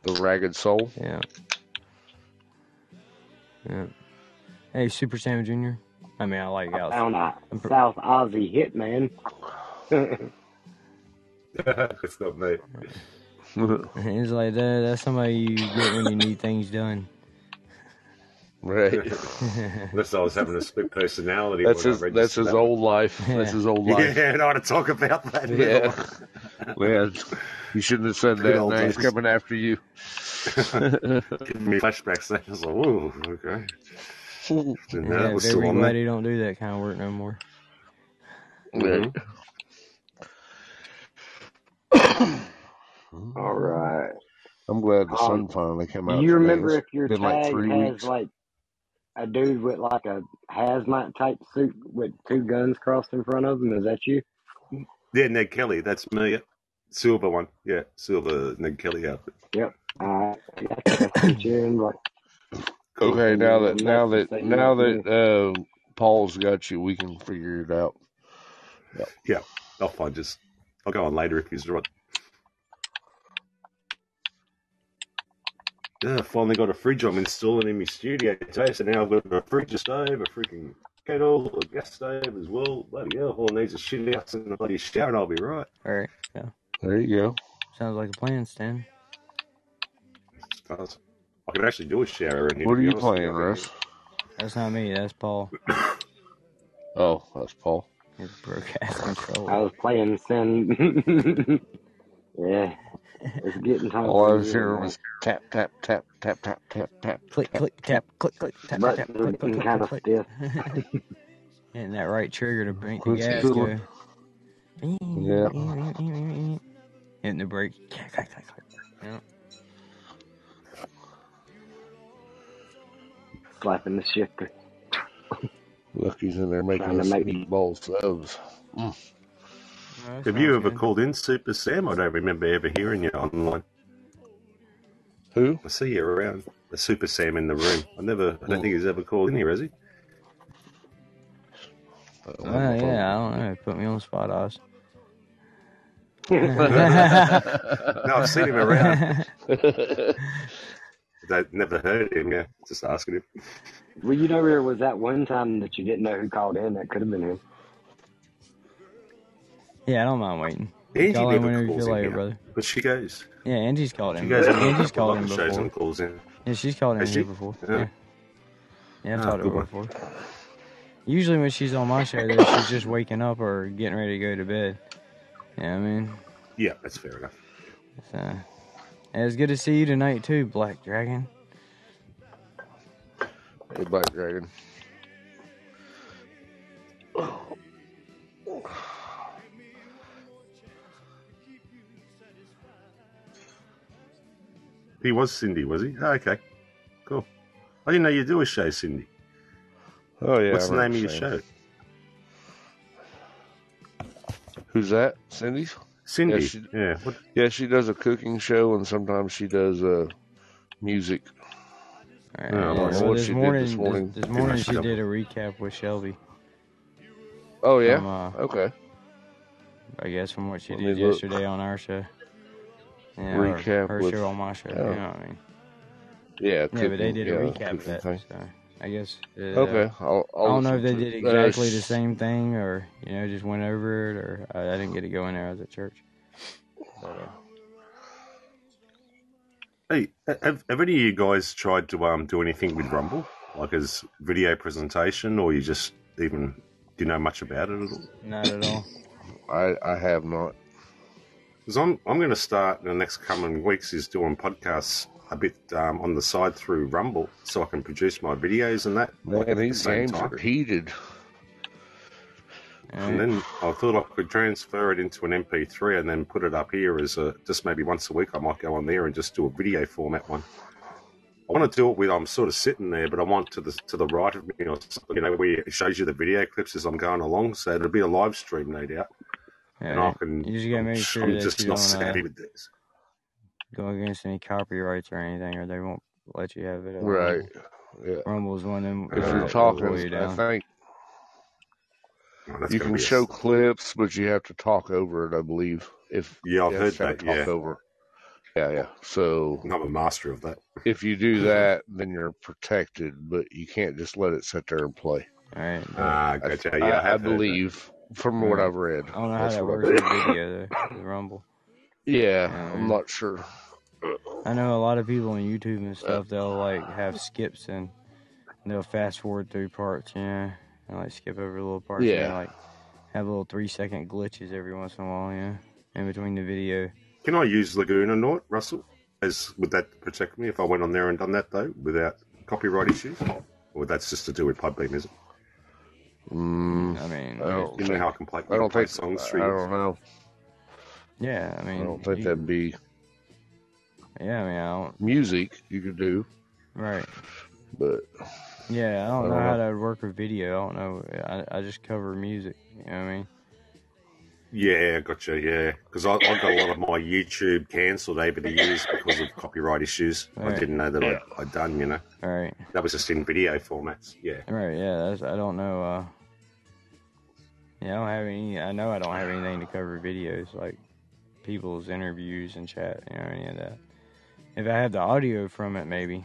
S6: The Ragged Soul.
S1: Yeah. Yeah. Hey, Super Sam Jr. I mean, I like
S2: I
S1: outside.
S2: found a
S1: I'm pr-
S2: South Aussie hitman.
S7: it's not me.
S1: It's like that. That's somebody you get when you need things done.
S6: right.
S7: Unless I was having a split personality.
S6: That's
S7: when I
S6: his. That's
S7: registered
S6: his
S7: that one.
S6: old life. That's his old life.
S7: Yeah, and I to talk about that.
S6: Yeah.
S7: Yeah.
S6: Man, you shouldn't have said
S7: Good
S6: that.
S7: old
S6: Now he's
S7: days.
S6: coming after you.
S7: Giving me flashbacks. I was like, ooh, okay. Didn't know
S1: Yeah,
S7: that was still
S1: very
S7: on
S1: glad
S7: there.
S1: he don't do that kind of work no more.
S6: right.
S2: All right.
S6: I'm glad the sun
S2: Um,
S6: finally came
S2: do
S6: out
S2: you
S6: today.
S2: remember
S6: It's
S2: if your
S6: been like
S2: tag
S6: three
S2: has
S6: weeks.
S2: like a dude with like a hazmat type suit with two guns crossed in front of him? Is that you?
S7: Yeah, Ned Kelly. That's me. yeah. Silver one. Yeah, silver Ned Kelly outfit.
S2: Yep. All right. I got you. I sent you an invite.
S7: Cool.
S6: Okay,
S2: Send you a
S6: now
S2: little
S6: that now
S2: message
S6: that
S2: saying
S6: now
S2: that's me.
S6: that uh, Paul's got you, we can figure it out. Yep.
S7: Yeah, I'll find just. I'll go on later if he's right. Yeah, I Ah, finally got a fridge I'm installing in my studio today, so now I've got a fridge, a stove, a freaking kettle, a gas stove as well. Bloody hell, all needs a shit house and a bloody shower, and I'll be right.
S1: All right. Yeah.
S6: There you go.
S1: Sounds like a plan, Stan.
S7: I was- I could actually do a shower in here,
S6: What
S7: to
S6: are
S7: be
S6: you
S7: honest with you.
S6: playing,
S7: I think
S6: Russ?
S1: That's not me. That's Paul.
S6: Oh, that's Paul.
S1: His broke ass
S2: I
S1: controller.
S2: was playing Sin. yeah, it's getting time
S6: All
S2: for
S6: I
S2: me
S6: was
S2: to
S6: hearing
S2: relax.
S6: was tap tap tap tap tap tap tap
S1: Click,
S6: tap
S1: click,
S6: tap.
S1: tap, click, click, tap, tap, tap,
S2: Buttons are
S1: click, click,
S2: getting
S1: click,
S2: kind
S1: click,
S2: of
S1: click.
S2: stiff.
S1: Hitting that right trigger to make the
S6: Quit
S1: gas
S6: fiddling.
S1: go.
S6: Yeah.
S1: Hitting the brake. Click, click, click, click. Yeah.
S2: Slapping the shifter,
S6: Look, he's in there making
S2: trying to
S6: us
S2: make the
S6: meatball subs. Mm.
S1: No, that
S7: Have you
S1: sounds
S7: ever
S1: good.
S7: called in Super Sam? I don't remember ever hearing you online.
S6: Who?
S7: I see you around. The Super Sam in the room. I never. I don't
S6: Mm.
S7: think he's ever called in here, has he?
S6: I don't have
S1: Well,
S6: my phone
S1: Oh, yeah, I
S6: with
S1: don't know. Put me on the spot, Oz.
S7: no, I've seen him around.
S1: yeah,
S6: me.
S7: I never heard him. Yeah, just asking him.
S2: Well, you know, there was that one time that you didn't know who called in. That could have been him.
S1: I don't mind waiting. You
S7: Angie
S1: call in
S7: never
S1: whenever you feel
S7: calls in
S1: like it,
S7: here,
S1: Oh, brother.
S7: but she goes.
S1: Yeah, Angie's called
S7: She
S1: in.
S7: goes on a couple
S1: Angie's called
S7: of
S1: in
S7: other shows
S1: before.
S7: and calls in.
S1: Yeah, she's called in
S7: Has
S1: here
S7: she?
S1: before.
S7: Yeah.
S1: Yeah, yeah, I've
S7: Ah,
S1: talked to
S7: good
S1: her
S7: one.
S1: before. Usually when she's on my show, though, she's just waking up or getting ready to go to bed. Yeah, I mean,
S7: Yeah, that's fair enough.
S1: it's, uh, and it's good to see you tonight too, Black Dragon.
S6: hey, Black Dragon.
S7: He was Cindy, was he? Oh, okay, cool. I didn't know you do a show, Cindy.
S6: Oh yeah, I
S7: What's the name
S6: remember
S7: of your
S6: saying.
S7: show?
S6: Who's that? Cindy's? Yeah,
S7: Cindy.
S6: she
S7: Yeah. What?
S6: yeah she does a cooking show and sometimes she does uh music.
S1: All
S7: Oh,
S1: right,
S6: I
S1: Uh, yeah.
S6: don't know
S7: nice.
S1: Well,
S6: what
S1: this
S6: she did this
S1: morning, this
S6: morning.
S1: this
S7: Didn't know
S1: morning
S7: she
S1: she
S7: done
S1: did
S7: one.
S1: a recap with Shelby
S6: Oh yeah,
S1: from uh,
S6: okay.
S1: I guess from what she
S6: Let me
S1: did
S6: look.
S1: yesterday on our show. Yeah, or
S6: Recap
S1: her
S6: with
S1: show on my show. You
S6: yeah,
S1: know what I mean?
S6: yeah,
S1: Yeah, but they
S6: cooking,
S1: did a
S6: yeah,
S1: recap of
S6: cooking
S1: that.
S6: thing.
S1: So I guess it, uh,
S6: Okay, I'll
S1: I
S6: I'll
S1: don't know if
S6: listen
S1: they
S6: to.
S1: did
S6: Uh,
S1: exactly the
S6: sh-
S1: same thing or you know just went over it or I, I didn't get to go in there. I was at church.
S6: Uh,
S7: Hey, have, have any of you guys tried to um, do anything with Rumble? Like as video presentation, or you just even do you know much about it at all?
S1: Not at all.
S6: I I have not.
S7: Because I'm, I'm going to start in the next coming weeks is doing podcasts a bit um, on the side through Rumble so I can produce my videos and that. like, at
S6: Man,
S7: the
S6: these
S7: same
S6: games
S7: time.
S6: are heated.
S7: And then I thought I could transfer it into an MP3 and then put it up here as a just maybe once a week. I might go on there and just do a video format one. I want to do it with I'm sort of sitting there, but I want to the to the right of me or something, you know, where it shows you the video clips as I'm going along. So it'll be a live stream, no doubt. And I
S1: Yeah,
S7: can.
S1: you just gotta
S7: I'm-
S1: make sure
S7: I'm
S1: that
S7: just
S1: you
S7: not
S1: don't, uh,
S7: savvy with this.
S1: go against any copyrights or anything, or they won't let you have it. At
S6: Right.
S1: Rumble.
S6: Yeah.
S1: Rumble's one of them.
S6: If
S1: uh,
S6: you're
S1: they'll weigh you
S6: talking, I
S1: down.
S6: think
S7: Oh, that's
S6: you
S7: going to
S6: can
S7: be a.
S6: show clips, but you have to talk over it. I believe if
S7: Yeah, I've
S6: you have
S7: heard
S6: to have
S7: that.
S6: a
S7: Yeah.
S6: talk over. Yeah, yeah. So
S7: And I'm a master of that.
S6: if you do that, then you're protected, but you can't just let it sit there and play.
S1: All right, but
S7: Ah,
S6: I
S7: gotcha. Yeah, I
S6: I, I
S7: have heard that.
S6: believe from what
S1: right.
S6: I've read,
S1: I don't know how
S6: that's
S1: that
S6: what I've
S1: works
S6: read.
S1: with video though. With Rumble,
S6: Yeah,
S1: yeah,
S6: I'm not sure.
S1: I know a lot of people on YouTube and
S6: Uh,
S1: stuff. They'll like have skips and they'll fast forward through parts, you know, and like skip over little parts, and they
S6: yeah,
S1: like have little three second glitches every once in a while, you know, in between the video.
S7: Can I use Laguna Nort, Russell? As would that protect me if I went on there and done that though, without copyright issues? Or that's just to do with Podbeam, is it?
S6: mm,
S1: I mean,
S6: I
S1: it's,
S6: don't
S7: You know
S6: think.
S7: how I can play,
S6: I
S7: you
S6: don't
S7: play
S6: think.
S7: songs
S6: I
S7: through your
S6: don't know.
S1: yeah, I
S6: I don't
S1: mean,
S6: think
S1: you,
S6: that'd be
S1: yeah, I mean, I don't,
S6: music. You could do,
S1: right.
S6: but
S1: Yeah, I
S6: I
S1: don't know
S6: don't
S1: how
S6: know.
S1: that would work with video. I don't know. I, I just cover music. You know what I mean?
S7: Yeah, gotcha. Yeah, because I, I got a lot of my YouTube cancelled over the years because of copyright issues.
S1: All
S7: I
S1: right.
S7: didn't know that
S6: Yeah.
S7: I'd, I'd done, you know.
S1: All right.
S7: That was just in video formats. Yeah.
S1: All right. Yeah, that's, I don't know. Uh, yeah, I don't have any. I know I don't have anything to cover videos like people's interviews and chat. You know any of that. If I have the audio from it, maybe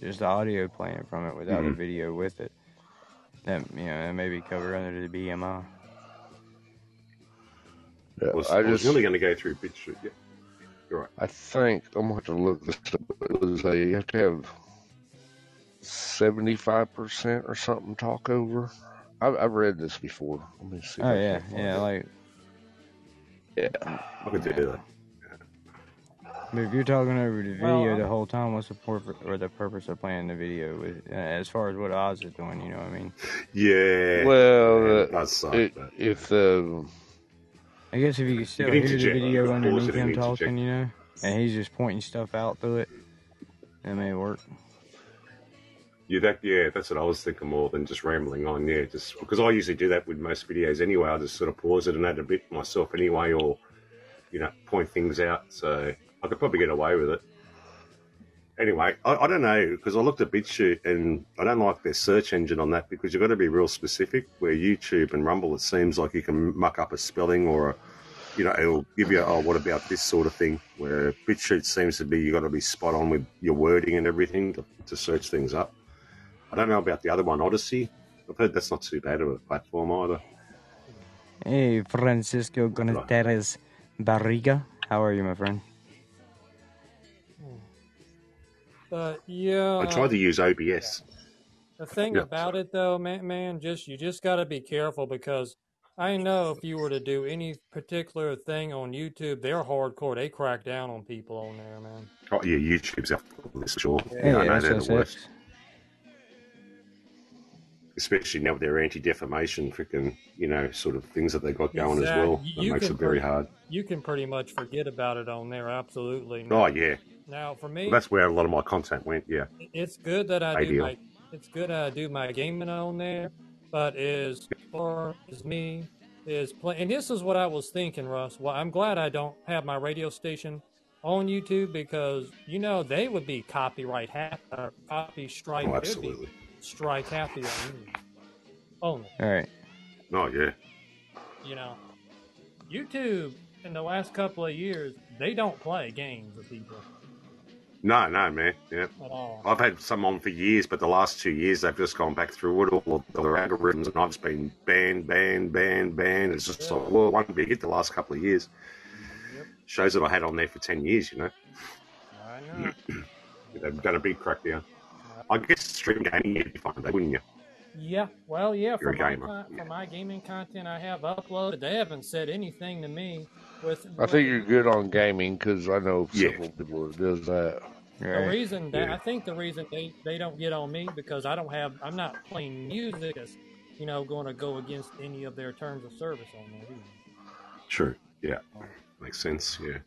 S1: just the audio playing from it without the
S7: Mm.
S1: video with it. That you know, that may be covered under the BMI.
S6: Yeah,
S7: I was I
S6: I
S7: was nearly
S6: just.
S7: going to go through BitChute. Yeah, you're right.
S6: I think I'm gonna have to look this up. but It was a you have to have seventy-five percent or something talk over. I've, I've read this before. Let me see if
S1: Oh
S6: I
S1: yeah,
S6: can't find
S1: yeah.
S6: it.
S1: Like
S6: Yeah,
S1: mm,
S7: I could do
S1: yeah.
S7: that.
S1: But if you're talking over the
S5: Well,
S1: video
S5: uh,
S1: the whole time, what's the purpose or the purpose of playing the video? With uh, as far as what odds is doing, you know what I mean?
S7: Yeah,
S6: Well,
S7: yeah,
S6: uh,
S7: it does suck.
S6: it, um,
S7: But
S6: if the
S1: I guess if you could
S7: you
S1: still
S7: can
S1: hear the
S7: interject. You
S1: video
S7: could pause
S1: underneath
S7: it and
S1: him
S7: interject.
S1: talking, you know, and he's just pointing stuff out through it, that may work.
S7: You that yeah, that's what I was thinking more than just rambling on. Yeah, just because I usually do that with most videos anyway. I just sort of pause it and add a bit myself anyway, or you know, point things out. So I could probably get away with it. Anyway, I, I don't know because I looked at BitChute and I don't like their search engine on that because you've got to be real specific. Where YouTube and Rumble, it seems like you can muck up a spelling or a, you know, it'll give you, oh, what about this sort of thing? Where BitChute seems to be, you've got to be spot on with your wording and everything to, to search things up. I don't know about the other one, Odyssey. I've heard that's not too bad of a platform either.
S1: Hey, Francisco
S7: What did I?
S1: Gonzalez Barriga, how are you, my friend?
S8: But yeah,
S7: I
S8: uh,
S7: tried to use OBS.
S8: the thing
S7: Yeah,
S8: about
S7: sorry.
S8: it though, man, man, just you just got to be careful because I know if you were to do any particular thing on YouTube, they're hardcore. They crack down on people on there, man.
S7: Oh, yeah, YouTube's out for this, sure. Yeah, I
S1: Hey,
S8: Yeah.
S7: know they're the worst.
S1: SSX.
S7: especially now with their anti-defamation freaking you know sort of things that they got going as
S8: Exactly.
S7: well
S8: You
S7: that
S8: you
S7: makes
S8: can
S7: it very
S8: pretty
S7: hard
S8: you can pretty much forget about it on there. Absolutely.
S7: oh
S8: Now,
S7: yeah
S8: now for
S7: well,
S8: me,
S7: that's where a lot of my content went yeah
S8: it- it's good that I do
S7: adl
S8: my it's good I do my gaming on there, but is far as me is play and this is what I was thinking, Russ. Well, I'm glad I don't have my radio station on YouTube because you know they would be copyright half or copy strike.
S7: oh
S8: They'd be
S7: absolutely
S8: strike happy on me only.
S1: All right.
S7: oh yeah
S8: You know, YouTube in the last couple of years they don't play games with people
S7: no no man yeah
S8: at all.
S7: i've had some on for years but the last two years they've just gone back through it all of their algorithms and i've just been banned banned banned banned it's just
S8: Yeah.
S7: like well one big hit the last couple of years shows that I had on there for 10 years, you know.
S8: I know.
S7: They've done a big crackdown. I guess stream gaming, you'd be fine, though, wouldn't you?
S8: Yeah, well, yeah,
S7: You're
S8: for
S7: a
S8: my,
S7: gamer,
S8: con-
S7: yeah.
S8: for my gaming content I have uploaded, they haven't said anything to me with.
S6: I think you're good on gaming because I know
S7: Yeah.
S6: several people that does that.
S8: The
S1: Right.
S8: reason that
S7: Yeah.
S8: I think the reason they, they don't get on me because I don't have I'm not playing music that's you know going to go against any of their terms of service on there. either.
S7: True. Yeah.
S8: Oh.
S7: Makes sense. Yeah.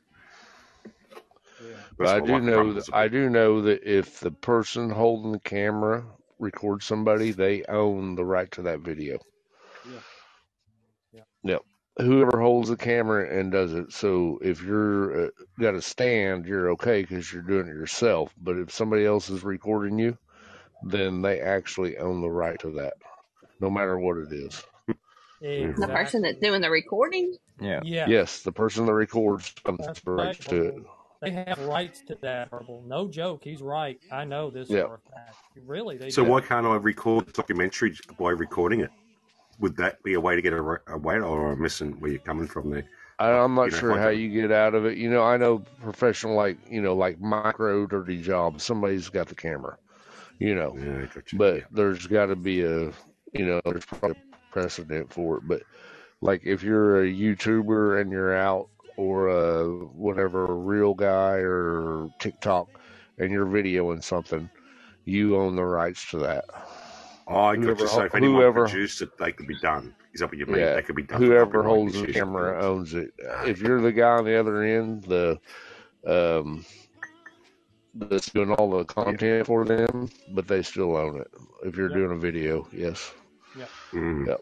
S6: But I do know that
S7: that
S6: I do know that if the person holding the camera records somebody, they own the right to that video.
S8: Yeah. Yeah.
S6: Yep. Whoever holds the camera and does it. So if you're uh, got a stand, you're okay because you're doing it yourself. But if somebody else is recording you, then they actually own the right to that, no matter what it is.
S8: Exactly.
S3: The person that's doing the recording?
S1: Yeah.
S8: Yeah.
S6: Yes, the person that records owns
S8: That's
S6: the rights
S8: right.
S6: to it.
S8: They have rights to that verbal. No joke. He's right. I know this
S6: Yeah.
S8: for a fact. Really, they
S7: So
S8: do.
S7: why can't I record the documentary by recording it? Would that be a way to get away, or am I missing where you're coming from there?
S6: I, I'm not
S7: You know,
S6: sure
S7: like
S6: how
S7: a-
S6: you get out of it. You know, I know professional, like you know, like micro dirty jobs. Somebody's got the camera, you know,
S7: Yeah, gotcha.
S6: but
S7: Yeah.
S6: there's got to be a, you know, there's probably precedent for it. But like if you're a YouTuber and you're out or a whatever real guy or TikTok and you're videoing something, you own the rights to that.
S7: Oh, I
S6: Whoever,
S7: gotcha. So
S6: ho-
S7: if anyone
S6: whoever
S7: produced it, they could be done. Is that what you mean?
S6: yeah,
S7: They could be done for
S6: whoever
S7: copyright
S6: holds the
S7: issues and
S6: camera
S7: penalties.
S6: owns it. Uh,
S7: Ah,
S6: If you're the guy on the other end, the um that's doing all the
S7: yeah.
S6: content for them, but they still own it. If you're
S8: Yep.
S6: doing a video, yes.
S8: Yep.
S7: Mm.
S6: Yep.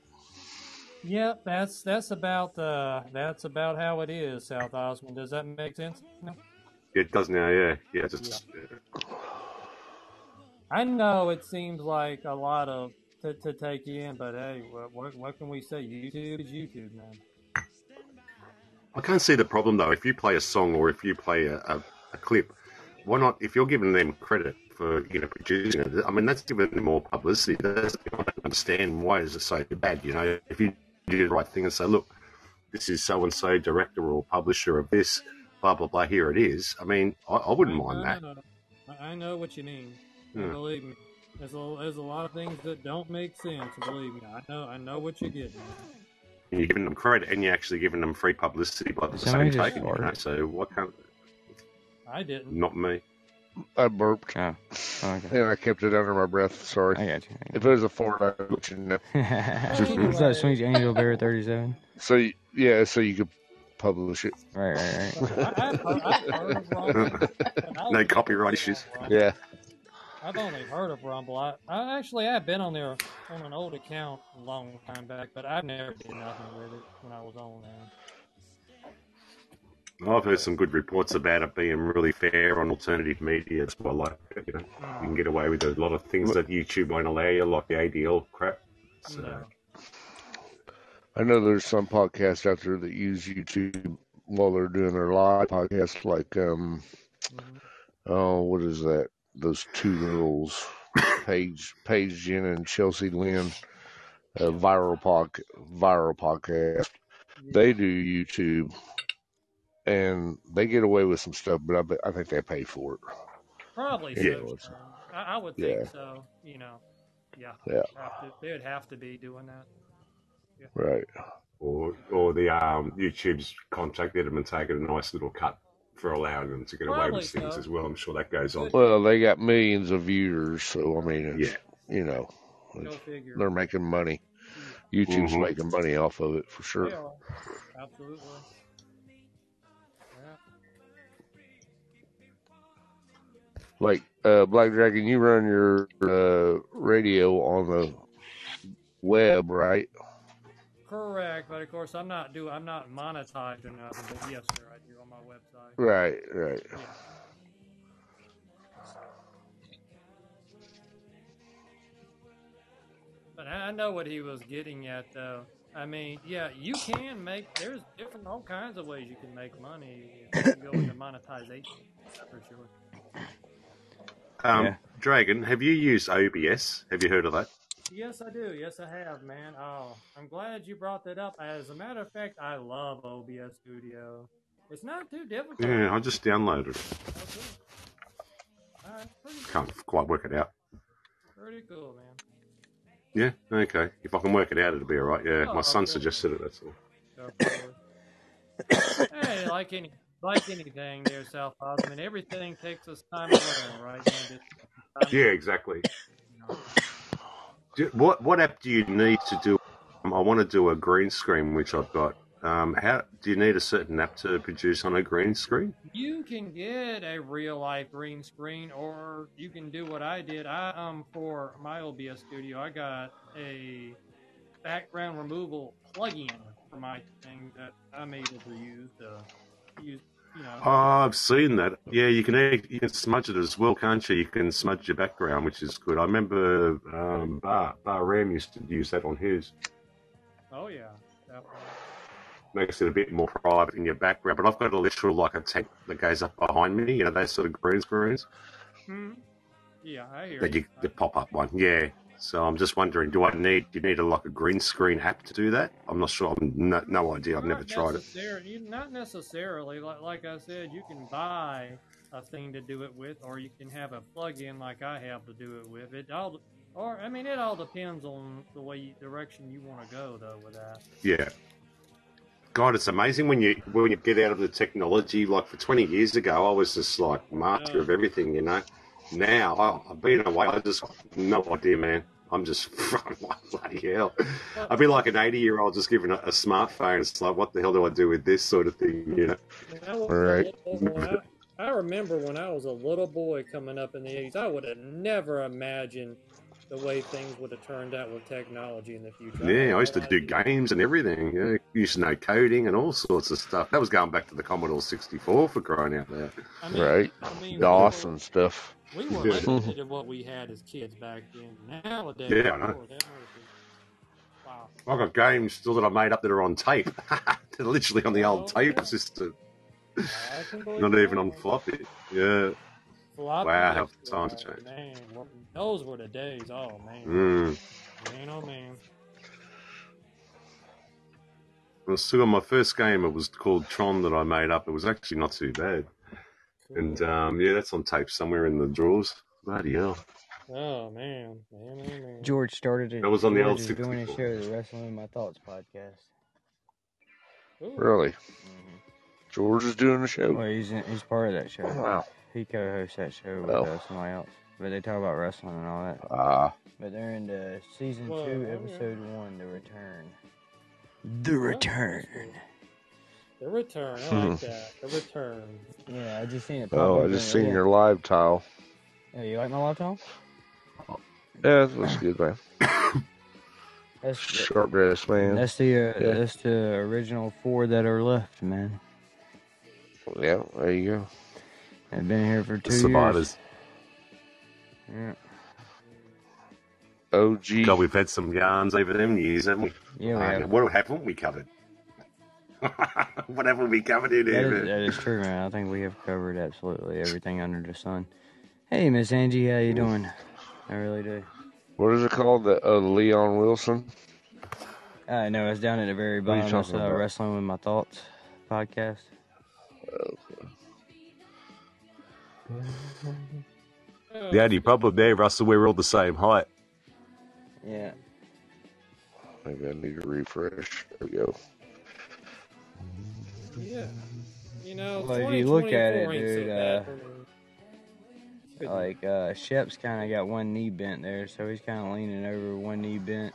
S8: Yep. That's that's about uh that's about how it is, South Osmond. Does that make sense? No?
S7: It does now. Yeah. Yeah.
S8: Yeah.
S7: Just, yeah.
S8: I know it seems like a lot of to, to take in, but hey, what, what what can we say? YouTube is YouTube, man.
S7: I can't see the problem though. If you play a song or if you play a, a, a clip, why not? If you're giving them credit for you know producing it, I mean that's giving them more publicity. That's I don't understand why is it so bad. You know, if you do the right thing and say, look, this is so and so director or publisher of this, blah blah blah. Here it is. I mean, I, I wouldn't
S8: I
S7: mind that.
S8: know. I I know what you mean, and
S6: Hmm.
S7: Yeah.
S8: believe me, there's a, there's a lot of things that don't make sense. Believe me, I know I know what you're getting. Man.
S7: And you're giving them credit and you're actually giving them free publicity by the
S1: Did
S7: same
S1: somebody just
S7: token. You know,
S1: fart?
S7: so why can't
S8: I didn't.
S7: not me?
S6: I burped
S1: Oh. oh okay.
S6: and I kept it under my breath. Sorry.
S1: I got you.
S6: If it was a fart, I'd let you know.
S1: I got
S8: Well,
S1: you. What's up,
S8: anyway,
S1: Swings Angel Bear 37?
S6: So y- yeah, so you could publish it.
S1: Right, right, right.
S8: right. I, I've heard I've heard of Rumble, but I've
S7: no
S8: never
S7: copyright
S8: been on
S7: issues.
S8: Rumble.
S6: yeah.
S8: I've only heard of Rumble. I, I actually I've been on there on an old account a long time back, but I've never did nothing with it when I was on there.
S7: I've heard some good reports about it being really fair on alternative media as well. Like, you know, you
S8: No,
S7: can get away with a lot of things that YouTube won't allow you, like the ADL crap. So,
S8: no.
S6: I know there's some podcasts out there that use YouTube while they're doing their live podcast, like um,
S8: Mhm.
S6: oh, what is that? Those two girls, Paige, Paige Jen and Chelsea Lynn, uh,
S8: Yeah,
S6: viral pod, viral podcast.
S8: yeah.
S6: They do YouTube and they get away with some stuff, but I, bet- I think they pay for
S8: Probably
S6: it.
S7: yeah.
S6: You
S8: so.
S6: know, it's,
S8: Sherm. I, I would think
S6: yeah,
S8: so. You know, yeah.
S6: yeah,
S8: Have to, they would have to be doing that. Yeah.
S6: right.
S7: Or, or the um, YouTube's contacted them and taken a nice little cut for allowing them to get away with
S8: Probably
S7: things
S8: so.
S7: as well. I'm sure that goes on.
S8: Good.
S6: Well, they got millions of viewers, so I mean,
S7: Yeah.
S6: it's you know, it's,
S8: Go figure.
S6: they're making money.
S8: Yeah,
S6: YouTube's
S7: hmm
S6: making money off of it for
S8: they
S6: sure.
S8: are absolutely. Yeah.
S6: Like uh, Black Dragon, you run your uh, radio on the web, right?
S8: Correct, but of course I'm not do I'm not monetized or nothing. But yes, sir, I do on my website.
S6: Right, right.
S8: Yeah. But I I know what he was getting at, though. I mean, yeah, you can make. There's different, all kinds of ways you can make money if you go into monetization. For sure.
S7: Um,
S1: Yeah.
S7: Dragon, have you used OBS? Have you heard of that?
S8: Yes, I do. Yes, I have, man. Oh, I'm glad you brought that up. As a matter of fact, I love OBS Studio. It's not too difficult.
S7: Yeah, I just downloaded it.
S8: Okay. All right. Pretty,
S7: Can't quite work it out.
S8: pretty cool, man.
S7: Yeah, okay. If I can work it out, it'll be all right. Yeah, my son suggested it. That's all.
S8: Go forward. hey, like any like anything there, South Osman, everything takes us time to learn, right? And it's time to
S7: Yeah, exactly. Do, what what app do you need to do? Um, I want to do a green screen, which I've got. Um, how do you need a certain app to produce on a green screen?
S8: You can get a real life green screen, or you can do what I did. I um for my OBS studio, I got a background removal plugin for my thing that I'm able to use. Uh, use you know.
S7: Oh, I've seen that. Yeah, you can act- you can smudge it as well, can't you? You can smudge your background, which is good. I remember um, Bar Bar Ram used to use that on his.
S8: Oh yeah, definitely.
S7: Makes it a bit more private in your background. But I've got a literal like a tank that goes up behind me. You know, those sort of green screens.
S8: Hmm. Yeah, I hear
S7: that you,
S8: you.
S7: the pop up one, yeah. So I'm just wondering, do I need do you need a like a green screen app to do that? I'm not sure. I'm no, no idea. I've never
S8: Not
S7: tried it.
S8: necessar- you- Not necessarily. Like, like I said, you can buy a thing to do it with, or you can have a plug-in like I have to do it with. It all, or I mean, it all depends on the way you, direction you want to go, though. With that,
S7: Yeah. God, it's amazing when you when you get out of the technology. Like for 20 years ago, I was just like master of everything, you know. Now I, I've been away. I just no idea, man. I'm just I'm like bloody hell. I'd be like an 80 year old just given a, a smartphone. It's like, what the hell do I do with this sort of thing, you know?
S8: I, was a
S6: Right.
S8: little boy, I, I remember when I was a little boy coming up in the '80s. I would have never imagined the way things would have turned out with technology in the future. had
S7: Yeah, oh, I used to
S8: no
S7: do
S8: idea.
S7: games and everything. You know, used to know coding and all sorts of stuff. That was going back to the Commodore 64 for crying out loud.
S8: I mean,
S6: Right.
S8: I mean,
S6: DOS
S8: we were-
S6: and stuff.
S8: We were
S7: Yeah.
S8: limited to what we had as kids back then. Nowadays,
S7: Yeah, I know.
S8: Lord have mercy. Wow.
S7: I've got games still that I made up that are on tape. They're literally on the old
S8: Oh,
S7: tape
S8: yeah.
S7: system,
S8: I can believe
S7: not
S8: that.
S7: even on floppy. Yeah.
S8: Floppy
S7: Wow, how
S8: disks
S7: times
S8: were,
S7: changed.
S8: Man, what- those were the days. Oh, man.
S7: Mm.
S8: Man, oh, man.
S7: I still got my first game. It was called Tron that I made up. It was actually not too bad.
S8: Cool.
S7: And um, yeah, that's on tape somewhere in the drawers. Bloody hell.
S8: oh, man. Man, oh, man.
S1: George started it.
S7: That was on the
S1: George
S7: old
S1: is doing his
S7: 64.
S1: show, the Wrestling My Thoughts podcast.
S8: Ooh.
S6: Really?
S8: Mm-hmm.
S1: hmm
S6: George is doing a show.
S1: Well, Oh, he's in, he's part of that show.
S6: Wow.
S1: He co-hosts that show with
S6: Oh.
S1: uh, somebody else, but they talk about wrestling and all that.
S6: Ah.
S1: But they're in the season
S8: Whoa,
S1: two,
S8: okay.
S1: episode one, the return. The
S8: Oh, that's cool.
S1: return.
S8: The return. I like that. The return.
S1: Yeah, I just seen it pop
S6: Oh,
S1: up.
S6: I just
S1: in-
S6: seen
S1: yeah.
S6: your live tile.
S1: Oh, you like my laptop?
S6: Yeah, that looks good, man.
S1: That's the,
S6: Sharp dress, man.
S1: that's the uh,
S6: Yeah.
S1: that's the original four that are left, man.
S6: Yeah, there you go.
S1: I've been here for
S7: The
S1: two
S7: survivors.
S1: years.
S7: God,
S6: OG.
S7: we've had some yarns over them years, haven't we?
S1: Yeah, yeah, we
S7: Uh,
S1: have.
S7: what haven't we covered? what haven't we covered in
S1: That
S7: here,
S1: is
S7: man?
S1: that is true, man. I think we have covered absolutely everything under the sun. Hey, Miss Angie, how you doing? I really do.
S6: What is it called? The uh, Leon Wilson?
S1: I know it's down at the very
S6: What are you
S1: bottom. That's
S6: talking
S1: uh,
S6: about?
S1: wrestling with my thoughts podcast.
S8: Oh,
S7: The only problem there, Russell, we're all the same height.
S1: Yeah,
S6: Maybe I need to refresh. There we go.
S8: yeah. You know,
S1: Well, if you look
S8: 2024
S1: at it,
S8: ain't so
S1: dude,
S8: bad
S1: uh,
S8: for me. Couldn't-
S1: like uh, Shep's kind of got one knee bent there, so he's kind of leaning over, one knee bent.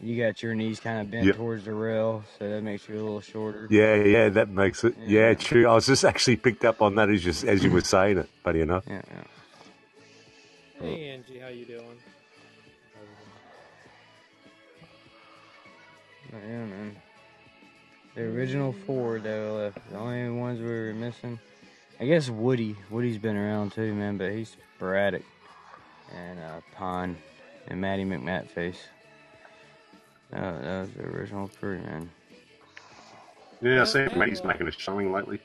S1: You got your knees kind of bent
S7: Yep.
S1: towards the rail, so that makes you a little shorter.
S7: Yeah, yeah, that makes it. Yeah,
S1: Yeah,
S7: true. I was just actually picked up on that as you as you were saying it. Funny enough.
S1: yeah, yeah.
S8: Hey Angie, how you doing? How you doing?
S1: But yeah, man. The original four that were left, the only ones we were missing. I guess Woody. Woody's been around too, man, but he's sporadic. And uh, Pond and Maddie McMatface. Uh, that was the original three, man.
S7: Yeah, I
S8: That's
S7: see Matty's
S8: Abba.
S7: making a showing lately.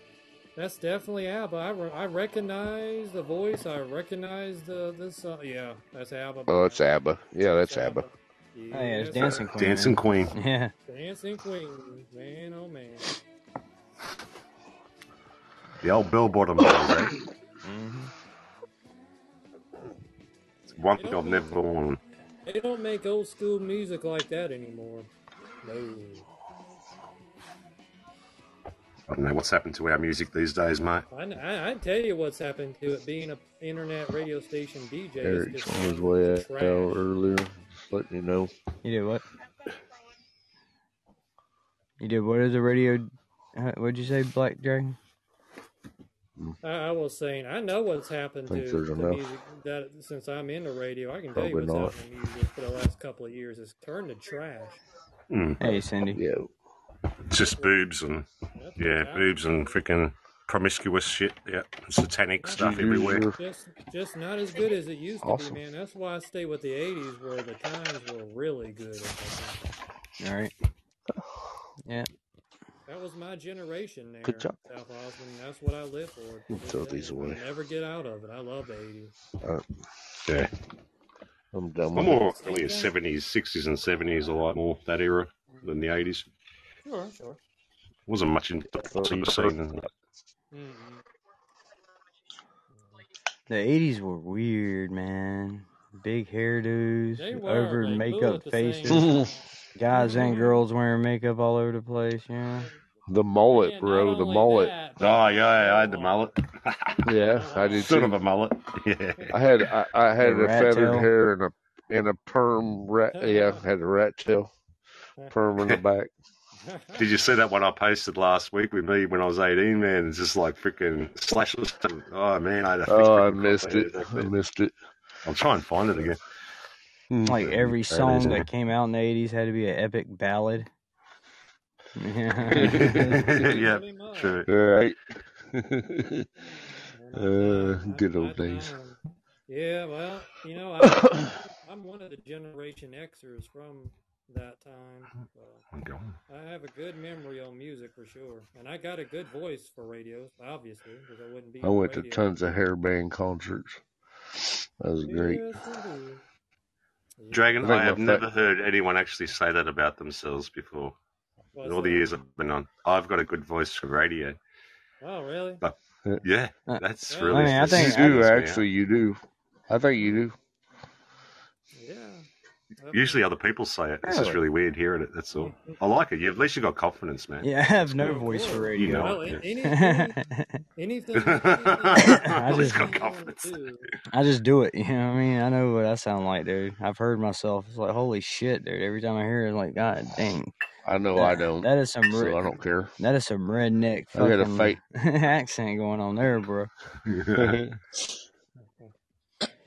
S8: That's definitely Abba. I, re- I recognize the voice. I recognize the this. Uh, yeah, that's Abba.
S6: Oh, that's ABBA. Yeah,
S8: That's
S6: that's ABBA.
S8: Abba.
S1: Oh, yeah, it's
S8: Yes, sir.
S1: Dancing
S7: Dancing
S1: Queen, man.
S7: Queen.
S1: Yeah.
S8: Dancing Queen, man, oh man.
S7: The old billboard on eh?
S9: hmm
S7: It's one thing I've never worn.
S8: They don't make old school music like that anymore. No.
S7: I don't know what's happened to our music these days, mate.
S8: I, kn- I, I tell you what's happened to it being a internet radio station DJ. is
S6: Eric's
S8: just
S6: on his way out
S8: trash.
S6: earlier. Just letting you know.
S1: You did what? You did what is a radio? uh, What'd you say, Black Dragon?
S8: I, I was saying, I know what's happened
S6: Think
S8: to
S6: there's
S8: the
S6: enough.
S8: music that since I'm into radio. I can tell you
S6: Probably
S8: what's
S6: not.
S8: happened to music for the last couple of years. It's turned to trash.
S7: Hmm.
S1: Hey, Cindy.
S6: Yeah.
S7: It's just boobs and,
S8: That's
S7: yeah,
S8: what's
S7: boobs and freaking promiscuous shit. Yeah, satanic stuff
S6: Did you use
S7: everywhere.
S6: your-
S8: just just not as good as it used
S6: Awesome.
S8: to be, man. That's why I stay with the '80s, where the times were really good. I think.
S1: All right. Yeah.
S8: That was my generation there,
S6: Good job.
S8: South Osmond. That's what I live for.
S6: We'll throw these away.
S8: I'll never get out of it. I love the '80s.
S7: Yeah.
S6: I'm done
S7: I'm
S6: with
S7: more
S6: it.
S7: familiar with 70s, 60s, and 70s a lot more that era than the 80s.
S8: Sure, sure.
S7: Wasn't much into the pop scene. and that.
S8: Mm-mm.
S1: The 80s were weird, man. Big hairdos,
S8: They were
S1: over
S8: they blew
S1: makeup
S8: at the same
S1: faces, guys and
S8: Mhm.
S1: girls wearing makeup all over the place, yeah.
S6: the mullet,
S8: Yeah, not
S6: bro. The
S8: only
S6: mullet.
S8: that, but
S7: Oh, yeah, I had the
S8: oh,
S7: mullet.
S6: Yeah, I did
S7: Sort of
S6: too.
S7: a mullet. Yeah.
S6: I had I, I had
S1: The
S6: a
S1: rat
S6: feathered
S1: tail.
S6: hair and a and a perm rat. Yeah, had a rat tail perm in the back.
S7: Did you see that one I posted last week with me when I was 18, man? It's just like freaking slashless. Oh, man, I had a
S6: Oh, I
S7: freaking
S6: missed
S7: hair
S6: it.
S7: back
S6: I
S7: then.
S6: missed it.
S7: I'll try and find it again.
S6: Hmm.
S1: Like every
S7: There it is,
S1: song
S7: isn't
S1: that came out in the 80s had to be an epic ballad. Yeah.
S7: it? yeah,
S8: pretty much.
S7: true.
S6: All right.
S8: We're not
S6: uh,
S8: done.
S6: good
S8: I'm not
S6: old days.
S8: done. Yeah, well, you know, I, I'm one of the Generation Xers from that time. So
S7: I'm going.
S8: I have a good memory on music for sure, and I got a good voice for radio, obviously, because I wouldn't be
S6: I
S8: on
S6: went to
S8: radio.
S6: tons of hair band concerts. That was great.
S8: Yes, indeed. Yeah.
S6: I
S7: Dragon,
S6: think
S7: I
S6: my
S7: have
S6: fa-
S7: never heard anyone actually say that about themselves before. In
S8: What's
S7: all the
S8: that?
S7: years I've been on, I've got a good voice for radio.
S8: Oh, really?
S7: Yeah,
S1: Uh,
S7: that's
S8: I
S7: really
S1: mean, I
S7: that's
S1: think-
S6: you
S1: I-
S6: do
S7: stuns me out.
S6: actually. You do. I think you do.
S8: Yeah. I've
S7: Usually
S8: been.
S7: other people say it. It's just
S1: Really?
S7: really weird hearing it. That's all. I like it. You at least you got confidence, man.
S1: Yeah, I have
S7: That's
S1: no
S7: good.
S8: Well, of
S1: voice for
S8: course.
S7: You
S1: radio.
S8: Well,
S7: know
S8: a-
S7: it.
S8: any, any,
S1: I
S8: anything, anything,
S7: Yeah.
S1: I
S7: at least got
S8: anything you
S1: just-
S8: want
S7: confidence.
S8: to do,
S1: just do it, you know what I mean? I know what I sound like, dude. I've heard myself. It's like, holy shit, dude. Every time I hear it, I'm like, god dang.
S6: I know I
S1: That,
S6: don't,
S1: that is some re-
S6: so I don't care.
S1: that is some redneck
S6: I got a
S1: fucking
S6: fake.
S1: accent going on there, bro.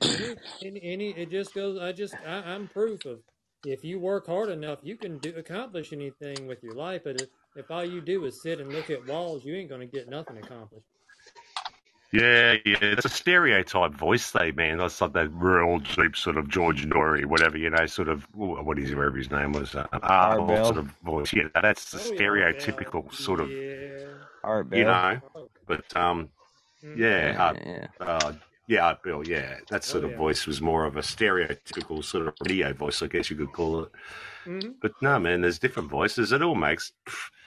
S8: any, any, any, it just goes. I just, I, I'm proof of. If you work hard enough, you can do accomplish anything with your life. But if, if all you do is sit and look at walls, you ain't gonna get nothing accomplished.
S7: Yeah, yeah. It's a stereotype voice, though, man. That's like that real deep sort of George Norrie, whatever, you know, sort of, what is whatever his name was, uh, Arbel
S1: Bell.
S7: sort of voice. Yeah, that's the
S8: Oh yeah, Bell.
S7: stereotypical sort of,
S8: Yeah.
S1: Art
S7: you
S1: Bell.
S7: know.
S8: Oh,
S7: But, um,
S8: mm.
S7: yeah, uh,
S1: Yeah, yeah.
S7: uh, yeah, Art Bill, yeah. That
S8: Oh
S7: sort of
S8: yeah.
S7: voice was more of a stereotypical sort of radio voice, I guess you could call it.
S8: Mhm.
S7: But no, man, there's different voices. It all makes.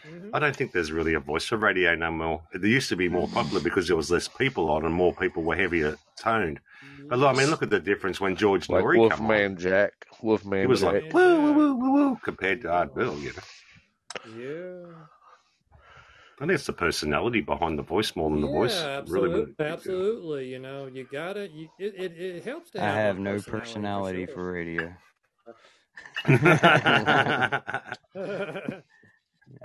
S8: Mhm.
S7: I don't think there's really a voice for radio no more. It used to be more popular because there was less people on and more people were heavier toned. But look, I mean,
S8: Yes.
S7: look at the difference when George
S6: like
S7: Norrie come on.
S6: Wolfman Jack.
S7: He
S6: Wolfman
S7: was like
S6: Jack.
S8: And
S7: woo woo
S8: Jack.
S7: woo woo woo compared to Art
S8: Yeah.
S7: Bill. You know,
S8: Yeah.
S7: I think it's the personality behind the voice more than the voice.
S8: Yeah,
S7: Really, what
S8: absolutely,
S7: it-
S8: absolutely. You know, you gotta. You, it, it it helps to
S1: I
S8: have
S1: have
S8: one
S1: no
S8: personality for sure.
S1: personality for radio.
S8: no,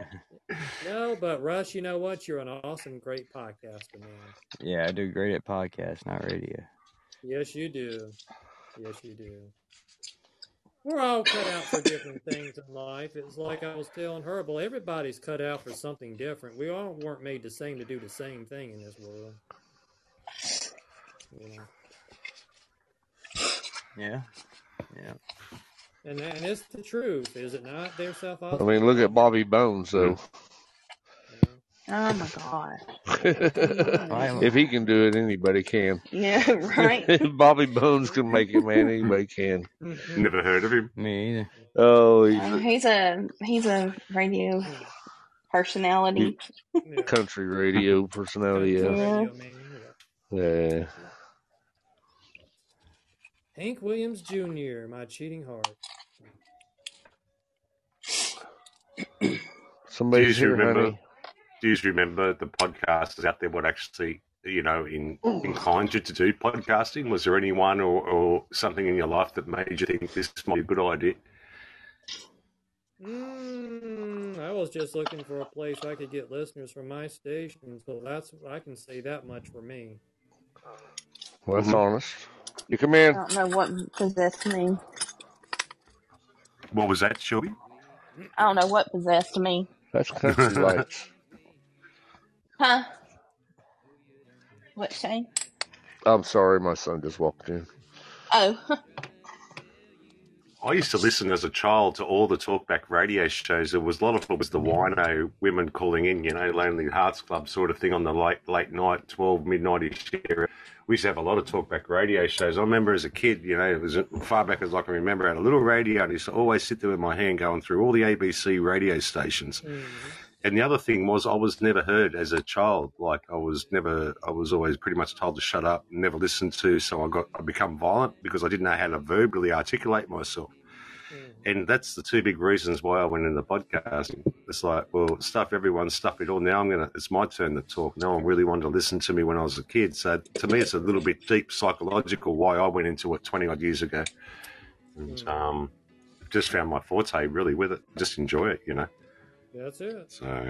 S8: but Rush, you know what? You're an awesome, great podcaster, man.
S1: yeah, I do great at podcasts, not radio.
S8: Yes, you do. Yes, you do. We're all cut out for different things in life. It's like I was telling Herbal, everybody's cut out for something different. We all weren't made the same to do the same thing in this world. You know?
S1: Yeah, yeah.
S8: And that, and it's the truth, is it not? There, South
S6: I
S8: Austin.
S6: mean, look at Bobby Bones though.
S5: Oh my god.
S1: Right.
S6: if he can do it, anybody can.
S3: Yeah, right.
S6: If Bobby Bones can make it, man. Anybody can.
S8: Mm-hmm.
S7: Never heard of him.
S1: Me either.
S6: Oh, he's
S3: Uh, he's a he's a radio personality.
S8: Yeah.
S6: Country radio personality.
S8: Country
S6: Yeah.
S8: radio, man, yeah.
S6: yeah.
S8: Hank Williams Jr., my cheating heart.
S6: Somebody's
S7: Geez, you
S6: here,
S7: remember-
S6: honey.
S7: do you remember the podcasters out there what actually you know in inclined you to do podcasting was there anyone or, or something in your life that made you think this might be a good idea
S8: Mm, I was just looking for a place I could get listeners from my station, so that's I can say that much for me.
S6: Well, that's
S7: Mhm.
S6: honest. You come
S3: I
S6: in.
S3: don't know what possessed me.
S7: what was that Shelby?
S3: I don't know what possessed me.
S6: That's country lights.
S3: Huh? What, Shane?
S6: I'm sorry, my son just walked in.
S3: Oh,
S7: I used to listen as a child to all the talkback radio shows. There was a lot of it was the wino women calling in, you know, Lonely Hearts Club sort of thing on the late late night, twelve midnight ish era. We used to have a lot of talkback radio shows. I remember as a kid, you know, it was far back as I can remember. I had a little radio, and I used to always sit there with my hand going through all the ABC radio stations.
S8: Mhm.
S7: And the other thing was, I was never heard as a child. Like I was never, I was always pretty much told to shut up, never listened to. So I got, I become violent because I didn't know how to verbally articulate myself
S8: Mhm.
S7: and that's the two big reasons why I went into podcasting. It's like, well, stuff everyone, stuff it all. Now I'm gonna, it's my turn to talk. No one really wanted to listen to me when I was a kid. So to me, it's a little bit deep psychological why I went into it 20 odd years ago, and
S8: Mhm.
S7: um, just found my forte really with it. Just enjoy it, you know.
S8: That's it.
S7: So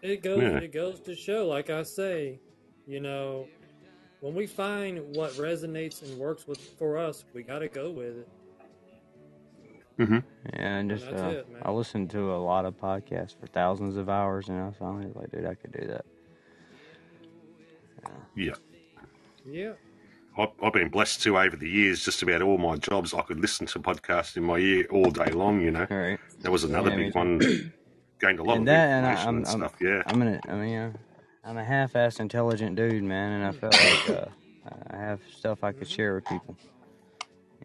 S8: It goes
S7: yeah,
S8: it goes to show, like I say, you know, when we find what resonates and works with for us, we gotta go with it.
S7: hmm
S1: Yeah, and
S8: And
S1: just
S8: that's
S1: uh,
S8: it,
S1: I
S8: man.
S1: listened to a lot of podcasts for thousands of hours, and I finally was like, dude, I could do that.
S7: yeah.
S8: Yeah.
S7: I've, I've been blessed too over the years. Just about all my jobs, I could listen to podcasts in my ear all day long. You know,
S1: All right.
S7: that was another
S1: Yeah,
S7: big
S1: me too.
S7: one. Gained a lot
S1: And
S7: of
S1: that, and I,
S7: information
S1: I'm,
S7: and
S1: I'm,
S7: stuff. Yeah.
S1: I'm gonna, I mean, uh, I'm a half-assed intelligent dude, man, and I felt like uh, I have stuff I could
S8: Mhm.
S1: share with people.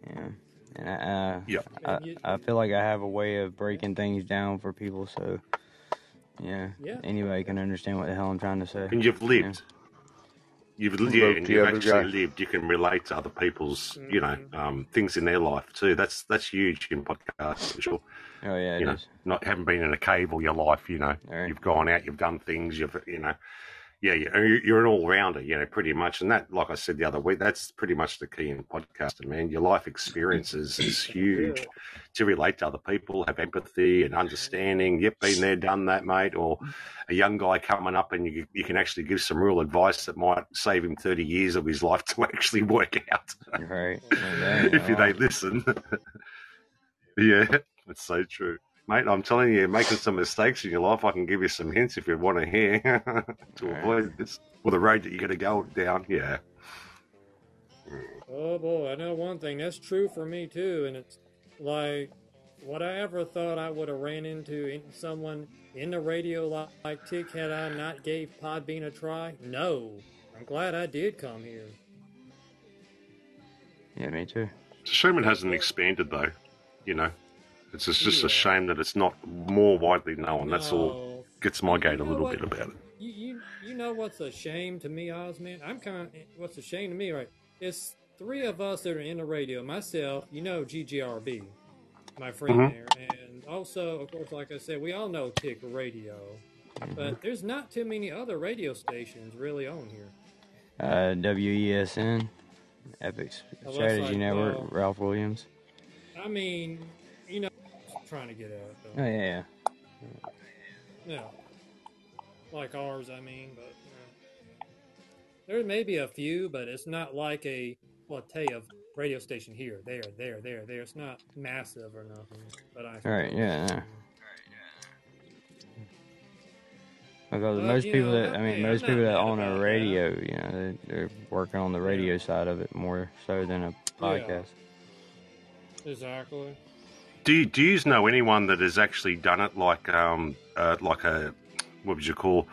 S1: Yeah, and I,
S7: Yeah.
S1: uh,
S8: And you
S1: I, I feel like I have a way of
S8: yeah,
S1: breaking things down for people, so yeah,
S8: yeah.
S1: anybody can understand what the hell I'm trying to say.
S7: And you've
S1: Yeah.
S7: lived. You've yeah,
S6: Vote
S7: and
S6: the
S7: you've
S6: other
S7: actually
S6: guy.
S7: lived. You can relate to other people's, you know,
S8: Mhm.
S7: um, things in their life too. That's that's huge in podcasts for sure.
S1: Oh yeah, it
S7: You know,
S1: is.
S7: not haven't been in a cave all your life. You know,
S1: All right.
S7: you've gone out, you've done things. You've you know, yeah, you- you're an all rounder. You know, pretty much. And that, like I said the other week, that's pretty much the key in podcasting, man. Your life experiences is
S8: That's
S7: huge
S8: it.
S7: to relate to other people, have empathy and understanding. Yep, been there, done that, mate. Or a young guy coming up and you, you can actually give some real advice that might save him 30 years of his life to actually work out
S1: All right. No, dang,
S7: if
S1: a
S7: they
S1: lot.
S7: listen. yeah, that's so true. Mate, I'm telling you, making some mistakes in your life, I can give you some hints if you want to hear
S1: All
S7: to
S1: right.
S7: avoid this or the road that you're going to go down. Yeah.
S8: Oh boy, I know one thing. That's true for me too, and it's like what I ever thought I would have ran into in someone in the radio li- like Tick had I not gave Podbean a try. No, I'm glad I did come here.
S1: Yeah, me too.
S7: It's a shame it hasn't
S8: Yeah,
S7: expanded, though. You know, it's just, just a
S8: yeah.
S7: shame that it's not more widely known. That's all
S8: No,
S7: gets my
S8: and you
S7: gate a
S8: know
S7: little
S8: what?
S7: bit about it.
S8: You you you know what's a shame to me, Ozman? I'm kind. Of, what's a shame to me, right? It's three of us that are in the radio. Myself, you know, GGRB. my friend
S7: hmm
S8: there. And also, of course, like I said, we all know Tick Radio,
S7: Mm-hmm.
S1: hmm
S8: but there's not too many other radio stations really on here.
S1: Uh, WESN, Epic
S8: I was
S1: Strategy
S8: Oh, like, uh,
S1: Network,
S8: well,
S1: Ralph Williams.
S8: I mean, you know, trying to get out
S1: Oh
S8: though.
S1: yeah, yeah.
S8: Yeah, like ours, I mean, but you know, there may be a few, but it's not like a plateau of radio station here, there, there, there, there. It's not massive or nothing, but I
S1: All right,
S8: suppose.
S1: yeah. yeah.
S8: You know.
S1: Because
S8: But
S1: most
S8: you
S1: people
S8: know,
S1: that
S8: I'm,
S1: I mean,
S8: hey, I'm
S1: most people
S8: not
S1: that
S8: mad
S1: own a
S8: about that.
S1: radio, you know, they, they're working on the
S8: Yeah,
S1: radio side of it more so than a
S8: yeah,
S1: podcast.
S8: exactly.
S7: Do you, do you know anyone that has actually done it like um uh, like a what would you call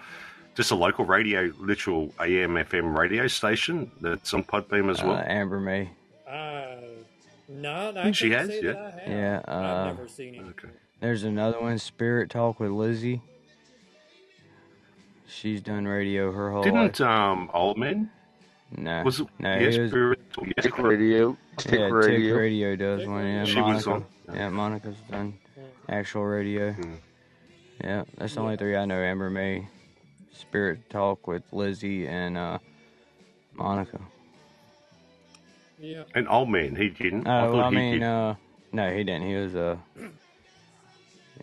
S7: just a local radio literal AM FM radio station that's on Podbeam as
S1: Uh,
S7: well?
S1: Amber May,
S8: Uh, not. I
S7: And she
S8: can't
S7: has,
S8: say
S7: yeah.
S8: that I have.
S1: yeah.
S8: I've
S1: Uh,
S8: never seen it.
S7: Okay.
S1: there's another one, Spirit Talk with Lizzie. She's done radio her whole life.
S7: Didn't um, Old Man?
S1: No,
S7: Was it
S1: no,
S7: yes,
S1: it was,
S7: Spirit- yes,
S6: Tick radio. Tick
S1: yeah,
S6: radio.
S1: Tick Radio does
S8: Tick
S1: one. Yeah,
S8: Radio.
S7: She was
S1: Monica.
S7: on.
S1: Yeah, Monica's done
S8: Yeah.
S1: actual radio.
S7: Hmm.
S1: Yeah, that's the only three I know. Amber May, Spirit Talk with Lizzie and uh, Monica.
S8: Yeah.
S7: And Old Man, he didn't. I
S1: Oh,
S7: thought
S1: I
S7: he
S1: mean,
S7: did.
S1: uh, no, he didn't. He was a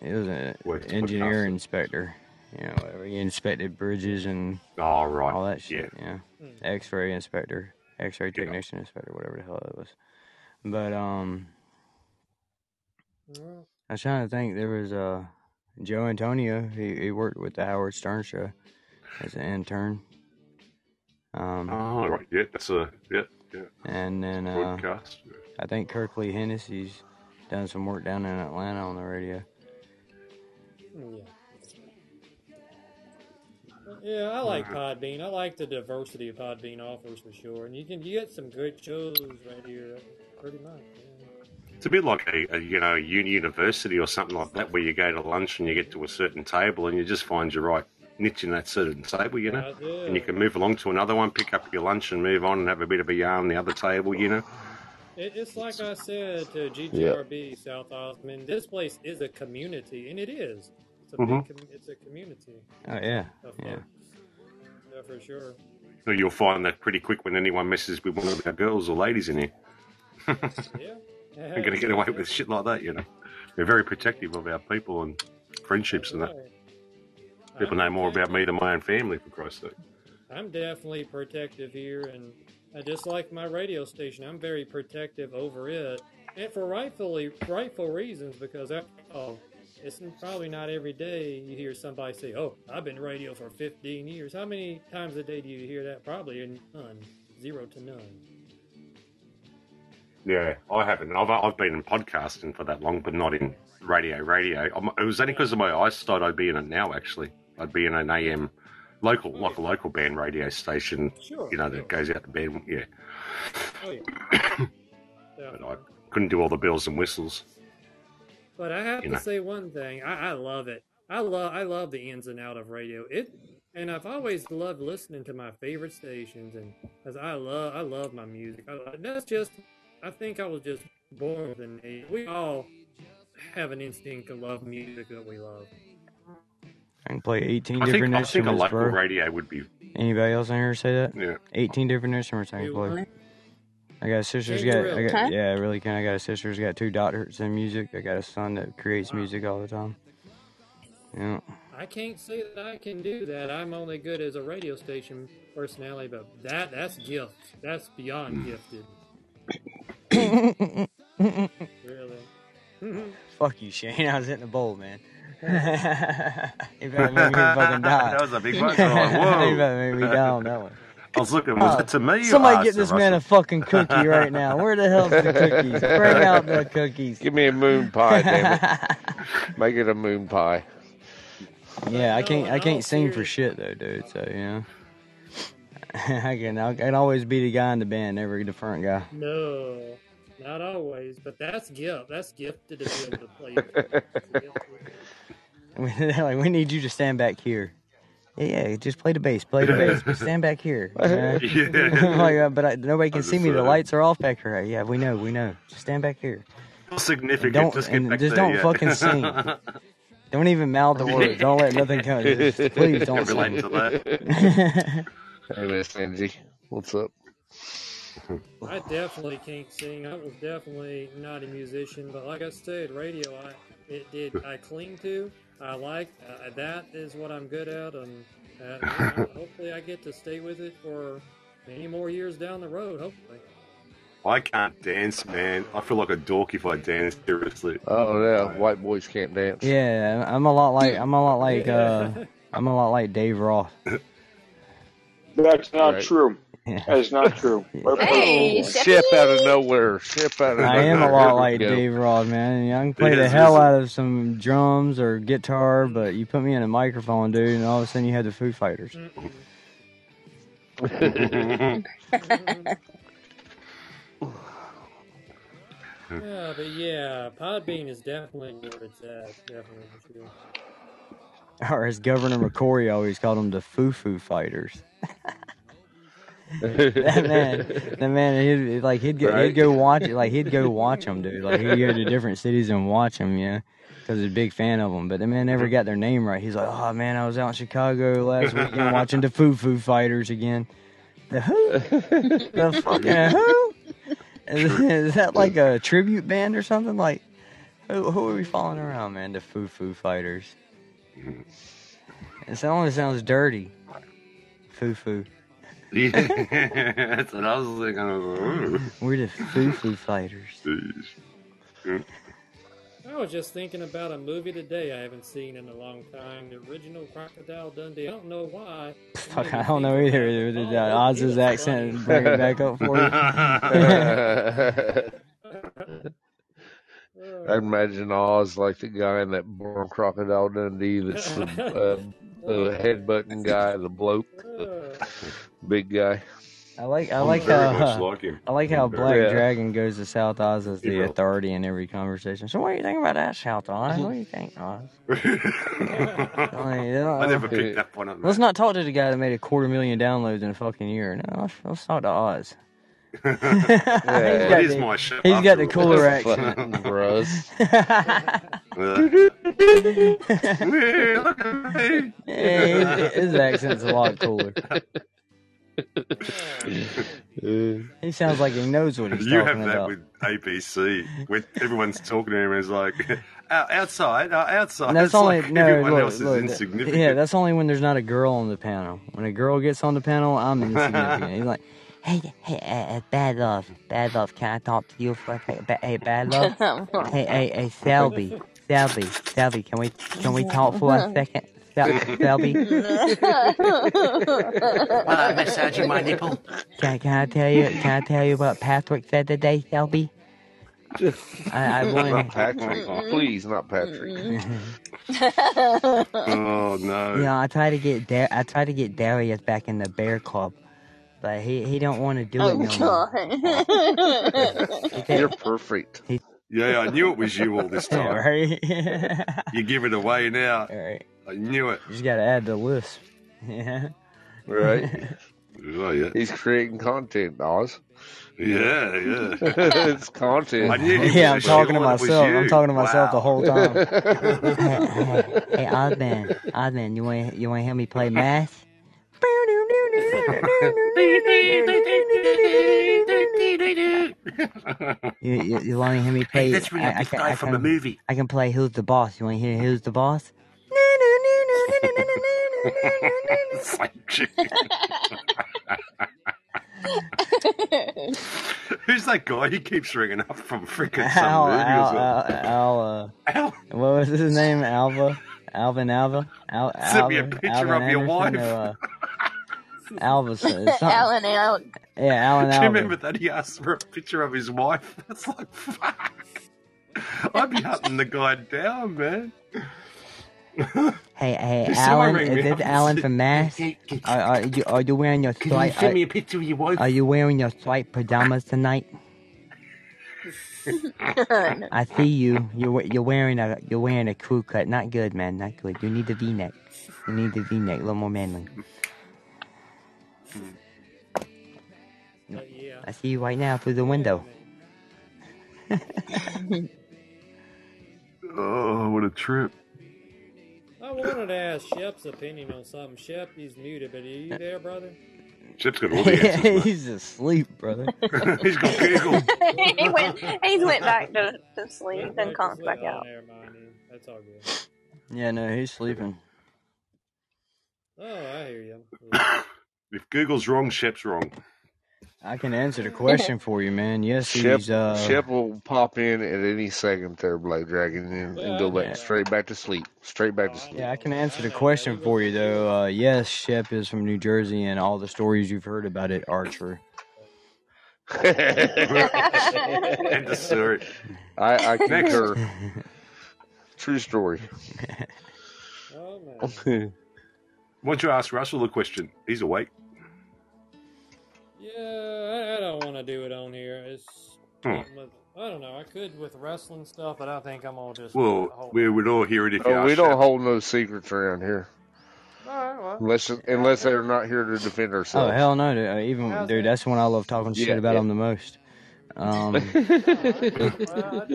S1: he was an
S7: Worked for
S1: engineer
S7: NASA.
S1: inspector. You know, whatever. He inspected bridges and
S7: All right.
S1: all that
S7: Yeah.
S1: shit. Yeah,
S8: Hmm.
S1: X-ray inspector, X-ray
S7: Yeah.
S1: technician inspector, whatever the hell it was. But um,
S8: Well,
S1: I was trying to think. There was uh, Joe Antonio. He he worked with the Howard Stern show as an intern. Um,
S7: All Oh, right. Yeah. That's a yeah. Yeah.
S1: and then uh,
S7: Broadcast. Yeah.
S1: I think Kirkley Hennessy's done some work down in Atlanta on the radio.
S8: Yeah. Yeah, I like Podbean. I like the diversity of Podbean offers for sure, and you can you get some good shows right here, pretty much. Yeah.
S7: It's a bit like a, a you know uni university or something like that, where you go to lunch and you get to a certain table and you just find your right niche in that certain table, you know,
S8: I
S7: and you
S8: do.
S7: can move along to another one, pick up your lunch and move on and have a bit of a yarn the other table, you know.
S8: It, it's like I said to
S6: Yeah.
S8: GTRB South Osmond, this place is a community, and it is. It's a
S7: Mhm.
S8: big. Com- it's a community
S1: Mm-hmm. Oh yeah,
S8: of
S1: yeah.
S8: folks. Yeah, for sure.
S7: So you'll find that pretty quick when anyone messes with one of our girls or ladies in here.
S8: Yeah.
S7: They're going to get away with shit like that, you know. We're very protective of our people and friendships and that. People know more about me than my own family, for Christ's sake.
S8: I'm definitely protective here, and I just like my radio station, I'm very protective over it, and for rightfully rightful reasons. Because after all, it's probably not every day you hear somebody say, "Oh, I've been radio for 15 years." How many times a day do you hear that? Probably none, zero to none.
S7: Yeah, I haven't. I've I've been in podcasting for that long, but not in radio. Radio. I'm, it was only because of my eyesight I'd be in it now. Actually, I'd be in an AM local,
S8: Oh,
S7: like a
S8: yeah.
S7: local band radio station.
S8: Sure.
S7: You know
S8: sure.
S7: that goes out to bed. Yeah,
S8: Oh, yeah. Yeah.
S7: but I couldn't do all the bells and whistles.
S8: But I have
S7: You
S8: to
S7: know.
S8: say one thing. I, I love it. I love I love the ins and out of radio. It and I've always loved listening to my favorite stations and as I love I love my music. I, that's just I think I was just born with an need. We all have an instinct to love music that we love.
S1: I can play 18
S7: I think
S1: different
S7: I think a
S1: instruments,
S7: local
S1: bro.
S7: radio would be.
S1: Anybody else in here say that?
S7: Yeah,
S1: 18 different instruments I
S8: We
S1: can play.
S8: want-
S1: I got a sister's
S8: Can you
S1: got I
S8: really?
S1: got
S3: Huh?
S1: yeah, I really can. I got a sister's got two doctorates in music. I got a son that creates
S8: Wow.
S1: music all the time. Yeah.
S8: I can't say that I can do that. I'm only good as a radio station personality, but that that's gift. That's
S7: Mm.
S8: beyond gifted. Really. Mm-hmm.
S1: Fuck you, Shane. I was hitting the bowl, man. you better make me fucking die.
S7: that was a big
S1: you
S7: one. So I'm like, whoa!
S1: better make me die on that one.
S7: I was looking. Was
S1: Oh,
S7: that to me or
S1: somebody
S7: uh,
S1: get
S7: Sir
S1: this man
S7: Russell?
S1: a fucking cookie right now. Where the hell's the cookies? Bring out the cookies.
S6: Give me a moon pie, damn it. Make it a moon pie.
S8: But
S1: yeah, I
S8: no,
S1: can't.
S8: in
S1: I
S8: all
S1: can't sing for
S8: serious,
S1: shit though, dude. So you know, I can. I can always be the guy in the band, never the front guy.
S8: no, not always. But that's gift. That's gifted to be able to play instruments. It's gifted.
S1: They're like, we need you to stand back here. Yeah, yeah, just play the bass, play the bass, but stand back here. You know? I'm
S7: yeah.
S1: like, uh, but I, nobody
S7: I
S1: can see
S7: just
S1: me.
S7: saw
S1: The
S7: that.
S1: lights are off back here. Yeah, we know, we know. Just stand back here and
S7: Significant.
S1: don't
S7: Just get
S1: and
S7: back
S1: just
S7: there.
S1: don't
S7: Yeah.
S1: fucking sing. Don't even mouth the words. Don't let nothing come. Just please
S7: Can
S1: don't
S7: relate
S1: sing.
S7: to that.
S6: hey,
S1: yeah,
S6: Miss Angie. What's up?
S8: I definitely can't sing. I was definitely not a musician, but like I said, radio, I it did I cling to. I like uh, that is what I'm good at, and uh, you know, hopefully I get to stay with it for many more years down the road. Hopefully,
S7: I can't dance, man. I feel like a dork if I dance. Seriously,
S6: Oh, yeah.
S7: I,
S6: White boys can't dance.
S1: I'm a lot like I'm a lot like uh
S8: yeah.
S1: I'm a lot like Dave Ross.
S4: That's not
S6: Right.
S4: true.
S1: Yeah.
S4: That is not true. We're proving
S3: Hey,
S6: Oh,
S4: one.
S6: ship out of
S3: Stephanie!
S6: nowhere. Ship out of
S1: I am a
S6: nowhere. Here
S1: lot
S6: we
S1: like
S6: go.
S1: Dave Rod, man. and I can play the
S7: yes,
S1: hell
S7: yes.
S1: out of some drums or guitar, but you put me in a microphone, dude, and all of a sudden you have the Foo Fighters.
S8: Mm-mm. yeah, but yeah, Podbean is definitely where it's at. Definitely for sure.
S1: or as Governor McCory always called them, the foo foo fighters. That man, that man, he'd, like he'd go, he'd
S4: Right.
S1: go watch it, like he'd go watch them, dude. Like he'd go to different cities and watch them, yeah, because he's a big fan of them. But the man never got their name right. He's like, oh man, I was out in Chicago last weekend watching the foo foo fighters again. The who? The fucking who? Is, is that like a tribute band or something? Like, who, who are we following around, man? The Foo Foo Fighters. It only sounds dirty. Foo Foo.
S7: Yeah, that's what I was thinking. Of.
S1: We're the Foo Foo Fighters.
S8: I was just thinking about a movie today I haven't seen in a long time. The original Crocodile Dundee. I don't know why.
S1: Fuck, I don't know either. The, the Oz's accent and bring it back up for you.
S6: I
S8: Uh,
S6: imagine Oz like the guy in that born crocodile Dundee. That's the, uh, the headbutting guy, the bloke, the
S8: uh,
S6: big guy.
S1: I like I
S7: I'm
S1: like how
S7: very much
S1: uh,
S7: like him.
S1: I like how Black
S6: Yeah.
S1: Dragon goes to South Oz as the
S7: Hero.
S1: authority in every conversation. So what do you think about that, South Oz? What do you think, Oz?
S7: I
S1: Like, they don't-
S7: never picked up on it.
S1: let's not talk to the guy that made a quarter million downloads in a fucking year. No, let's, let's talk to Oz.
S7: mate.
S1: He's
S6: That
S1: got
S7: it is
S1: the-
S7: my show.
S1: he's got the
S7: after all.
S1: cooler accent.
S6: Fucking Russ.
S7: Yeah, look at me.
S1: Yeah, his, his accent's a lot cooler.
S6: Uh,
S1: He sounds like he knows what he's
S7: You have
S1: talking
S7: that
S1: about.
S7: with ABC, where everyone's talking to him and is like, "Out- outside, uh, outside.
S1: And that's
S7: It's
S1: only
S7: like
S1: no.
S7: everyone
S1: look,
S7: else is
S1: look, that-
S7: insignificant.
S1: yeah, that's only when there's not a girl on the panel. When a girl gets on the panel, I'm insignificant. he's like, hey, hey, uh, uh, bad love, bad love. Can I talk to you for a second? Ba- Hey, bad love. Hey, hey, hey, Selby, Selby, Selby. Can we can we talk for a second? Sel- Selby,
S3: Well,
S7: massaging my nipple.
S1: can, can I tell you? Can I tell you what Patrick said today, Selby? I, I
S6: not
S1: want.
S6: Patrick. Please, not Patrick.
S7: Oh no!
S1: You know, I try to get Dar- I try to get Darius back in the bear club, but he he don't want to do
S3: oh
S1: it no more.
S3: god.
S1: He
S6: You're
S1: said-
S6: perfect.
S7: Yeah, I knew it was you all this
S1: yeah,
S7: time.
S1: right.
S7: You give it away now.
S1: All right.
S7: I knew it.
S1: You just gotta add the list. Yeah.
S6: Right?
S7: Oh, yeah,
S6: He's creating content, Oz.
S7: yeah, yeah.
S6: it's
S7: I
S6: content.
S7: knew he was
S1: yeah,
S7: a
S1: I'm talking to
S7: shill and it was
S1: myself. I'm
S7: you.
S1: talking to myself the
S7: Wow.
S1: whole time. hey,
S6: That's
S1: hey, Osman, Osman, you want you want to help me play math? You you, you want to hear me play?
S7: hey, let's ring
S1: I,
S7: up
S1: I
S7: this
S1: can,
S7: guy
S1: I
S7: from the
S1: can
S7: movie.
S1: I can play Who's the Boss. You want to hear Who's the Boss?
S7: Thank you. Who's that guy? He keeps ringing up from freaking some
S1: Al,
S7: movie or
S1: Al,
S7: something.
S1: Al, Al,
S7: Al,
S1: uh, what was his name? Alva, Alvin, Alva, Al,
S7: send me a
S1: Alvin,
S7: picture
S1: Alvin
S7: of your
S1: Anderson.
S7: wife.
S1: No, uh, Alva, uh, something.
S3: Alan out.
S1: Yeah, Alan
S7: Do you
S1: Alvin.
S7: remember that he asked for a picture of his wife? That's like fuck. I'd be hunting the guy down, man.
S1: Hey, hey,
S7: Did someone
S1: Alan,
S7: ring
S1: is
S7: me
S1: this
S7: up and
S1: Alan
S7: say-
S1: from Mass? Are, are you are you wearing your slight are,
S7: a picture of your wife?
S1: are you wearing your slight pajamas tonight? I see you. You're we- you're wearing a you're wearing a crew cut. Not good, man. Not good. You need the V-neck. You need the V-neck. A little more manly.
S8: but yeah.
S1: I see you right now through the window.
S7: Oh, what a trip.
S8: I wanted to ask Shep's opinion on something. Shep, he's muted, but are you there, brother?
S7: Chip's got all the answers,
S1: He's asleep, brother.
S7: mate. He's got Google.
S3: he went. He went back to, to sleep,
S8: Went
S3: then
S8: back to
S3: comes
S8: sleep.
S3: back
S8: Oh,
S3: out.
S8: never mind. then. That's all good.
S1: Yeah, no, he's sleeping.
S8: Oh, I hear you.
S7: If Google's wrong, Shep's wrong.
S1: I can answer the question for you, man. Yes,
S6: Shep,
S1: he's uh.
S6: Shep will pop in at any second there, Blade Dragon, and,
S8: Yeah,
S6: and
S8: I
S6: go
S8: know
S6: back
S8: that.
S6: straight back to sleep. Straight back
S8: Oh,
S6: to
S8: I
S6: sleep.
S1: Yeah, I
S8: know
S1: can
S8: that.
S1: answer
S8: I
S1: the
S8: know that. He
S1: question for you
S8: wasn't sure.
S1: though. Uh, yes, Shep is from New Jersey, and all the stories you've heard about it are true.
S7: End of
S6: I,
S7: story.
S6: I
S7: Next.
S6: concur. True story.
S8: Oh, man.
S7: Why don't you ask Russell a question? He's awake.
S8: Yeah, I, I don't want to do it on here. It's
S7: Hmm.
S8: something with I don't know. I could with wrestling stuff, but I think I'm gonna just.
S7: Well,
S8: hold-
S7: we would all hear it if you
S6: Oh, we
S7: asked
S6: don't
S7: that.
S6: hold no secrets around here,
S8: All right, well,
S6: unless unless they're not here to defend
S1: Oh
S6: ourselves.
S1: hell no, dude. Uh, Even
S8: How's
S1: dude,
S8: that?
S1: that's when I love talking shit
S6: Yeah,
S1: about
S6: yeah.
S1: them the most. Um,
S8: all right. Well, I,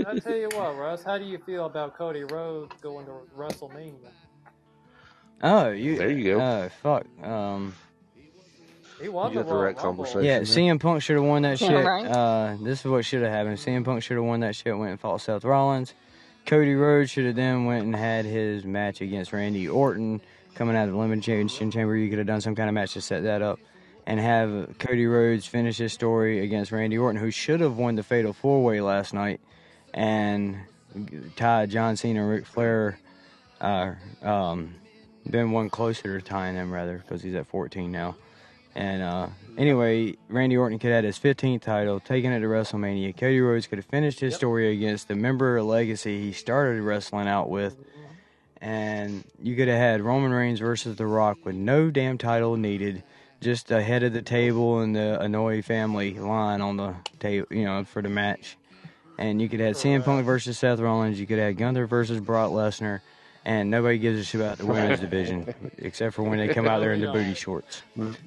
S8: I tell you what, Russ. How do you feel about Cody Rhodes going to WrestleMania?
S1: oh you,
S6: there you go.
S1: oh fuck. Um,
S8: He
S6: You
S8: won the
S6: got the
S8: Royal
S6: right
S8: Rumble.
S1: yeah,
S6: conversation there.
S1: CM Punk should have won that
S3: Yeah,
S1: shit.
S3: right.
S1: Uh, this is what should have happened. CM Punk should have won that shit. Went and fought Seth Rollins. Cody Rhodes should have then went and had his match against Randy Orton coming out of the Elimination Chamber. You could have done some kind of match to set that up and have Cody Rhodes finish his story against Randy Orton, who should have won the Fatal Four Way last night and tied John Cena and Ric Flair. Uh, um, been one closer to tying them rather because he's at 14 now. And uh, anyway, Randy Orton could have had his 15th title, taken it to WrestleMania. Cody Rhodes could have finished his story against the member of legacy he started wrestling out with. And you could have had Roman Reigns versus The Rock with no damn title needed, just the head of the table and the Annoy family line on the table, you know, for the match. And you could have CM Punk versus Seth Rollins. You could have Gunther versus Brock Lesnar. And nobody gives a shit about the women's division, except for when they come out there in the booty shorts.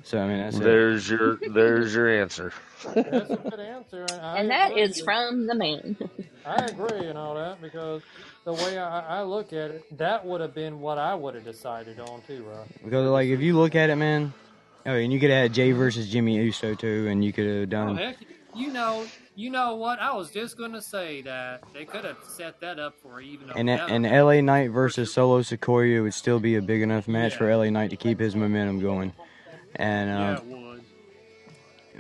S1: So, I mean, that's it.
S6: Mm. There's your there's your answer.
S8: That's a good answer, and I
S3: And that
S8: agree.
S3: is from the man.
S8: I agree and all that because the way I, I look at it, that would have been what I would have decided on too, Russ.
S1: Because,
S8: The
S1: like, if you
S8: decision.
S1: look at it, man, oh, and you could have had Jay versus Jimmy Uso, too, and you could have
S8: Oh
S6: Um,
S1: done.
S8: heck, you know, you know what? I was just gonna say that they could have set that up for even a
S1: And,
S8: better
S1: and
S8: match.
S1: LA Knight versus
S8: versus-
S1: Solo Sequoia would still be a big enough match
S8: Yeah,
S1: for LA Knight to keep his momentum going. And
S8: yeah,
S1: um,
S8: it would.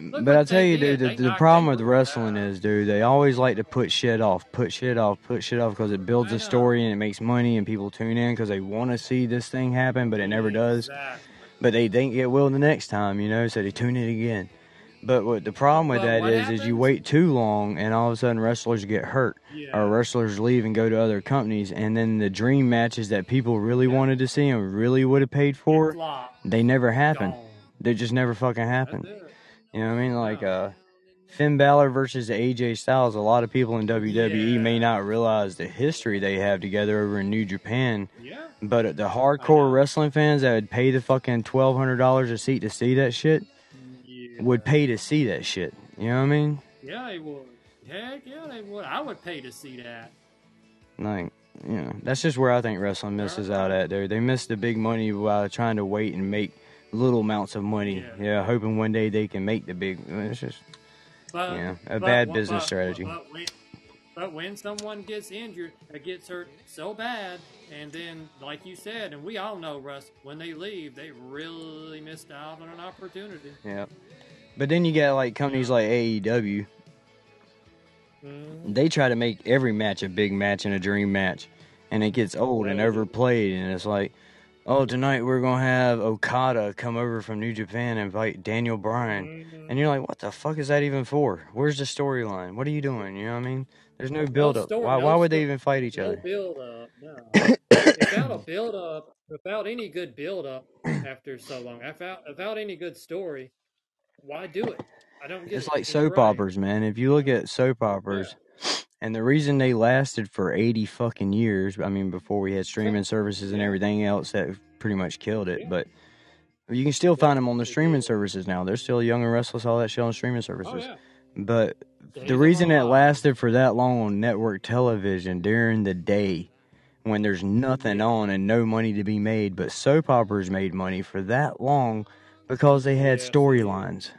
S8: Look
S1: But I
S8: what
S1: tell
S8: they
S1: you,
S8: did.
S1: dude, the,
S8: They
S1: the
S8: knocked. They
S1: problem with
S8: whipped it
S1: wrestling
S8: out.
S1: is, dude, they always like to put shit off, put shit off, put shit off because it builds
S8: I
S1: a
S8: know
S1: story and it makes money and people tune in because they want to see this thing happen, but it never does.
S8: exactly.
S1: But they think it will the next time, you know, so they tune in again. But what the problem with
S8: But
S1: that
S8: what
S1: is, is you
S8: happens?
S1: wait too long and all of a sudden wrestlers get hurt or
S8: Yeah,
S1: wrestlers leave and go to other companies. And then the dream matches that people really
S8: yeah.
S1: wanted to see and really would have paid
S8: It
S1: for,
S8: flopped.
S1: they never happen.
S8: Gone.
S1: They just never fucking
S8: That's
S1: happen.
S8: it.
S1: You know what I mean? Like
S8: No.
S1: uh Finn Balor versus AJ Styles, a lot of people in WWE may
S8: Yeah.
S1: not realize the history they have together over in New Japan,
S8: Yeah.
S1: but the
S8: I
S1: hardcore
S8: know.
S1: wrestling fans that would pay the fucking twelve hundred dollars a seat to see that shit would
S8: Yeah.
S1: pay to see that shit. You know what I mean?
S8: Yeah, they would. Heck yeah, they would. I would pay to see that.
S1: Like, you know, that's just where I think wrestling
S8: Darn
S1: misses out
S8: right.
S1: at. There, they miss the big money while trying to wait and make little amounts of money.
S8: Yeah.
S1: Yeah, hoping one day they can make the big. It's just,
S8: But
S1: yeah, a
S8: but
S1: bad
S8: what
S1: business
S8: but but
S1: strategy.
S8: but when but when someone gets injured, it gets hurt so bad, and then like you said, and we all know, Russ, when they leave, they really missed out on an opportunity.
S1: Yeah. But then you got like
S8: You
S1: companies
S8: know.
S1: like AEW.
S8: Mm-hmm.
S1: They try to make every match a big match and a dream match, and it gets old and
S8: Well, dude.
S1: overplayed. And it's like, oh, tonight we're gonna have Okada come over from New Japan and fight Daniel Bryan,
S8: hmm
S1: and you're like, what the fuck is that even for? Where's the storyline? What are you doing? You know what I mean? There's no
S8: No
S1: build up.
S8: story,
S1: Why?
S8: no
S1: Why would they
S8: story,
S1: even fight each
S8: no
S1: other?
S8: build up. No, without a build up, without any good build up after so long, without without any good story, why do it? I don't get
S1: It's
S8: it.
S1: like
S8: It's
S1: soap
S8: right.
S1: operas, man. If you look at soap
S8: Yeah.
S1: operas, and the reason they lasted for 80 fucking years, I mean, before we had
S8: So,
S1: streaming services and
S8: yeah.
S1: everything else that pretty much killed it,
S8: Yeah.
S1: but you can still
S8: Yeah.
S1: find them on the
S8: They
S1: streaming
S8: did.
S1: services now. They're still young and restless, all that shit on streaming
S8: Oh
S1: services.
S8: yeah.
S1: But the
S8: Days of
S1: reason
S8: Our
S1: it
S8: Lives.
S1: lasted for that long on network television during the day when there's nothing
S8: Yeah.
S1: on and no money to be made, but soap operas made money for that long because they had
S8: Yes, they did.
S1: storylines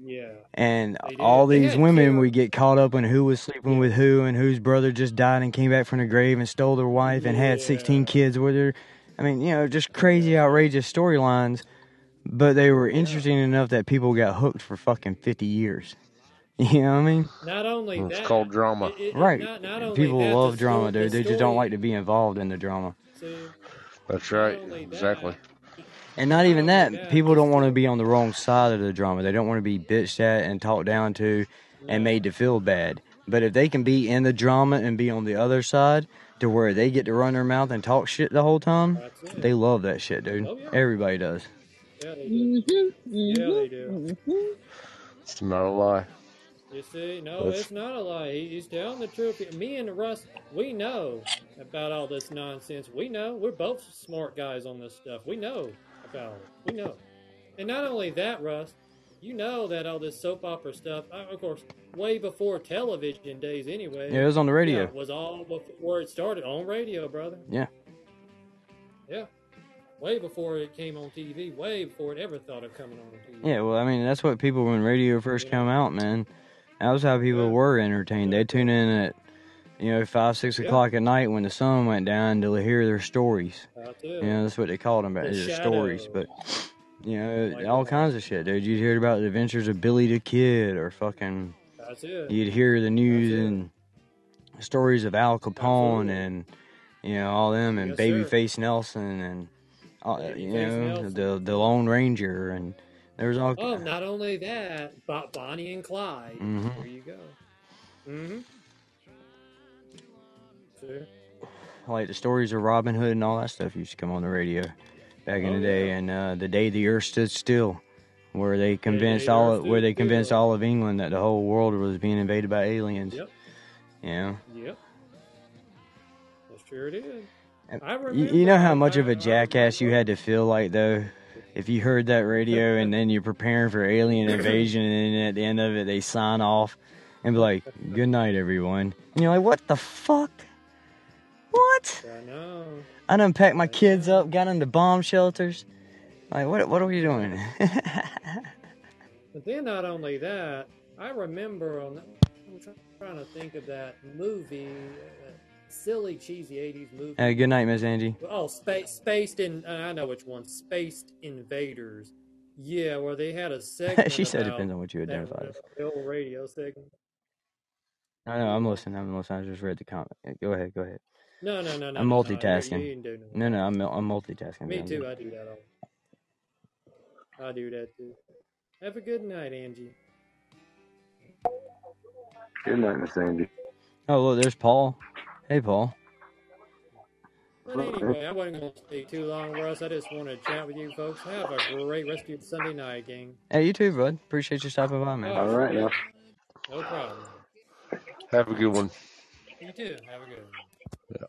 S8: Yeah.
S1: and
S8: They
S1: all
S8: did. They
S1: these
S8: had
S1: women would
S8: care.
S1: get caught up in who was sleeping
S8: Yeah.
S1: with who and whose brother just died and came back from the grave and stole their wife and had 16
S8: Yeah.
S1: kids with her. I mean, you know, just crazy,
S8: Yeah.
S1: outrageous storylines, but they were
S8: Yeah.
S1: interesting enough that people got hooked for fucking 50 years. You know what I mean?
S8: Not only
S6: It's
S8: that,
S6: called drama.
S8: it, it, it
S1: Right.
S8: not not only
S1: People
S8: that the
S1: love
S8: story
S1: drama,
S8: the
S1: dude. They just don't
S8: story
S1: like to be involved in the drama.
S8: see
S6: That's
S8: not
S6: right.
S8: only that
S6: Exactly.
S1: And not
S8: not
S1: even
S8: only
S1: that,
S8: that
S1: people
S8: the
S1: don't want to
S8: story
S1: be on the wrong side of the drama. They don't want to be bitched at and talked down to and
S8: no
S1: made to feel bad. But if they can be in the drama and be on the other side to where they get to run their mouth and talk shit the whole time,
S8: that's
S1: they
S8: it
S1: love that shit, dude.
S8: oh yeah
S1: Everybody does.
S8: yeah they do
S3: hmm
S8: yeah
S3: hmm
S8: they do
S3: hmm
S6: It's not a lie.
S8: You see, no,
S2: That's-
S8: it's not a lie. He- He's telling the truth. Me and Russ, we know about all this nonsense. We know. We're both smart guys on this stuff. We know about it. We know. And not only that, Russ, you know that all this soap opera stuff, uh, of course, way before television days anyway.
S1: Yeah, it was on the
S8: Yeah,
S1: radio.
S8: it was all before it started on radio, brother.
S1: Yeah.
S8: Yeah. Way before it came on TV, way before it ever thought of coming on TV.
S1: Yeah, well, I mean, that's what people when radio first
S8: Yeah.
S1: come out, man. That was how people
S8: Yeah.
S1: were entertained. They tune in at, you know, five, six
S8: Yeah.
S1: o'clock at night when the sun went down to hear their stories.
S8: That's it.
S1: You know, that's what they called them, about
S8: The
S1: their stories.
S8: shadow.
S1: But you know,
S8: Like
S1: all
S8: that.
S1: kinds of shit, dude. You'd hear about the adventures of Billy the Kid, or fucking,
S8: That's it.
S1: you'd hear the news
S8: it.
S1: and stories of Al Capone
S8: Absolutely.
S1: and you know all them and
S8: Yes, sir.
S1: Babyface Nelson and all, you
S8: Babyface
S1: know
S8: Nelson.
S1: the the Lone Ranger and there was all.
S8: Oh, not only that, but Bonnie and Clyde.
S1: Mhm.
S8: There you go. Mm-hmm. Sure. Oh.
S1: like the stories of Robin Hood and all that stuff used to come on the radio back in
S8: Oh,
S1: the day,
S8: yeah.
S1: and uh, the day the earth stood still, where they convinced
S8: the
S1: all
S8: Earth
S1: of, where
S8: Stood
S1: they convinced
S8: Still.
S1: all of England that the whole world was being invaded by aliens.
S8: Yep.
S1: You know,
S8: Yep. Well, sure it is.
S1: And
S8: I
S1: you,
S8: remember.
S1: you know how much
S8: I-
S1: of
S8: I
S1: a
S8: remember
S1: jackass you
S8: when-
S1: had to feel like though. If you heard that radio and then you're preparing for alien invasion, and then at the end of it they sign off and be like, "Good night, everyone," and you're like, "What the fuck? What?"
S8: I know.
S1: I done packed my kids up, got into bomb shelters. Like, what? What are we doing?
S8: But then not only that, I remember on. I'm try- trying to think of that movie, that silly, cheesy '80s movie.
S1: hey, Uh, good night, Miss Angie.
S8: Oh, space, spaced in. Uh, I know which one. Spaced invaders. Yeah, where they had a segment.
S1: she said, it
S8: about
S1: "Depends on what you
S8: that
S1: identify as."
S8: ra- old radio segment.
S1: I know. I'm listening. I'm listening. I just read the comment. Yeah, Go ahead. Go ahead.
S8: No, no, no, no.
S1: I'm
S8: no, no, you- You,
S1: multitasking.
S8: didn't do
S1: No,
S8: no.
S1: no, I'm I'm multitasking.
S8: Me
S1: man.
S8: too. I do that all. I do that too. Have a good night, Angie.
S2: Good night, Miss Angie.
S1: Oh, look, there's Paul. Hey, Paul.
S8: But anyway, I wasn't going to stay too long, Russ. I just wanted to chat with you folks. Have a great rest of your Sunday night, gang.
S1: Hey, you too, bud. Appreciate you stopping by, man.
S2: All
S8: Oh,
S2: right,
S8: sure.
S2: now.
S8: No problem.
S6: Have a good one.
S8: You too. Have a good one.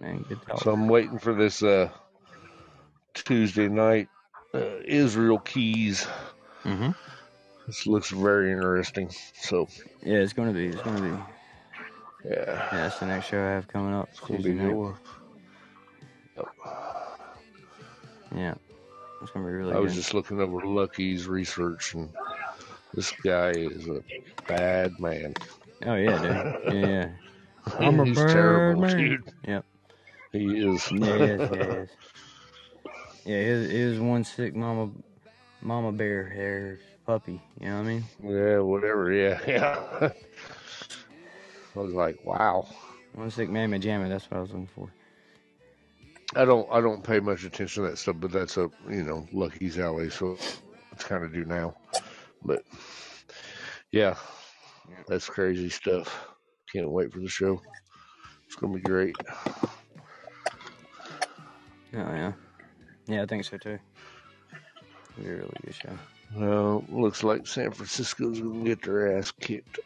S1: Man, good talk.
S6: So I'm waiting for this uh, Tuesday night uh, Israel Keys.
S1: Mm-hmm.
S6: This looks very interesting. So
S1: Yeah, it's gonna be. It's gonna be.
S6: yeah,
S1: Yeah, that's the next show I have coming up
S6: it's gonna be
S1: Tuesday
S6: a good
S1: night.
S6: one.
S1: Yeah, it's gonna be really
S6: I was
S1: good.
S6: just looking over Lucky's research, and this guy is a bad man.
S1: Oh yeah, dude. Yeah, yeah. I'm a
S6: He's
S1: bird
S6: terrible,
S1: man.
S6: dude.
S1: Yep.
S6: He is.
S1: Yeah, it is. Yeah, it is. Yeah, it is, it is one sick mama, mama bear hair puppy. You know what I mean?
S6: yeah, whatever. Yeah, yeah. I was like, wow.
S1: One sick mamma jamma. That's what I was looking for.
S6: I don't I don't pay much attention to that stuff, but that's a you know Lucky's alley, so it's kind of due now. But yeah, that's crazy stuff. Can't wait for the show. It's gonna be great.
S1: Oh yeah. Yeah, I think so too. It'll be a really good show.
S6: Uh, looks like San Francisco's gonna get their ass kicked.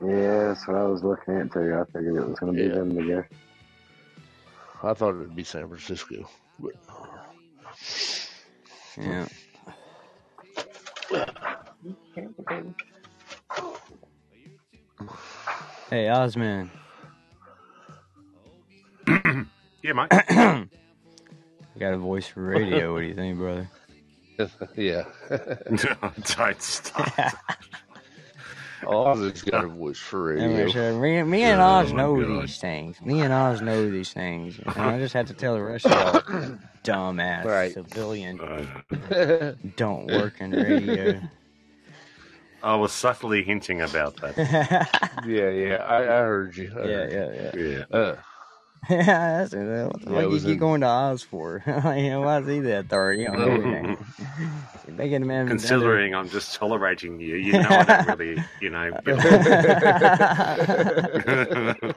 S2: Yeah, that's what I was looking at too. I figured it was going to be
S6: Yeah,
S2: them to go.
S6: I thought it'd be San Francisco, but
S1: Yeah. Hey, Osman.
S7: Yeah, mate.
S1: I got a voice for radio. What do you think, brother?
S6: yeah,
S7: Don't start.
S6: Oz has got a voice for
S1: I mean,
S6: radio.
S1: so me, me and Oz
S7: Oh,
S1: know
S7: God.
S1: these things. Me and Oz know these things. And I just have to tell the rest of y'all, dumbass
S6: right.
S1: civilian,
S7: Uh,
S1: don't work in radio.
S7: I was subtly hinting about that.
S6: Yeah,
S1: yeah,
S6: yeah. I, I heard you. I
S1: yeah,
S6: heard you.
S1: yeah.
S7: Yeah.
S6: Uh,
S1: Yeah, that's uh, what the
S6: yeah, I
S1: fuck you
S6: was
S1: keep
S6: in.
S1: going to Oz for? Like, you know, why is he the authority on everything? You're making a man down there.
S7: Considering I'm just tolerating you, you know I don't really, you know, get on with
S1: yeah,
S7: it.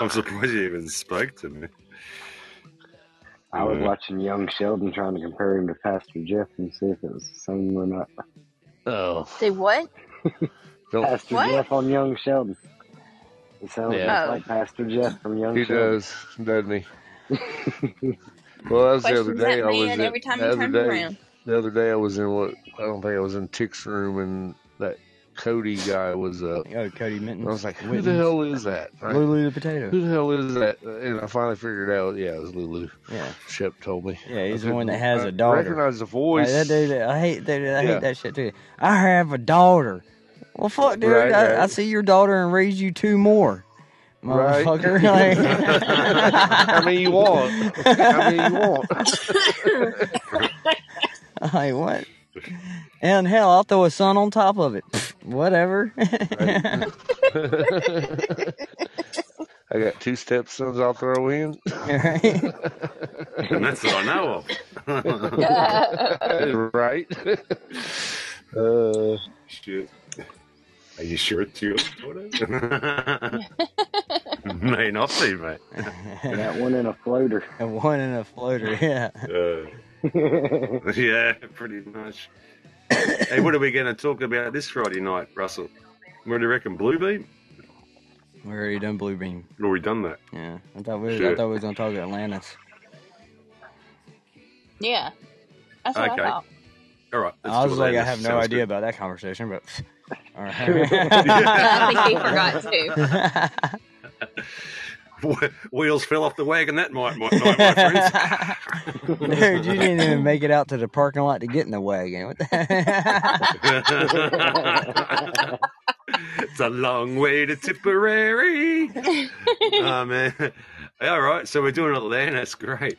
S7: I'm surprised you even spoke to me.
S2: I was
S7: Mhm.
S2: watching Young Sheldon trying to compare him to Pastor Jeff and see if it was the same or not.
S6: Oh,
S3: Say what?
S6: don't.
S2: Pastor
S3: What?
S2: Jeff on Young Sheldon. He sounds
S6: Yeah.
S2: just
S3: Oh.
S2: like Pastor Jeff from Young
S6: He
S2: Sheldon.
S6: does, doesn't he? Well, that was the other
S3: Questions
S6: day.
S3: that
S6: I was
S3: man
S6: at
S3: every time
S6: the
S3: he
S6: other
S3: turns
S6: day.
S3: around.
S6: The other day, I was in what I don't think I was in Tick's room, and that Cody guy was up.
S1: Oh, Cody
S6: And I was
S1: Mittens.
S6: like, "Who the
S1: Wittens.
S6: hell is that?" Right?
S1: Lulu the potato.
S6: Who the hell is that? And I finally figured out. Yeah, it was Lulu.
S1: Yeah.
S6: Shep told me.
S1: Yeah,
S6: I
S1: he's the one that
S6: couldn't.
S1: has
S6: I
S1: a daughter.
S6: recognize the
S1: Like that dude,
S6: voice.
S1: I hate that. I hate
S6: Yeah.
S1: that shit too. I have a daughter. Well, fuck, dude.
S6: Right.
S1: I, I
S6: Right.
S1: see your daughter and raise you two more,
S6: Right.
S1: motherfucker.
S6: How many you want? How many you want?
S1: Like, like what? And hell, I'll throw a son on top of it. Whatever.
S6: Right. I got two stepsons I'll throw in.
S1: right?
S7: And that's that I know of.
S6: right. Uh,
S7: Shit. Are you sure it's your daughter? May not be, mate.
S2: Got one in a floater.
S1: and one in a floater. Yeah.
S7: Uh,
S2: What's
S7: yeah, pretty much. Hey, what are we going to talk about this Friday night, Russell? What do you reckon? Bluebeam?
S1: We already done Blue Beam.
S7: Already done that.
S1: Yeah. I thought we. I
S7: Shit.
S1: thought we was gonna talk Atlantis.
S3: yeah, that's what I
S7: Okay.
S3: thought.
S7: All right. Let's
S1: I
S7: do
S1: was like, I
S7: Atlantis.
S1: have no
S7: Sounds
S1: idea
S7: good.
S1: about that conversation, but pff, all
S3: I think we
S1: right.
S3: forgot too.
S7: Wheels fell off the wagon that night, my, night, my friends.
S1: Dude, you didn't even make it out to the parking lot to get in the wagon. What the
S7: it's a long way to Tipperary. Oh man! All right, so we're doing Atlantis. Great.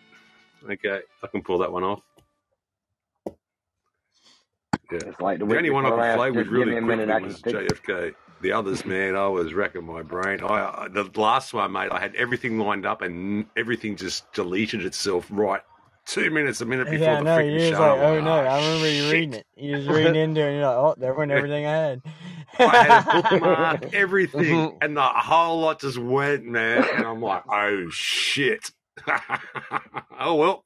S7: Okay, I can pull that one off. Yeah.
S2: like
S7: The
S2: the week
S7: only one I
S2: before
S7: could
S2: last.
S7: play with
S2: Just give
S7: really
S2: me a minute,
S7: quickly
S2: I can
S7: was
S2: fix it.
S7: JFK. The others, man, I was racking my brain. I I- the last one, mate, I had everything lined up and everything just deleted itself right two minutes a minute
S1: Yeah,
S7: before
S1: I
S7: the
S1: know.
S7: freaking
S1: You was
S7: show.
S1: like,
S7: I'm
S1: oh
S7: like,
S1: no,
S7: ah,
S1: I remember you reading
S7: shit.
S1: it. You was reading into it and you're like, oh, there wasn't everything I had.
S7: I had it bookmarked, everything,
S6: mhm.
S7: and the whole lot just went, man. And I'm like, oh shit. oh well,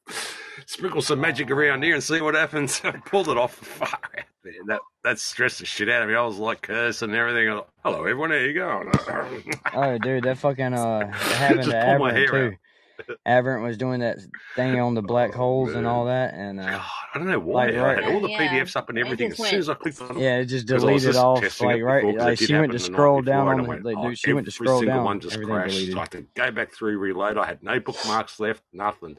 S7: sprinkle some magic around here and see what happens. I pulled it off. Far out there. That that stressed the shit out of me. I was like cursing and everything. I'm like, Hello, everyone. How you going?
S1: oh, dude, that fucking uh, that
S7: it
S1: happened to
S7: just pulled my
S1: Aberrant
S7: hair out.
S1: too. Aberrant was doing that thing on the black
S7: Oh
S1: holes and all
S7: man,
S1: that, and
S7: God,
S1: uh,
S7: I don't know
S1: like
S7: why. I
S1: right,
S7: had all the
S3: yeah,
S7: PDFs up and
S3: it
S7: everything.
S3: just
S7: As soon
S3: went.
S7: as I clicked on them,
S1: Yeah, it just
S7: because I was
S1: deleted
S7: just
S1: off
S7: testing
S1: like
S7: it before,
S1: right
S7: because it
S1: like
S7: did
S1: she went
S7: happen
S1: to
S7: the night
S1: scroll down
S7: before, and I
S1: on it.
S7: went,
S1: Like
S7: oh,
S1: dude, she went to
S7: every
S1: scroll
S7: single
S1: down,
S7: one just
S1: everything
S7: crashed. So I
S1: deleted.
S7: had to go back through, reload. I had no bookmarks left, nothing.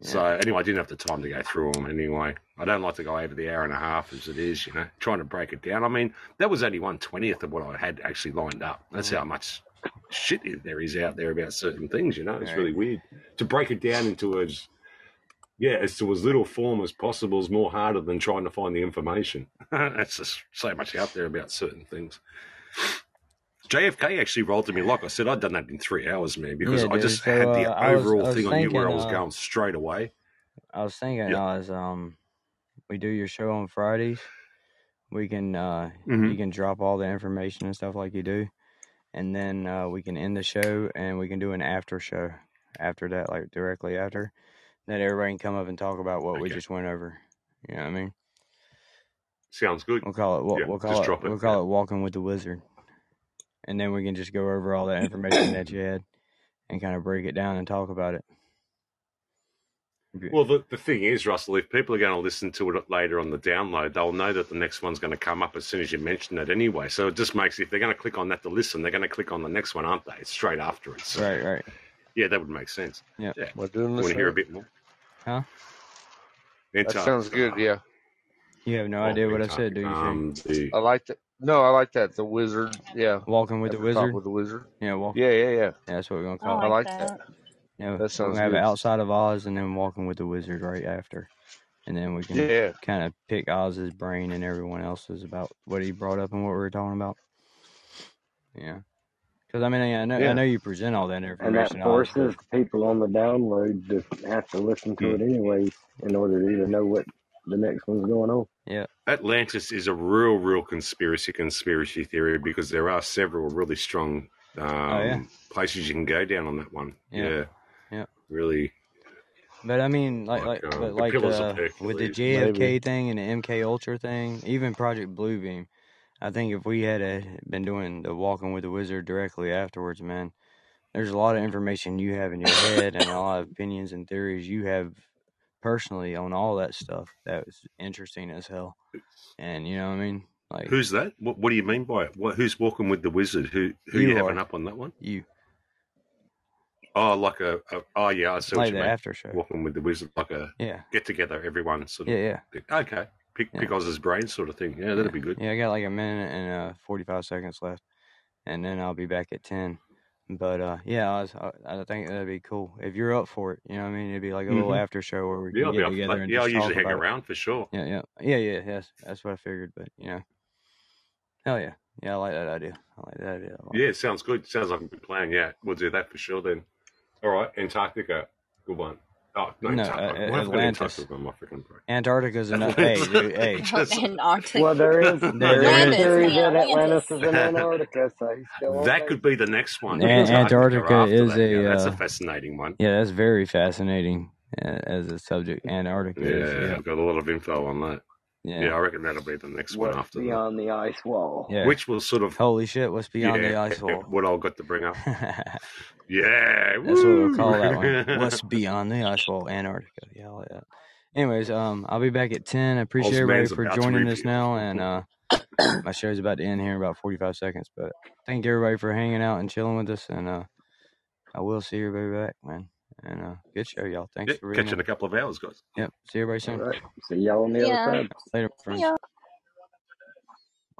S7: So
S1: Yeah.
S7: anyway, I didn't have the time to go through them anyway. I don't like to go over the hour and a half as it is, you know, trying to break it down. I mean, that was only one twentieth of what I had actually lined up. That's
S1: Mhm.
S7: how much shit there is out there about certain things, you know. It's
S1: Right.
S7: really weird to break it down into as yeah, as to as little form as possible is more harder than trying to find the information. That's just so much out there about certain things. JFK actually rolled to me, like I said, I'd done that in three hours, man, because
S1: Yeah,
S7: I
S1: dude.
S7: just
S1: So
S7: had the
S1: uh, I was
S7: overall
S1: I was
S7: thing. I knew where
S1: thinking
S7: I was
S1: uh
S7: going straight away.
S1: I was thinking
S7: Yeah.
S1: I was um we do your show on Fridays. We can uh
S7: hmm
S1: you can drop all the information and stuff like you do. And then uh we can end the show and we can do an after show after that, like directly after. That everybody can come up and talk about what we
S7: Okay.
S1: just went over. You know what I mean?
S7: Sounds good.
S1: We'll call it we'll,
S7: Yeah.
S1: we'll
S7: Just
S1: call it
S7: drop it.
S1: we'll
S7: Yeah.
S1: call it walking with the wizard. and then we can just go over all that information that you had and kind of break it down and talk about it. Okay.
S7: Well, the, the thing is, Russell, if people are going to listen to it later on the download, they'll know that the next one's going to come up as soon as you mention it anyway. So it just makes, if they're going to click on that to listen, they're going to click on the next one, aren't they? It's straight after it. So,
S1: Right, right.
S7: yeah, that would make sense.
S1: Yep.
S7: Yeah.
S6: Am I doing
S7: You
S6: this
S7: want to hear a
S6: right?
S7: bit more?
S1: Huh?
S6: That
S7: Antar.
S6: sounds good. Yeah,
S1: You have no
S7: Oh,
S1: idea what I
S7: Antar.
S1: said, do you, Shane?
S7: Um, the,
S6: I like that. No, I like that. The wizard. Yeah,
S1: Walking with
S6: at
S1: the
S6: the top
S1: wizard?
S6: with the wizard.
S1: Yeah, walk.
S6: Yeah, yeah, yeah.
S1: Yeah, that's what we're gonna
S3: I
S1: call
S6: I
S1: it.
S3: like
S6: like that.
S3: that.
S1: Yeah,
S6: That
S1: we're
S6: sounds
S1: gonna have it
S6: good.
S1: outside of Oz and then walking with the wizard right after, and then we can
S6: Yeah.
S1: kind of pick Oz's brain and everyone else's about what he brought up and what we were talking about. Yeah, because I mean, I know I
S6: Yeah.
S1: know you present all
S2: And
S1: that
S2: that
S1: information, Oz, but
S2: forces people on the download to have to listen to
S7: mm.
S2: it anyway in order to even know what the next one's going on.
S1: yeah,
S7: Atlantis is a real, real conspiracy conspiracy theory because there are several really strong
S1: oh yeah,
S7: um, places you can go down on that one.
S1: yeah.
S7: Yeah.
S1: Yeah.
S7: Really,
S1: But I mean, like, like,
S7: Like, uh,
S1: but
S7: the
S1: like
S7: pillars
S1: uh,
S7: of Hercules,
S1: with the JFK
S6: maybe.
S1: thing and the MK Ultra thing, even Project Bluebeam, I think if we had uh been doing the Walking with the Wizard directly afterwards, man, there's a lot of information you have in your head and a lot of opinions and theories you have personally on all that stuff that was interesting as hell. And you know what I mean? Like
S7: who's that? What, what do you mean by it? What, who's walking with the wizard? Who who
S1: You
S7: you having
S1: are.
S7: up on that one?
S1: you,
S7: Oh, like a, a oh yeah, I see what
S1: like
S7: you
S1: the
S7: mean.
S1: after show.
S7: Walking with the wizard, like a
S1: Yeah,
S7: get together, everyone sort
S1: yeah,
S7: of.
S1: yeah.
S7: Okay, pick
S1: Yeah.
S7: pick Oz's brain sort of thing. Yeah,
S1: yeah.
S7: that'd be good.
S1: Yeah, I got like a minute and uh, 45 seconds left. and then I'll be back at ten. But uh, yeah, I, was, I, I think that'd be cool if you're up for it. You know what I mean? It'd be like a little
S7: Mhm.
S1: after show where we
S7: Yeah,
S1: can
S7: I'll be
S1: get
S7: up for
S1: together
S7: that.
S1: and
S7: Yeah, I
S1: just talk
S7: usually hang
S1: about it.
S7: around for sure.
S1: Yeah, yeah, yeah, yeah. Yes, that's what I figured. But you know, hell yeah, yeah, I like that idea. I like that idea a lot.
S7: Yeah, sounds good. Sounds like a good plan. Yeah, we'll do that for sure then. All right, Antarctica, good one. Oh no,
S1: No,
S7: Antarctica.
S1: uh,
S7: Why have I got
S1: Atlantis,
S7: Antarctica on my freaking brain?
S1: Antarctica's another. Hey, dude, hey,
S7: Atlantis.
S3: Antarctic.
S2: Well, there is
S1: there,
S2: there
S1: there
S2: is
S1: is.
S3: Atlantis,
S2: theory
S3: man.
S2: that Atlantis
S3: Atlantis.
S2: is in Antarctica, so he's still on
S7: that
S2: there.
S7: could be the next one.
S1: An-
S7: Antarctica
S1: Antarctica
S7: after
S1: is
S7: that. Yeah,
S1: a.
S7: that's a
S1: Uh,
S7: fascinating one.
S1: yeah, that's very fascinating uh, as a subject. Antarctica is.
S7: Yeah,
S1: Yeah,
S7: I've got a lot of info on that.
S1: yeah,
S7: Yeah, I reckon that'll be the next one
S2: What's
S7: after that,
S2: beyond the ice wall?
S1: yeah.
S7: which will sort of
S1: Holy shit! What's beyond
S7: yeah,
S1: the ice wall?
S7: what I've got to bring up.
S1: That's
S7: Yeah,
S1: what we'll
S7: woo.
S1: call that one. What's beyond the ice wall? Antarctica. Yeah, I like that. Anyways, um, I'll be back at ten. I appreciate
S7: Oz
S1: everybody
S7: man's
S1: for
S7: about to
S1: joining us
S7: reveal.
S1: now, and uh, my show's about to end here in about forty-five seconds. But thank everybody for hanging out and chilling with us, and uh, I will see everybody back, man. And uh, good show, y'all. Thanks
S7: Yeah,
S1: for being
S7: catch you
S1: here.
S7: in a couple of hours, guys.
S1: Yep, see everybody
S2: All
S1: soon.
S2: right. See y'all on the other
S3: Yeah.
S2: side.
S1: Later,
S3: See
S1: friends.
S3: ya.